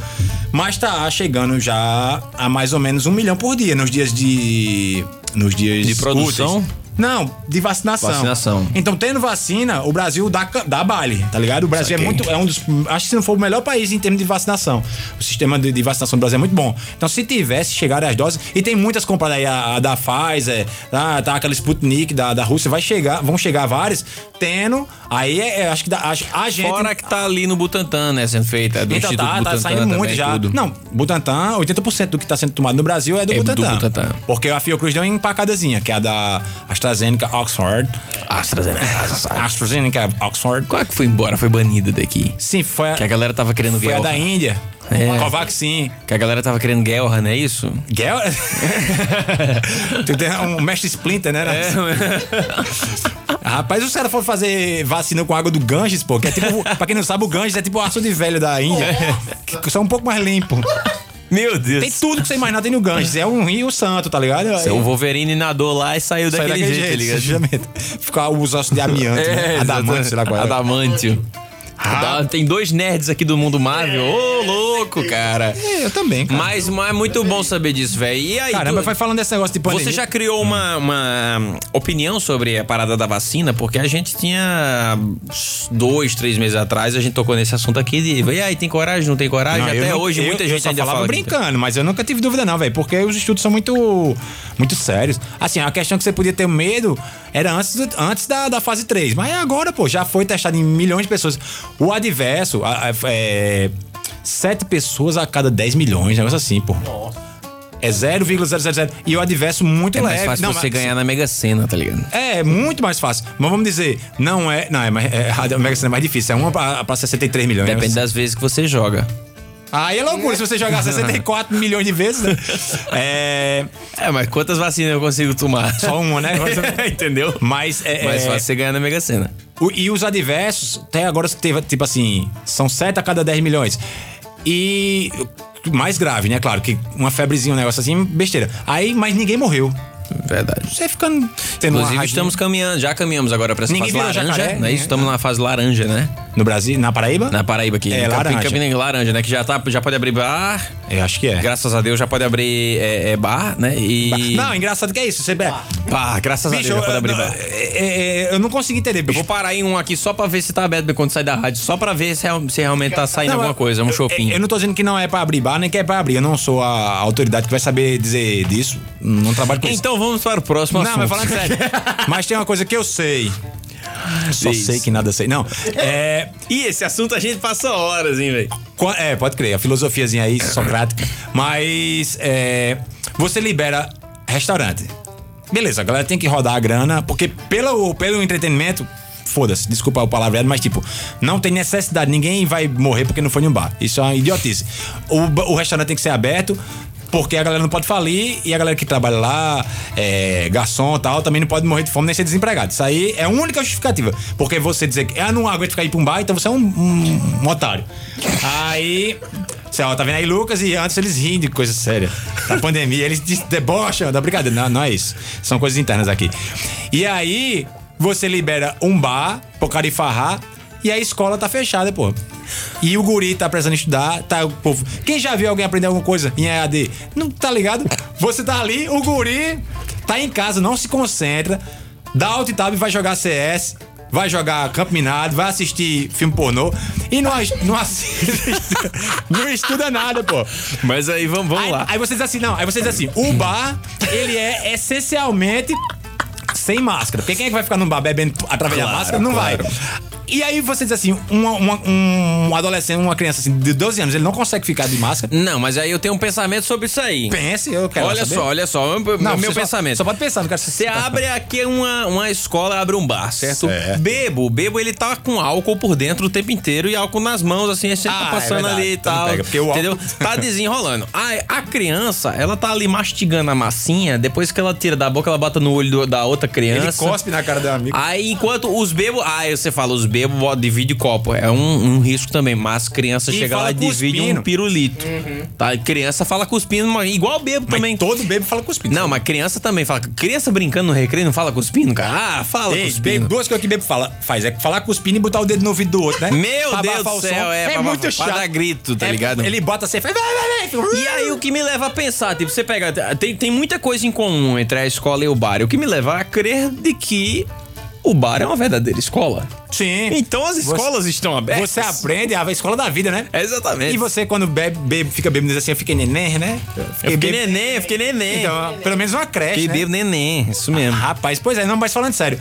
[SPEAKER 8] Mas tá chegando já a mais ou menos um milhão por dia nos dias de. Nos dias.
[SPEAKER 7] De produção?
[SPEAKER 8] úteis. Não, de vacinação.
[SPEAKER 7] Vacinação.
[SPEAKER 8] Então, tendo vacina, o Brasil dá, ca- dá baile, tá ligado? O Brasil é
[SPEAKER 7] Saquei.
[SPEAKER 8] muito. É um dos. Acho que se não for o melhor país em termos de vacinação. O sistema de, de vacinação do Brasil é muito bom. Então, se tivesse chegado as doses. E tem muitas compras aí, a, a da Pfizer, tá, tá aquela Sputnik da, da Rússia, vai chegar, vão chegar várias, tendo. Aí é, é, acho que dá, acho, a gente.
[SPEAKER 7] Fora que tá ali no Butantan, né? Sendo feita. Do
[SPEAKER 8] então
[SPEAKER 7] Instituto
[SPEAKER 8] tá, tá
[SPEAKER 7] Butantan
[SPEAKER 8] saindo muito
[SPEAKER 7] também,
[SPEAKER 8] já.
[SPEAKER 7] tudo.
[SPEAKER 8] Não, Butantan, 80% do que tá sendo tomado no Brasil é do
[SPEAKER 7] É do
[SPEAKER 8] Butantan.
[SPEAKER 7] Butantan.
[SPEAKER 8] Porque a Fiocruz deu uma empacadazinha, que é a da AstraZeneca Oxford. né?
[SPEAKER 7] AstraZeneca.
[SPEAKER 8] É. AstraZeneca Oxford.
[SPEAKER 7] Qual é que foi embora? Foi banida daqui.
[SPEAKER 8] Sim, foi a,
[SPEAKER 7] Que a galera tava querendo
[SPEAKER 8] foi a
[SPEAKER 7] guerra.
[SPEAKER 8] da Índia.
[SPEAKER 7] É.
[SPEAKER 8] Covaxin.
[SPEAKER 7] Que a galera tava querendo guerra, não é isso? [laughs]
[SPEAKER 8] Guerra? tu tem um mestre Splinter, né?
[SPEAKER 7] É.
[SPEAKER 8] [laughs] Rapaz, os caras foram fazer vacina com água do Ganges, pô. Que é tipo, pra quem não sabe, o Ganges é tipo o açude velho da Índia.
[SPEAKER 7] É.
[SPEAKER 8] que só um pouco mais limpo.
[SPEAKER 7] Meu Deus.
[SPEAKER 8] Tem tudo que você imaginar tem no Ganges. É um rio santo, tá ligado?
[SPEAKER 7] Isso é, O Wolverine nadou lá e saiu
[SPEAKER 8] Sai
[SPEAKER 7] é daquele,
[SPEAKER 8] daquele
[SPEAKER 7] jeito, tá
[SPEAKER 8] jeito,
[SPEAKER 7] ligado?
[SPEAKER 8] justamente. Ficar os ossos de
[SPEAKER 7] É,
[SPEAKER 8] amianto, né? Adamante, sei lá qual é. Ah.
[SPEAKER 7] Adamantio. Dá- Tem dois nerds aqui do mundo Marvel. Ô, louco, cara.
[SPEAKER 8] É, eu também, cara.
[SPEAKER 7] Mas, mas é muito bom saber disso, velho. E aí,
[SPEAKER 8] Caramba,
[SPEAKER 7] tu-
[SPEAKER 8] vai falando desse negócio de pandemia.
[SPEAKER 7] você já criou uma, uma opinião sobre a parada da vacina? Porque a gente tinha uns dois, três meses atrás, a gente tocou nesse assunto aqui de. E aí, tem coragem, não tem coragem?
[SPEAKER 8] Não, eu
[SPEAKER 7] Até
[SPEAKER 8] não-
[SPEAKER 7] hoje,
[SPEAKER 8] eu-
[SPEAKER 7] muita
[SPEAKER 8] eu
[SPEAKER 7] gente
[SPEAKER 8] só
[SPEAKER 7] ainda
[SPEAKER 8] falava
[SPEAKER 7] fala. que-
[SPEAKER 8] brincando, mas eu nunca tive dúvida não, velho, porque os estudos são muito muito sérios. Assim, a questão que você podia ter medo era antes, do- antes da, da fase 3, mas agora, pô, já foi testado em milhões de pessoas. O adverso a- a- é 7 pessoas a cada 10 milhões, negócio assim, pô. É 0,000 e o adverso muito
[SPEAKER 7] É
[SPEAKER 8] leve.
[SPEAKER 7] mais fácil
[SPEAKER 8] né? Não,
[SPEAKER 7] você
[SPEAKER 8] mas- assim-
[SPEAKER 7] ganhar na Mega Sena, tá ligado?
[SPEAKER 8] é, é muito mais fácil. Mas vamos dizer, não é. Não, é, mais- é, a Mega Sena é mais difícil. É uma pra, pra 63 milhões. né?
[SPEAKER 7] Depende das vezes que você joga.
[SPEAKER 8] Aí é loucura se você
[SPEAKER 7] [laughs]
[SPEAKER 8] jogar 64 milhões de vezes, né? É.
[SPEAKER 7] É, mas quantas vacinas eu consigo tomar?
[SPEAKER 8] Só uma, né?
[SPEAKER 7] [laughs] Entendeu?
[SPEAKER 8] [laughs] Mas é.
[SPEAKER 7] Mais
[SPEAKER 8] é,
[SPEAKER 7] fácil você ganhar na Mega Sena.
[SPEAKER 8] o- e os adversos, até agora teve, tipo assim, são 7 a cada 10 milhões. E. Mais grave, né? Claro, que uma febrezinha, um negócio assim, besteira. Aí, mas ninguém morreu.
[SPEAKER 7] Verdade.
[SPEAKER 8] Você ficando. Tendo uma
[SPEAKER 7] Inclusive,
[SPEAKER 8] raiva-
[SPEAKER 7] estamos caminhando, já caminhamos agora pra essa
[SPEAKER 8] Ninguém
[SPEAKER 7] fase
[SPEAKER 8] virou
[SPEAKER 7] laranja,
[SPEAKER 8] jacaré,
[SPEAKER 7] não é isso?
[SPEAKER 8] né?
[SPEAKER 7] Estamos na fase laranja, né?
[SPEAKER 8] No Brasil, na Paraíba?
[SPEAKER 7] Na Paraíba aqui.
[SPEAKER 8] É,
[SPEAKER 7] em Campi-
[SPEAKER 8] laranja.
[SPEAKER 7] em Campina, laranja, né? Que já, tá, já pode abrir bar,
[SPEAKER 8] Eu acho que é.
[SPEAKER 7] graças a Deus, já pode abrir é, é, bar, né? E...
[SPEAKER 8] Não, engraçado que é isso. Você.
[SPEAKER 7] Pá, graças
[SPEAKER 8] Bicho,
[SPEAKER 7] a Deus, já pode
[SPEAKER 8] eu,
[SPEAKER 7] abrir
[SPEAKER 8] não,
[SPEAKER 7] bar.
[SPEAKER 8] é- é- eu não consegui entender,
[SPEAKER 7] Eu
[SPEAKER 8] bicho.
[SPEAKER 7] vou parar em um aqui só pra ver se tá aberto quando sai da rádio, só pra ver se, real- se realmente tá saindo
[SPEAKER 8] Não,
[SPEAKER 7] alguma
[SPEAKER 8] eu-
[SPEAKER 7] coisa, um chopinho.
[SPEAKER 8] Eu, eu não tô dizendo que não é pra abrir bar, nem que é pra abrir. Eu não sou a autoridade que vai saber dizer disso. Não trabalho com isso.
[SPEAKER 7] Então vamos para o próximo
[SPEAKER 8] Não,
[SPEAKER 7] assunto.
[SPEAKER 8] mas falando sério. mas tem uma coisa que eu sei. Só sei que nada sei. Não. É.
[SPEAKER 7] [laughs] Ih, esse assunto a gente passa horas, hein, velho?
[SPEAKER 8] Qua- É, pode crer, a filosofiazinha aí, socrática. Mas é, você libera restaurante. Beleza, a galera tem que rodar a grana, porque pelo, pelo entretenimento, foda-se, desculpa o palavreado, mas tipo, não tem necessidade, ninguém vai morrer porque não foi em um bar. Isso é uma idiotice. O, ba- o restaurante tem que ser aberto. Porque a galera não pode falir e a galera que trabalha lá, é, garçom e tal, também não pode morrer de fome nem ser desempregado. Isso aí é a única justificativa. Porque você dizer que ah, não aguento ficar aí pra um bar, então você é um, um- um otário. Aí. Você, ó, tá vendo aí, Lucas? E antes eles riem de coisa séria. Da pandemia, eles des- debocham da brincadeira. Não, não é isso. São coisas internas aqui. E aí, você libera um bar pro cara ir farrar e a escola tá fechada, pô. E o guri tá precisando estudar, tá o povo. Quem já viu alguém aprender alguma coisa em EAD? Não tá ligado? Você tá ali, o guri tá em casa, não se concentra, dá alt tab e vai jogar CS. Vai jogar campo minado, vai assistir filme pornô e não, as- não assiste, [laughs] não estuda nada, pô.
[SPEAKER 7] Mas aí vamos, vamos
[SPEAKER 8] Aí,
[SPEAKER 7] lá.
[SPEAKER 8] aí você diz assim, não, aí você diz assim, o bar, ele é essencialmente sem máscara. Porque quem é que vai ficar num bar bebendo através da máscara? Não vai. E aí você diz assim, uma- uma- um adolescente, uma criança assim, de 12 anos, ele não consegue ficar de máscara?
[SPEAKER 7] Não, mas aí eu tenho um pensamento sobre isso aí.
[SPEAKER 8] Pense, eu quero
[SPEAKER 7] Olha
[SPEAKER 8] saber.
[SPEAKER 7] só, olha só. Meu,
[SPEAKER 8] Não,
[SPEAKER 7] meu
[SPEAKER 8] você só-
[SPEAKER 7] pensamento.
[SPEAKER 8] só pode pensar, não quero
[SPEAKER 7] Você abre aqui uma, uma escola, abre um bar, certo?
[SPEAKER 8] É.
[SPEAKER 7] Bebo, bebo, ele tá com álcool por dentro o tempo inteiro e álcool nas mãos, assim, ele sempre
[SPEAKER 8] Ah,
[SPEAKER 7] tá
[SPEAKER 8] é
[SPEAKER 7] passando
[SPEAKER 8] verdade,
[SPEAKER 7] ali e
[SPEAKER 8] então não
[SPEAKER 7] tal.
[SPEAKER 8] pega, porque o
[SPEAKER 7] entendeu?
[SPEAKER 8] álcool- [laughs]
[SPEAKER 7] Tá desenrolando. A, a criança, ela tá ali mastigando a massinha, depois que ela tira da boca, ela bota no olho do- da outra criança.
[SPEAKER 8] Ele cospe na cara da amiga.
[SPEAKER 7] Aí enquanto os bebos. Ah, aí você fala, os bebos dividem copo. É um, um risco também. Mas criança
[SPEAKER 8] E
[SPEAKER 7] chega
[SPEAKER 8] fala
[SPEAKER 7] lá e divide
[SPEAKER 8] cuspindo. Uhum.
[SPEAKER 7] um pirulito. Tá? E Criança fala cuspindo, mas igual bebo também.
[SPEAKER 8] Todo bebo fala cuspindo.
[SPEAKER 7] Não, mas criança também fala. Criança brincando no recreio não fala cuspindo, cara? Ah, fala
[SPEAKER 8] Ei,
[SPEAKER 7] cuspindo.
[SPEAKER 8] bebo, duas coisas que bebo fala, faz é falar cuspindo e botar o dedo no ouvido do outro, né?
[SPEAKER 7] Meu
[SPEAKER 8] Pra
[SPEAKER 7] Deus
[SPEAKER 8] abafar
[SPEAKER 7] do
[SPEAKER 8] o
[SPEAKER 7] céu,
[SPEAKER 8] som.
[SPEAKER 7] é,
[SPEAKER 8] é
[SPEAKER 7] pra-
[SPEAKER 8] muito
[SPEAKER 7] pra
[SPEAKER 8] chato.
[SPEAKER 7] dar grito, tá
[SPEAKER 8] É,
[SPEAKER 7] ligado?
[SPEAKER 8] Ele bota assim, vai, vai, vai, vai.
[SPEAKER 7] E aí o que me leva a pensar, tipo, você pega. Tem, tem muita coisa em comum entre a escola e o bar. E O que me leva a crer de que o bar é uma verdadeira escola.
[SPEAKER 8] Sim.
[SPEAKER 7] Então as escolas estão abertas.
[SPEAKER 8] Você aprende a escola da vida, né?
[SPEAKER 7] É, Exatamente.
[SPEAKER 8] E você, quando bebe, bebe fica bebendo diz assim, eu fiquei neném, né?
[SPEAKER 7] Eu fiquei
[SPEAKER 8] bebe-
[SPEAKER 7] neném, eu fiquei neném.
[SPEAKER 8] Então, pelo menos uma creche.
[SPEAKER 7] Fiquei
[SPEAKER 8] né?
[SPEAKER 7] bebo neném, isso mesmo.
[SPEAKER 8] Rapaz, pois é, não, mas falando sério.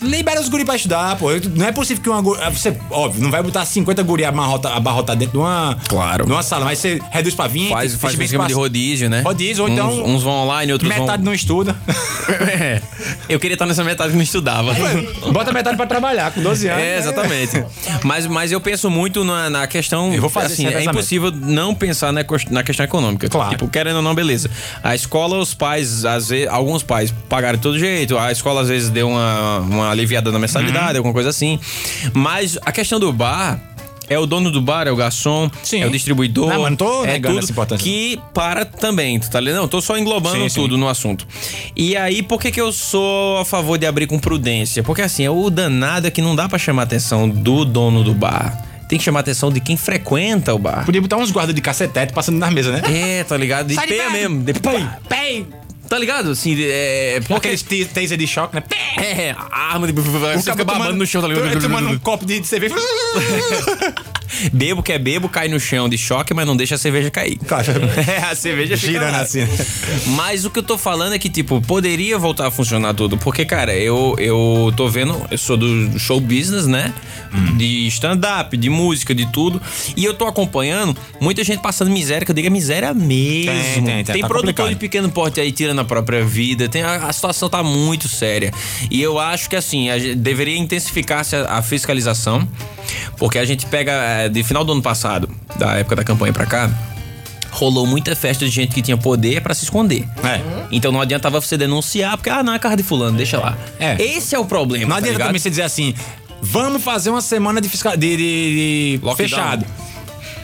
[SPEAKER 8] Libera os guri pra estudar, pô. Eu- Não é possível que uma guri, ah, Você, óbvio, não vai botar 50 guri amarrota, abarrotar dentro de uma,
[SPEAKER 7] Claro.
[SPEAKER 8] de uma sala, mas você reduz pra 20.
[SPEAKER 7] Faz, faz
[SPEAKER 8] Ah, deixa
[SPEAKER 7] um
[SPEAKER 8] bem
[SPEAKER 7] esquema de
[SPEAKER 8] espaço.
[SPEAKER 7] rodízio, né?
[SPEAKER 8] Rodízio, ou
[SPEAKER 7] uns,
[SPEAKER 8] então-
[SPEAKER 7] Uns vão online, outros
[SPEAKER 8] Metade não estuda.
[SPEAKER 7] vão. [laughs] É. Eu queria estar nessa metade que não estudava. [laughs]
[SPEAKER 8] Bota metade pra trabalhar, com 12 anos.
[SPEAKER 7] É, exatamente. Mas, mas eu penso muito na, na questão.
[SPEAKER 8] Eu vou fazer esse
[SPEAKER 7] assim, é
[SPEAKER 8] revezamento.
[SPEAKER 7] impossível não pensar na, cos- na questão econômica.
[SPEAKER 8] Claro.
[SPEAKER 7] Tipo, querendo ou não, beleza. A escola, os pais, às vezes, alguns pais pagaram de todo jeito. A escola, às vezes, deu uma, uma aliviada na
[SPEAKER 8] Uhum.
[SPEAKER 7] mensalidade, alguma coisa assim. Mas a questão do bar. É o dono do bar, é o garçom,
[SPEAKER 8] Sim.
[SPEAKER 7] é o distribuidor.
[SPEAKER 8] Não, mas não tô
[SPEAKER 7] é
[SPEAKER 8] negando
[SPEAKER 7] tudo
[SPEAKER 8] essa importância.
[SPEAKER 7] que para também, tu tá ligado? Não, tô só englobando
[SPEAKER 8] Sim, sim.
[SPEAKER 7] tudo no assunto. E aí, por que que eu sou a favor de abrir com prudência? Porque assim, é o danado é que não dá pra chamar a atenção do dono do bar. Tem que chamar a atenção de quem frequenta o bar.
[SPEAKER 8] Podia botar uns guardas de cacetete passando nas mesas, né?
[SPEAKER 7] É, tá ligado? De
[SPEAKER 8] Sai de
[SPEAKER 7] pé
[SPEAKER 8] perto.
[SPEAKER 7] mesmo, de pé.
[SPEAKER 8] Pei!
[SPEAKER 7] Tá ligado? Assim, de- é... Porque
[SPEAKER 8] Aqueles t- taser de choque, né? Pei!
[SPEAKER 7] É, a arma de... Você fica babando no chão, tá ligado?
[SPEAKER 8] Tomando
[SPEAKER 7] [laughs]
[SPEAKER 8] um copo de de cerveja.
[SPEAKER 7] "Ah, Bebo que é bebo, cai no chão de choque, mas não deixa a cerveja cair. [laughs]
[SPEAKER 8] Claro.
[SPEAKER 7] É, a cerveja fica
[SPEAKER 8] Girando
[SPEAKER 7] lá.
[SPEAKER 8] assim.
[SPEAKER 7] [laughs] Mas o que eu tô falando é que, tipo, poderia voltar a funcionar tudo. Porque, cara, eu, eu tô vendo, eu sou do show business, né?
[SPEAKER 8] Hum.
[SPEAKER 7] De stand-up, de música, de tudo. E eu tô acompanhando muita gente passando miséria, que eu digo é miséria mesmo.
[SPEAKER 8] Tem, tem, tem, tá
[SPEAKER 7] produtor
[SPEAKER 8] complicado.
[SPEAKER 7] de pequeno porte aí tirando a própria vida. Tem, a, a situação tá muito séria. E eu acho que, assim, a gente deveria intensificar-se a, a fiscalização. Porque a gente pega, eh, de final do ano passado, da época da campanha pra cá, rolou muita festa de gente que tinha poder pra se esconder.
[SPEAKER 8] É.
[SPEAKER 7] Então não adiantava você denunciar, porque, ah, não, é casa de fulano, deixa lá.
[SPEAKER 8] É.
[SPEAKER 7] Esse é o problema,
[SPEAKER 8] Não
[SPEAKER 7] tá
[SPEAKER 8] adianta
[SPEAKER 7] ligado?
[SPEAKER 8] também você dizer assim: vamos fazer uma semana de, fiscal... de, de- de
[SPEAKER 7] Lockdown.
[SPEAKER 8] fechado.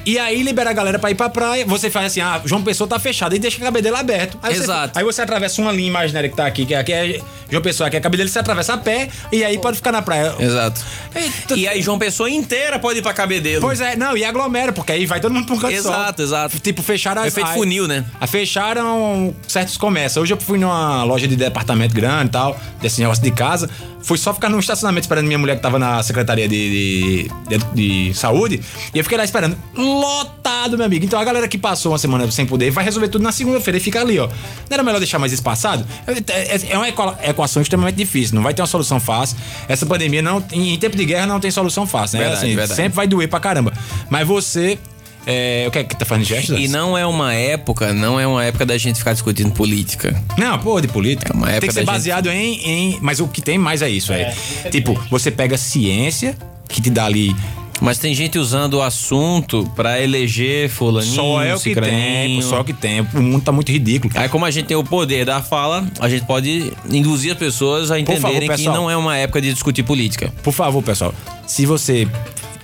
[SPEAKER 8] E aí libera a galera pra ir pra praia. Você faz assim, ah, João Pessoa tá fechado. E deixa a cabeça dele aberto. Aí
[SPEAKER 7] Exato.
[SPEAKER 8] Você, aí você atravessa uma linha imaginária que tá aqui, que aqui é João Pessoa, aqui é a cabeça dele, você atravessa a pé e aí pode ficar na praia.
[SPEAKER 7] Exato.
[SPEAKER 8] Eita.
[SPEAKER 7] E aí João Pessoa inteira pode ir pra cabedelo.
[SPEAKER 8] Pois é, não, e aglomera, porque aí vai todo mundo pra um canto
[SPEAKER 7] Exato,
[SPEAKER 8] só.
[SPEAKER 7] exato.
[SPEAKER 8] Tipo, fecharam as...
[SPEAKER 7] Efeito
[SPEAKER 8] ai-
[SPEAKER 7] funil, né?
[SPEAKER 8] Ah, Fecharam certos comércios. Hoje eu fui numa loja de departamento grande e tal, desse negócio de casa. Fui só ficar num estacionamento esperando minha mulher que tava na Secretaria de, de, de- de Saúde. E eu fiquei lá esperando. Lotado, meu amigo. Então a galera que passou uma semana sem poder vai resolver tudo na segunda-feira e fica ali, ó. Não era melhor deixar mais espaçado? É, é- é uma equa- equação extremamente difícil. Não vai ter uma solução fácil. Essa pandemia, não, em em tempo de guerra, não tem solução fácil, né?
[SPEAKER 7] Verdade,
[SPEAKER 8] Assim,
[SPEAKER 7] verdade.
[SPEAKER 8] Sempre vai doer pra caramba. Mas você... É, o que é que tá fazendo gestos?
[SPEAKER 7] E não é uma época, não é uma época da gente ficar discutindo política.
[SPEAKER 8] Não, pô, de política.
[SPEAKER 7] É uma época
[SPEAKER 8] tem que
[SPEAKER 7] da
[SPEAKER 8] ser
[SPEAKER 7] gente-
[SPEAKER 8] baseado em, em. Mas o que tem mais é isso, é. Tipo, você pega ciência, que te dá ali.
[SPEAKER 7] Mas tem gente usando o assunto pra eleger fulaninho,
[SPEAKER 8] Só é o que tem,
[SPEAKER 7] cicraninho.
[SPEAKER 8] pô, só é o que tem. O mundo tá muito ridículo.
[SPEAKER 7] Aí, como a gente tem o poder da fala, a gente pode induzir as pessoas a
[SPEAKER 8] favor,
[SPEAKER 7] entenderem que
[SPEAKER 8] pessoal.
[SPEAKER 7] não é uma época de discutir política. [laughs]
[SPEAKER 8] Por favor, pessoal, se você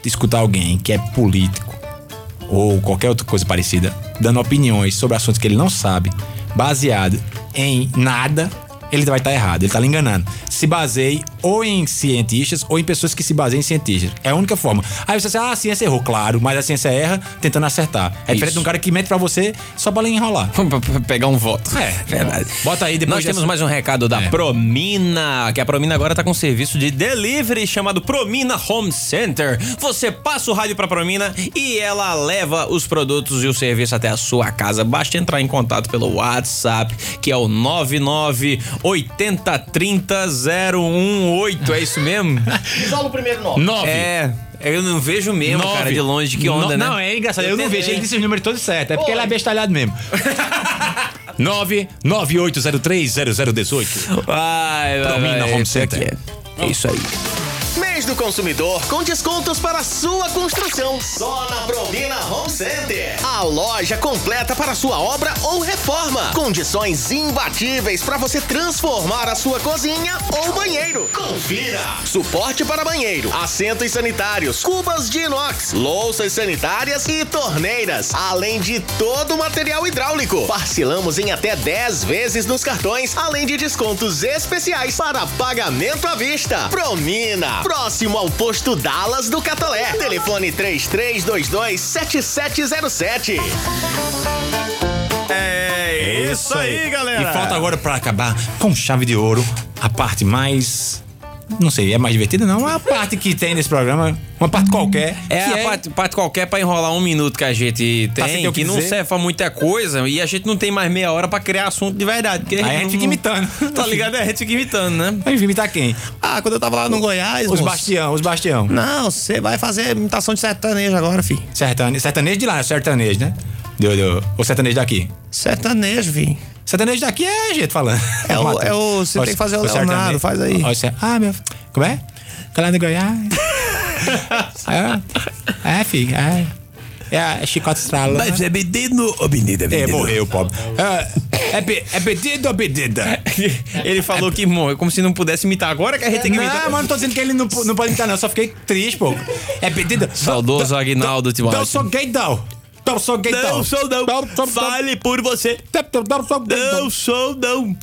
[SPEAKER 8] escutar alguém que é político ou qualquer outra coisa parecida, dando opiniões sobre assuntos que ele não sabe, baseado em nada, ele vai estar errado, ele tá lhe enganando. Se baseie ou em cientistas ou em pessoas que se baseiam em cientistas. É a única forma. Aí você diz, ah, a ciência errou, claro, mas a ciência erra tentando acertar. É diferente
[SPEAKER 7] Isso.
[SPEAKER 8] de um cara que mete pra você só pra lhe enrolar.
[SPEAKER 7] Pra- pra pegar um voto.
[SPEAKER 8] É,
[SPEAKER 7] verdade.
[SPEAKER 8] Bota aí depois
[SPEAKER 7] Nós temos
[SPEAKER 8] dessa-
[SPEAKER 7] mais um recado da
[SPEAKER 8] É.
[SPEAKER 7] Promina, que a Promina agora tá com um serviço de delivery chamado Promina Home Center. Você passa o rádio pra Promina e ela leva os produtos e o serviço até a sua casa. Basta entrar em contato pelo WhatsApp, que é o 99 80 30 01 oito, é isso
[SPEAKER 8] [laughs]
[SPEAKER 7] mesmo?
[SPEAKER 9] Isola o primeiro nó.
[SPEAKER 7] Nove. É. Eu não vejo mesmo,
[SPEAKER 8] Nove.
[SPEAKER 7] cara, de longe. Que
[SPEAKER 8] No-
[SPEAKER 7] onda, né?
[SPEAKER 8] Não, é engraçado. Eu, não
[SPEAKER 7] tentei.
[SPEAKER 8] vejo. Ele disse os números todos certos. É porque ele é bestalhado
[SPEAKER 7] [laughs]
[SPEAKER 8] mesmo. 998030018.
[SPEAKER 7] Vai, vai,
[SPEAKER 8] Promina Home Center.
[SPEAKER 7] É isso aí.
[SPEAKER 2] Mês do consumidor com descontos para sua construção. Só na Promina Home Center. A loja completa para sua obra ou reforma. Condições imbatíveis para você transformar a sua cozinha ou banheiro. Confira! Suporte para banheiro, assentos sanitários, cubas de inox, louças sanitárias e torneiras, além de todo o material hidráulico. Parcelamos em até 10 vezes nos cartões, além de descontos especiais para pagamento à vista. Promina, próximo ao posto Dallas do Catolé. Telefone 3322-7707.
[SPEAKER 7] É isso aí, galera.
[SPEAKER 8] E falta agora pra acabar com chave de ouro a parte mais. Não sei, é mais divertida? Não, a parte que tem nesse programa, uma parte qualquer.
[SPEAKER 7] É
[SPEAKER 8] que
[SPEAKER 7] a parte, parte qualquer pra enrolar um minuto que a gente
[SPEAKER 8] Tá,
[SPEAKER 7] tem,
[SPEAKER 8] você tem o
[SPEAKER 7] que,
[SPEAKER 8] que
[SPEAKER 7] não
[SPEAKER 8] dizer?
[SPEAKER 7] serve pra muita coisa e a gente não tem mais meia hora pra criar assunto de verdade. porque
[SPEAKER 8] Aí a
[SPEAKER 7] não-
[SPEAKER 8] gente fica [laughs] imitando.
[SPEAKER 7] [laughs] Tá ligado? É, a gente fica imitando, né?
[SPEAKER 8] Vai imitar quem?
[SPEAKER 7] Ah, quando eu tava lá no Goiás,
[SPEAKER 8] Os Bastião, os Bastião.
[SPEAKER 7] Não, você vai fazer imitação de sertanejo agora, filho.
[SPEAKER 8] Sertanejo, sertanejo de lá, sertanejo, né? Do, do, o sertanejo daqui.
[SPEAKER 7] Sertanejo, filho.
[SPEAKER 8] Sertanejo daqui é jeito falando.
[SPEAKER 7] É o- é o- você tem que fazer o
[SPEAKER 8] sertanejo.
[SPEAKER 7] Leonardo, faz aí.
[SPEAKER 8] Ó, o ser- ah, meu. Como é? Calando de Goiás. é, é, filho. É, é, é chicote estralando.
[SPEAKER 7] é pedido ou medida?
[SPEAKER 8] É, morreu, pobre. É, é, pe- é pedido ou pedida?
[SPEAKER 7] Ele falou que morreu, como se não pudesse imitar agora que a gente tem que
[SPEAKER 8] Não,
[SPEAKER 7] imitar.
[SPEAKER 8] mas não tô dizendo que ele não, po- não pode imitar, não. Eu Só fiquei triste, pô. É pedido.
[SPEAKER 7] Saudoso Aguinaldo Timóteo. Então. um
[SPEAKER 8] Não sou gay, não. Não sou gay, um Então não.
[SPEAKER 7] por você.
[SPEAKER 8] Não Então sou gay, um
[SPEAKER 7] Então.
[SPEAKER 8] não.
[SPEAKER 7] sou, não.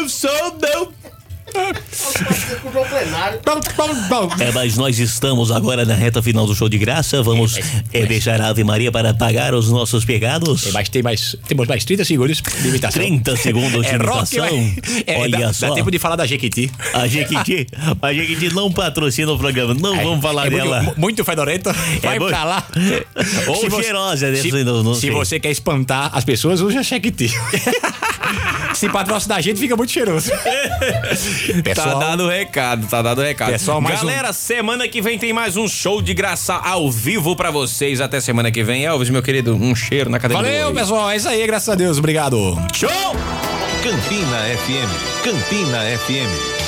[SPEAKER 7] Não sou, não.
[SPEAKER 9] Pro plenário.
[SPEAKER 8] Então Não, não, não.
[SPEAKER 12] É, mas nós estamos agora na reta final do show de graça. Vamos é, deixar a Ave Maria para pagar os nossos pecados.
[SPEAKER 8] Mas tem mais, temos mais 30 segundos de imitação.
[SPEAKER 12] 30 segundos de
[SPEAKER 8] É rock,
[SPEAKER 12] imitação.
[SPEAKER 8] mas- é,
[SPEAKER 12] Olha
[SPEAKER 8] dá, dá
[SPEAKER 12] só.
[SPEAKER 8] tempo de falar da Jequiti.
[SPEAKER 12] A Jequiti, a Jequiti não patrocina o programa. Não
[SPEAKER 8] É,
[SPEAKER 12] vamos falar
[SPEAKER 8] é muito-
[SPEAKER 12] dela. É
[SPEAKER 8] mu- Muito, fedorenta. Vai
[SPEAKER 12] muito- [laughs]
[SPEAKER 8] pra lá.
[SPEAKER 12] Ou
[SPEAKER 8] Se você-
[SPEAKER 12] cheirosa, né?
[SPEAKER 8] Se,
[SPEAKER 12] Não- não
[SPEAKER 8] se
[SPEAKER 12] sei.
[SPEAKER 8] você quer espantar as pessoas, use a Jequiti.
[SPEAKER 12] [laughs]
[SPEAKER 8] se patrocina a gente, fica muito cheiroso.
[SPEAKER 7] Tá
[SPEAKER 8] Pessoal,
[SPEAKER 7] dado o recado, tá dado o recado.
[SPEAKER 8] Pessoal, um- mais um-
[SPEAKER 7] Galera, semana que vem tem mais um show de graça ao vivo pra vocês. Até semana que vem. Elvis, meu querido, um cheiro na cadeira.
[SPEAKER 8] valeu,
[SPEAKER 7] do
[SPEAKER 8] pessoal. É isso aí, graças a Deus. Obrigado.
[SPEAKER 7] Show!
[SPEAKER 3] Campina FM. Campina FM.